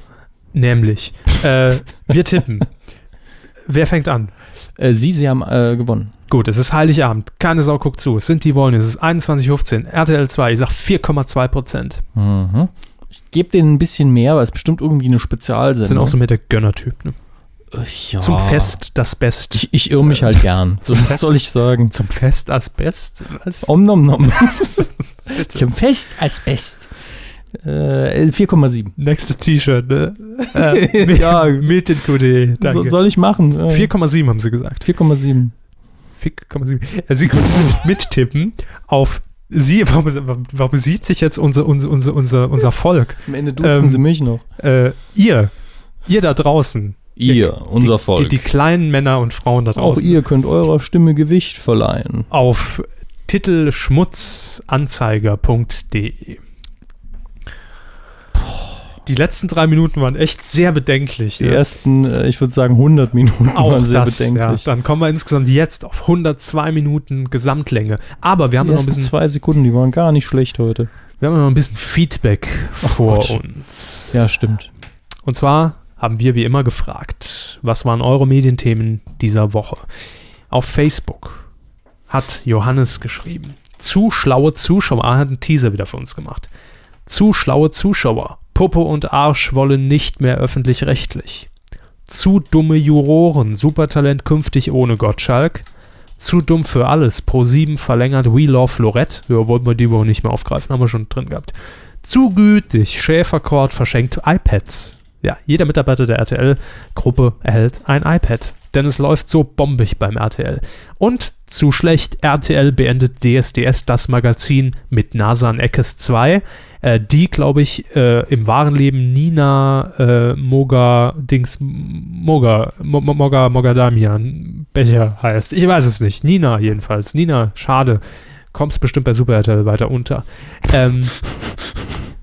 nämlich, äh, wir tippen. Wer fängt an? Äh, Sie, Sie haben äh, gewonnen. Gut, es ist Heiligabend. Keine Sau guckt zu. Es sind die Wollnis. Es ist 21.15 RTL 2. Ich sag 4,2 Prozent. Mhm. Ich gebe denen ein bisschen mehr, weil es bestimmt irgendwie eine Das sind Spezialsendung. Äh, auch so mit der Gönnertyp. Ne? ja. Zum Fest das Best. Ich, ich irre mich halt gern. So, was soll ich sagen? Zum Fest als Best? Was? Om nom nom. Zum Fest als Best. Äh, 4,7. Nächstes T-Shirt, ne? ja, Mädchen-QD. So, Danke. soll ich machen? Äh, 4,7 haben sie gesagt. 4,7. 4,7. Also Sie können nicht mittippen auf Sie. Warum, warum sieht sich jetzt unser, unser, unser, unser, unser Volk? Am Ende duzen duzen Sie Sie mich noch. Äh, ihr. Ihr da draußen. Ihr, unser Volk. Die, die kleinen Männer und Frauen da auch draußen. ihr könnt eurer Stimme Gewicht verleihen. auf titelschmutzanzeiger.de. Die letzten drei Minuten waren echt sehr bedenklich. Die ne? ersten, äh, ich würde sagen, 100 Minuten Auch waren sehr das, bedenklich. Ja. Dann kommen wir insgesamt jetzt auf 102 Minuten Gesamtlänge. Aber wir haben, Die ja noch ein ersten bisschen, zwei Sekunden, die waren gar nicht schlecht heute. wir haben ja noch ein bisschen Feedback vor Gott. uns. Ja, stimmt. Und zwar haben wir wie immer gefragt, was waren eure Medienthemen dieser Woche? Auf Facebook hat Johannes geschrieben, zu schlaue Zuschauer, er hat einen Teaser wieder für uns gemacht. Zu schlaue Zuschauer, Puppe und Arsch wollen nicht mehr öffentlich-rechtlich. Zu dumme Juroren, Supertalent künftig ohne Gottschalk. Zu dumm für alles, Pro7 verlängert We Love Lorette. Ja, wollten wir die Woche nicht mehr aufgreifen, haben wir schon drin gehabt. Zu gütig, Schäferkord verschenkt iPads. Ja, jeder Mitarbeiter der RTL-Gruppe erhält ein iPad. denn es läuft so bombig beim RTL. Und zu schlecht, RTL beendet DSDS das Magazin mit Nasan Eckes 2, äh, die, glaube ich, äh, im wahren Leben Nina äh, Moga, Dings, Moga, Mo- Mo- Moga, Moga Damian Becher heißt. Ich weiß es nicht. Nina jedenfalls. Nina, schade. Kommst bestimmt bei Super RTL weiter unter. Ähm,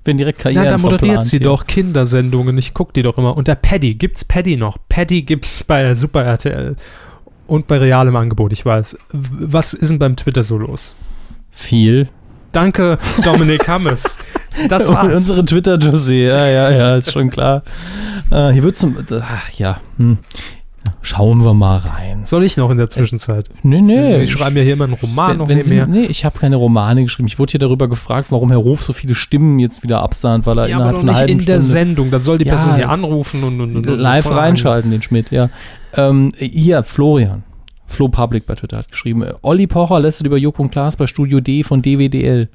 Bin direkt Karriere. na, da moderiert sie doch Kindersendungen. Ich gucke die doch immer. Und der Paddy, gibt's Paddy noch? Paddy gibt's bei Super RTL und bei realem Angebot, ich weiß. W- Was ist denn beim Twitter so los? Viel. Danke, Dominik Hammes. Das war's. Unsere Twitter-Dossier. Ja, ja, ja, ist schon klar. äh, hier wird zum. Ach ja. Hm. Schauen wir mal rein. Soll ich noch in der Zwischenzeit? Äh, Nee, Sie, Sie schreiben ja hier immer einen Roman noch wenn, wenn Sie, nebenher. nee, ich habe keine Romane geschrieben. Ich wurde hier darüber gefragt, warum Herr Ruf so viele Stimmen jetzt wieder absahnt, weil er Ja, aber innerhalb doch von einer nicht in halben der Stunde Sendung. Dann soll die Ja. Person hier anrufen und, und, und, und live fragen. reinschalten, den Schmidt, ja. Ähm, hier, Florian. Flo Public bei Twitter hat geschrieben, äh, Olli Pocher lässt über Joko und Klaas bei Studio D von DWDL.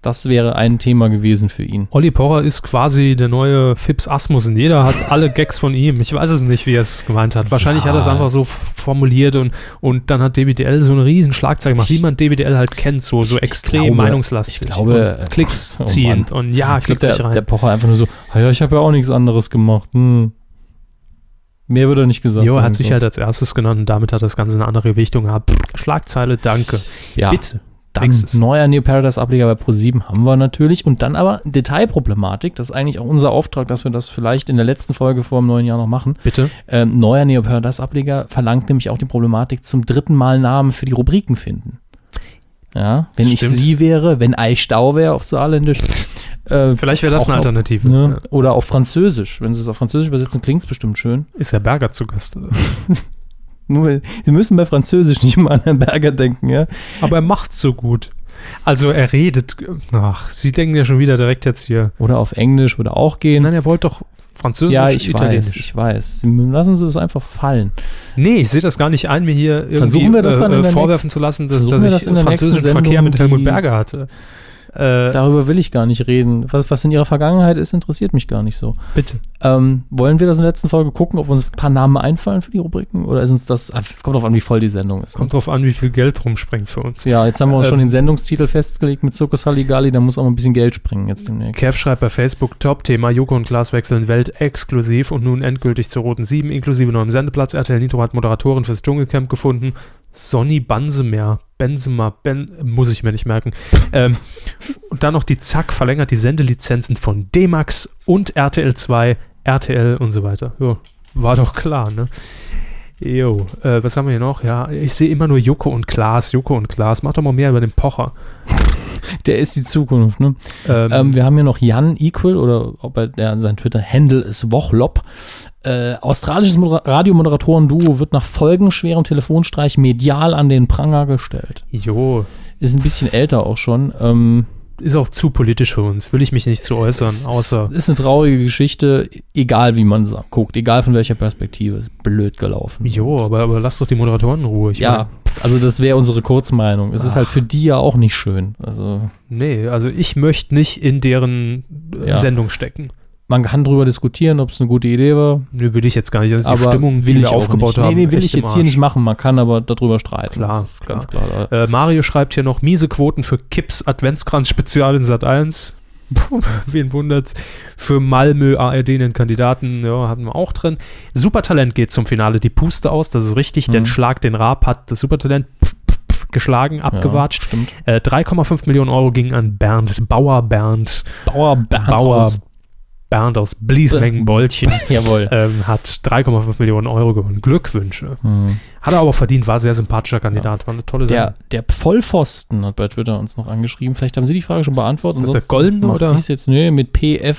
Das wäre ein Thema gewesen für ihn. Olli Pocher ist quasi der neue Fips Asmussen. Jeder hat alle Gags von ihm. Ich weiß es nicht, wie er es gemeint hat. Wahrscheinlich Ja. hat er es einfach so f- formuliert und, und dann hat DWDL so einen riesen Schlagzeug gemacht, wie man DWDL halt kennt, so, so ich extrem glaube- meinungslastig. ich glaube- und Klicks Oh Mann. ziehend und ja, Ich glaube, klickt der, mich der rein. Pocher einfach nur so, "Ah ja, ich habe ja auch nichts anderes gemacht. Hm. Mehr wird er nicht gesagt. Jo, haben, hat sich so. halt als erstes genannt und damit hat das Ganze eine andere Gewichtung gehabt. Schlagzeile, danke. ja. Bitte. Dann Nächstes. neuer Neo Paradise Ableger bei Pro7 haben wir natürlich. Und dann aber Detailproblematik. Das ist eigentlich auch unser Auftrag, dass wir das vielleicht in der letzten Folge vor dem neuen Jahr noch machen. Bitte. Ähm, neuer Neo Paradise Ableger verlangt nämlich auch die Problematik zum dritten Mal Namen für die Rubriken finden. Ja, wenn Stimmt. ich sie wäre, wenn Ei Stau wäre auf Saarländisch. äh, Vielleicht wäre das Auch eine noch, Alternative. ne? Oder auf Französisch. Wenn sie es auf Französisch übersetzen, klingt es bestimmt schön. Ist ja Berger zu Gast. Nur weil- Sie müssen bei Französisch nicht mal an Herrn Berger denken, ja? Aber er macht so gut. Also er redet. Ach, Sie denken ja schon wieder direkt jetzt hier. Oder auf Englisch würde auch gehen. Nein, er wollte doch Französisch, ja, ich weiß, Italienisch. ich weiß. Sie- Lassen Sie es einfach fallen. Nee, ich sehe das gar nicht ein, mir hier irgendwie äh, Versuchen wir das dann in der vorwerfen nächsten- zu lassen, dass, versuchen dass wir ich das in der französischen nächsten Verkehr mit Sendung, Helmut die- Berger hatte. Äh, Darüber will ich gar nicht reden. Was, was in Ihrer Vergangenheit ist, interessiert mich gar nicht so. bitte. Ähm, wollen wir das in der letzten Folge gucken, ob uns ein paar Namen einfallen für die Rubriken? Oder ist uns das. ah, Kommt drauf an, wie voll die Sendung ist. ne? Kommt drauf an, wie viel Geld rumspringt für uns. Ja, jetzt haben wir uns Ähm. schon den Sendungstitel festgelegt mit Circus Halligalli. Da muss auch mal ein bisschen Geld springen jetzt demnächst. Kev schreibt bei Facebook Top-Thema, Joko und Glas wechseln Welt exklusiv und nun endgültig zur Roten 7, inklusive neuem Sendeplatz. RTL Nitro hat Moderatorin fürs Dschungelcamp gefunden. Sonny Bansemer, Benzema, ben, muss ich mir nicht merken. Ähm, und dann noch die Zack verlängert die Sendelizenzen von D-Max und RTL 2, RTL und so weiter. Jo, war doch klar, ne? Jo, äh, was haben wir hier noch? Ja, ich sehe immer nur Joko und Glas, Joko und Glas. Mach doch mal mehr über den Pocher. Der ist die Zukunft, ne? Ähm, wir haben hier noch Jan Equal oder ob er, der, sein Twitter-Handle ist Wochlop. Äh, australisches Modera- Radiomoderatoren-Duo wird nach folgenschwerem Telefonstreich medial an den Pranger gestellt. jo, Ist ein bisschen älter auch schon. Ähm, ist auch zu politisch für uns, will ich mich nicht zu Äh, äußern, es außer ist, ist eine traurige Geschichte, egal wie man sa- guckt, egal von welcher Perspektive. Ist blöd gelaufen. Jo, aber, aber lass doch die Moderatoren in Ruhe. Ich Ja, also das wäre unsere Kurzmeinung. Es ist halt für die ja auch nicht schön. Also Mein, nee, also ich möchte nicht in deren äh, Ja. Sendung stecken. man kann drüber diskutieren, ob es eine gute Idee war. Nee, will ich jetzt gar nicht. Das ist die aber Stimmung, will die ich wir auch aufgebaut nicht. haben. Nee, nee, will echt ich im jetzt hier Arsch. nicht machen. Man kann aber darüber streiten. Klar, das ist klar. ganz klar. Äh, Mario schreibt hier noch miese Quoten für Kips Adventskranz Spezial in Sat 1. Puh, Wen wundert's? Für Malmö ARD den Kandidaten, ja, hatten wir auch drin. Supertalent geht zum Finale die Puste aus, das ist richtig, denn Mhm. Schlag den Raab hat das Supertalent pf, pf, pf, geschlagen, abgewatscht. Stimmt. Äh, 3,5 Millionen Euro gingen an Bernd, Bauer Bernd, Bauer Bernd Bauer aus- Bernd aus Bliesmengenbolchen Jawohl. ähm, hat 3,5 Millionen Euro gewonnen. Glückwünsche. Hm. Hat er aber verdient, war sehr sympathischer Kandidat, war eine tolle Der, Sache. der Vollpfosten hat bei Twitter uns noch angeschrieben. Vielleicht haben Sie die Frage schon beantwortet. Ist das der ansonsten Goldene mach oder? ich's Jetzt, nee, mit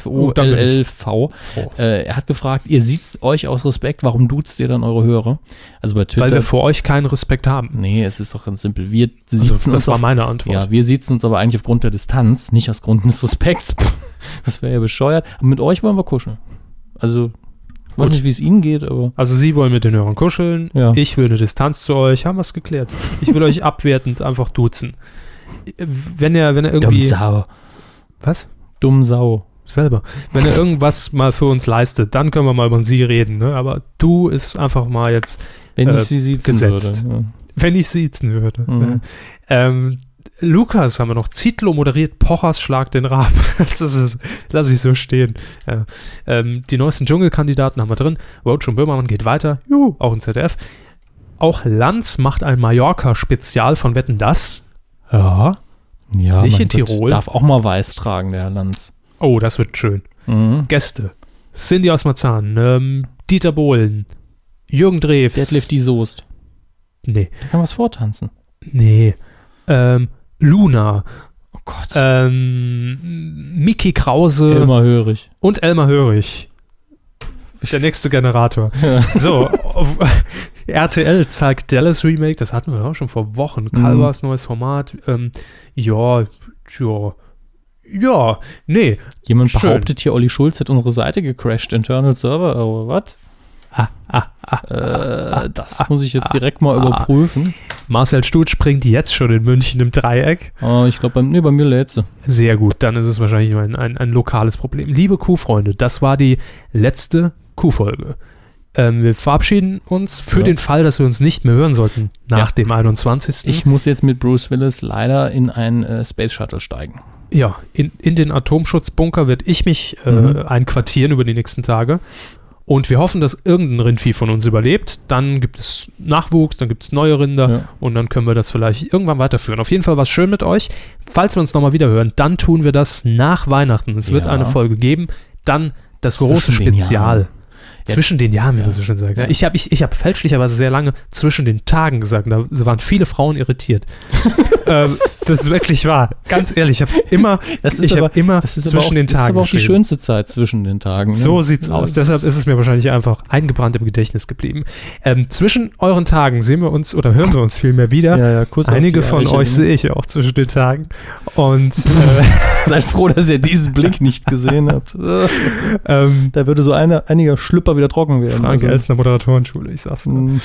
Oh, dann bin ich- P-F-O-L-L-V. Oh. Äh, er hat gefragt, ihr sieht's euch aus Respekt, warum duzt ihr dann eure Hörer? Also bei Twitter. Weil wir vor euch keinen Respekt haben. nee, es ist doch ganz simpel. Wir Also, siezen das uns war auf meine Antwort. Ja, wir sitzen uns aber eigentlich aufgrund der Distanz, nicht aus Grund des Respekts. Das wäre ja bescheuert. Aber mit euch wollen wir kuscheln. Also, weiß Gut. nicht, wie es Ihnen geht, aber. Also Sie wollen mit den Hörern kuscheln, Ja. ich will eine Distanz zu euch, haben wir es geklärt. Ich will euch abwertend einfach duzen. Wenn er, wenn er Dumm irgendwie. Sau. Was? Dumm Sau. selber. Wenn er irgendwas mal für uns leistet, dann können wir mal über sie reden. Ne? Aber du ist einfach mal jetzt, Wenn Äh, ich sie siezen gesetzt. würde. wenn ich siezen würde. Ja. Mhm. Ähm, Lukas haben wir noch. Zitlo moderiert Pochers Schlag den Rab. Das ist, es. lass ich so stehen. Ja. Ähm, die neuesten Dschungelkandidaten haben wir drin. Roach und Böhmermann geht weiter. Juhu, auch im ZDF. Auch Lanz macht ein Mallorca-Spezial von Wetten das. Ja. Ja, Nicht in mein Gott, Tirol. Darf auch mal weiß tragen, der Herr Lanz. Oh, das wird schön. Mhm. Gäste. Cindy aus Marzahn, ähm, Dieter Bohlen, Jürgen Drews. Detlef die Soest. Nee. Da kann was vortanzen. Nee. Ähm, Luna, Oh Gott. ähm, Mickey Krause Immer hörig. und Elmar Hörig. Der nächste Generator. So, auf, RTL zeigt Dallas Remake, das hatten wir auch schon vor Wochen. Calvas neues Format. Ähm, ja, ja, ja, nee, Jemand Schön. behauptet hier, Olli Schulz hat unsere Seite gecrashed, Internal Server, aber was? Ah, Äh, das muss ich jetzt direkt mal überprüfen. Marcel Stutz springt jetzt schon in München im Dreieck. Äh, ich glaube, bei, nee, bei mir letzte. Sehr gut, dann ist es wahrscheinlich nur ein, ein, ein lokales Problem. Liebe Kuhfreunde, das war die letzte Kuhfolge. Ähm, wir verabschieden uns für Ja. den Fall, dass wir uns nicht mehr hören sollten nach dem 21. Ich muss jetzt mit Bruce Willis leider in ein äh, Space Shuttle steigen. ja, in, in den Atomschutzbunker werde ich mich äh, Mhm. einquartieren über die nächsten Tage. Und wir hoffen, dass irgendein Rindvieh von uns überlebt. Dann gibt es Nachwuchs, dann gibt es neue Rinder Ja. und dann können wir das vielleicht irgendwann weiterführen. Auf jeden Fall war es schön mit euch. Falls wir uns nochmal wiederhören, dann tun wir das nach Weihnachten. Es wird Ja. eine Folge geben. Dann das Zwischen große den Spezial. Jahren. Ja. Zwischen den Jahren, wie Ja. du so schön sagst. Ja. Ich habe ich, ich hab fälschlicherweise sehr lange zwischen den Tagen gesagt. und Da waren viele Frauen irritiert. ähm, das ist wirklich wahr. Ganz ehrlich, ich habe es immer, Das ist ich aber- hab immer Das ist zwischen aber auch, den das ist Tagen aber auch die geschrieben. schönste Zeit zwischen den Tagen. ne? So sieht's aus. Das Deshalb ist es mir wahrscheinlich einfach eingebrannt im Gedächtnis geblieben. Ähm, zwischen euren Tagen sehen wir uns oder hören wir uns vielmehr wieder. Ja, ja, Kuss auf Einige die von Eiche, euch ne? sehe ich ja auch zwischen den Tagen. Und Seid froh, dass ihr diesen Blick nicht gesehen habt. Da äh, ähm, würde so eine, einiger Schlüpper wieder trocken werden. Frank Also, hm. Elsner Moderatorenschule, ich sag's nur. mh,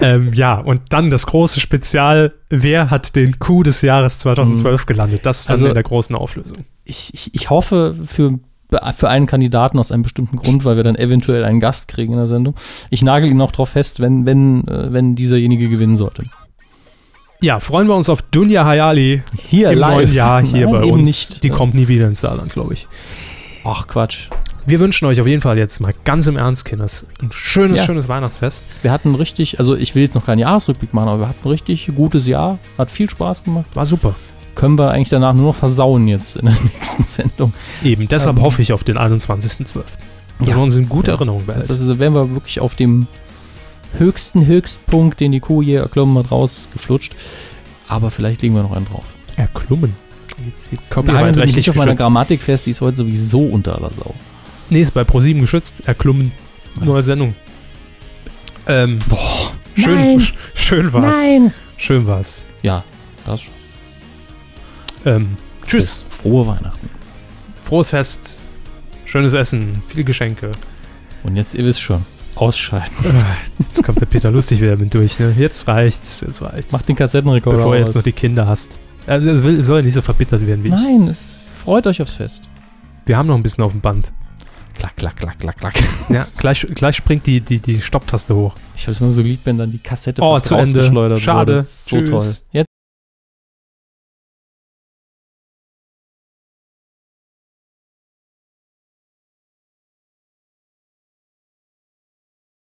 Ähm, ja, und dann das große Spezial, wer hat den Coup des Jahres 2012 gelandet? Das ist dann Also- in der großen Auflösung. ich, ich, ich hoffe für, für einen Kandidaten aus einem bestimmten Grund, weil wir dann eventuell einen Gast kriegen in der Sendung. Ich nagel ihn noch drauf fest, wenn, wenn, äh, wenn dieserjenige gewinnen sollte. Ja, freuen wir uns auf Dunja Hayali Hier im neuen Jahr hier Nein, bei eben uns. Nicht. Die kommt nie wieder ins Saarland, glaube ich. Ach Quatsch. Wir wünschen euch auf jeden Fall jetzt mal ganz im Ernst, Kinders, ein schönes, Ja. schönes Weihnachtsfest. Wir hatten richtig, also ich will jetzt noch keinen Jahresrückblick machen, aber wir hatten ein richtig gutes Jahr. Hat viel Spaß gemacht. War super. Können wir eigentlich danach nur noch versauen jetzt in der nächsten Sendung. Eben, deshalb Ähm. hoffe ich auf den 21.12. Dass Ja. wir uns in guter Ja. Erinnerung Das behalten. ist, da wären wir wirklich auf dem höchsten Höchstpunkt, den die Kuh je erklommen hat, rausgeflutscht. Aber vielleicht legen wir noch einen drauf. Erklummen. Jetzt, jetzt Nageln Sie mich nicht auf meiner geschützt. Grammatik fest, die ist heute sowieso unter aller Sau. Nee, ist bei ProSieben geschützt. Erklummen. Ja. Neue Sendung. Ähm, boah. Schön, Nein. sch- schön war's. Schön war's. Ja, das schon. Ähm, tschüss. Frohe Weihnachten. Frohes Fest. Schönes Essen. Viele Geschenke. Und jetzt, ihr wisst schon, ausschalten. Äh, Jetzt kommt der Peter Lustig wieder mit durch, ne? Jetzt reicht's. Jetzt reicht's. Macht den Kassettenrekorder Bevor du aus. jetzt noch die Kinder hast. Also, es will- soll ja nicht so verbittert werden wie ich. Nein, es freut euch aufs Fest. Wir haben noch ein bisschen auf dem Band. Klack, klack, klack, klack, klack. Ja, gleich, gleich springt die, die, die Stopptaste hoch. Ich habe immer so Liedbändern die Kassette Oh, fast zu Ende. rausgeschleudert Schade. wurde. So Tschüss. toll. Jetzt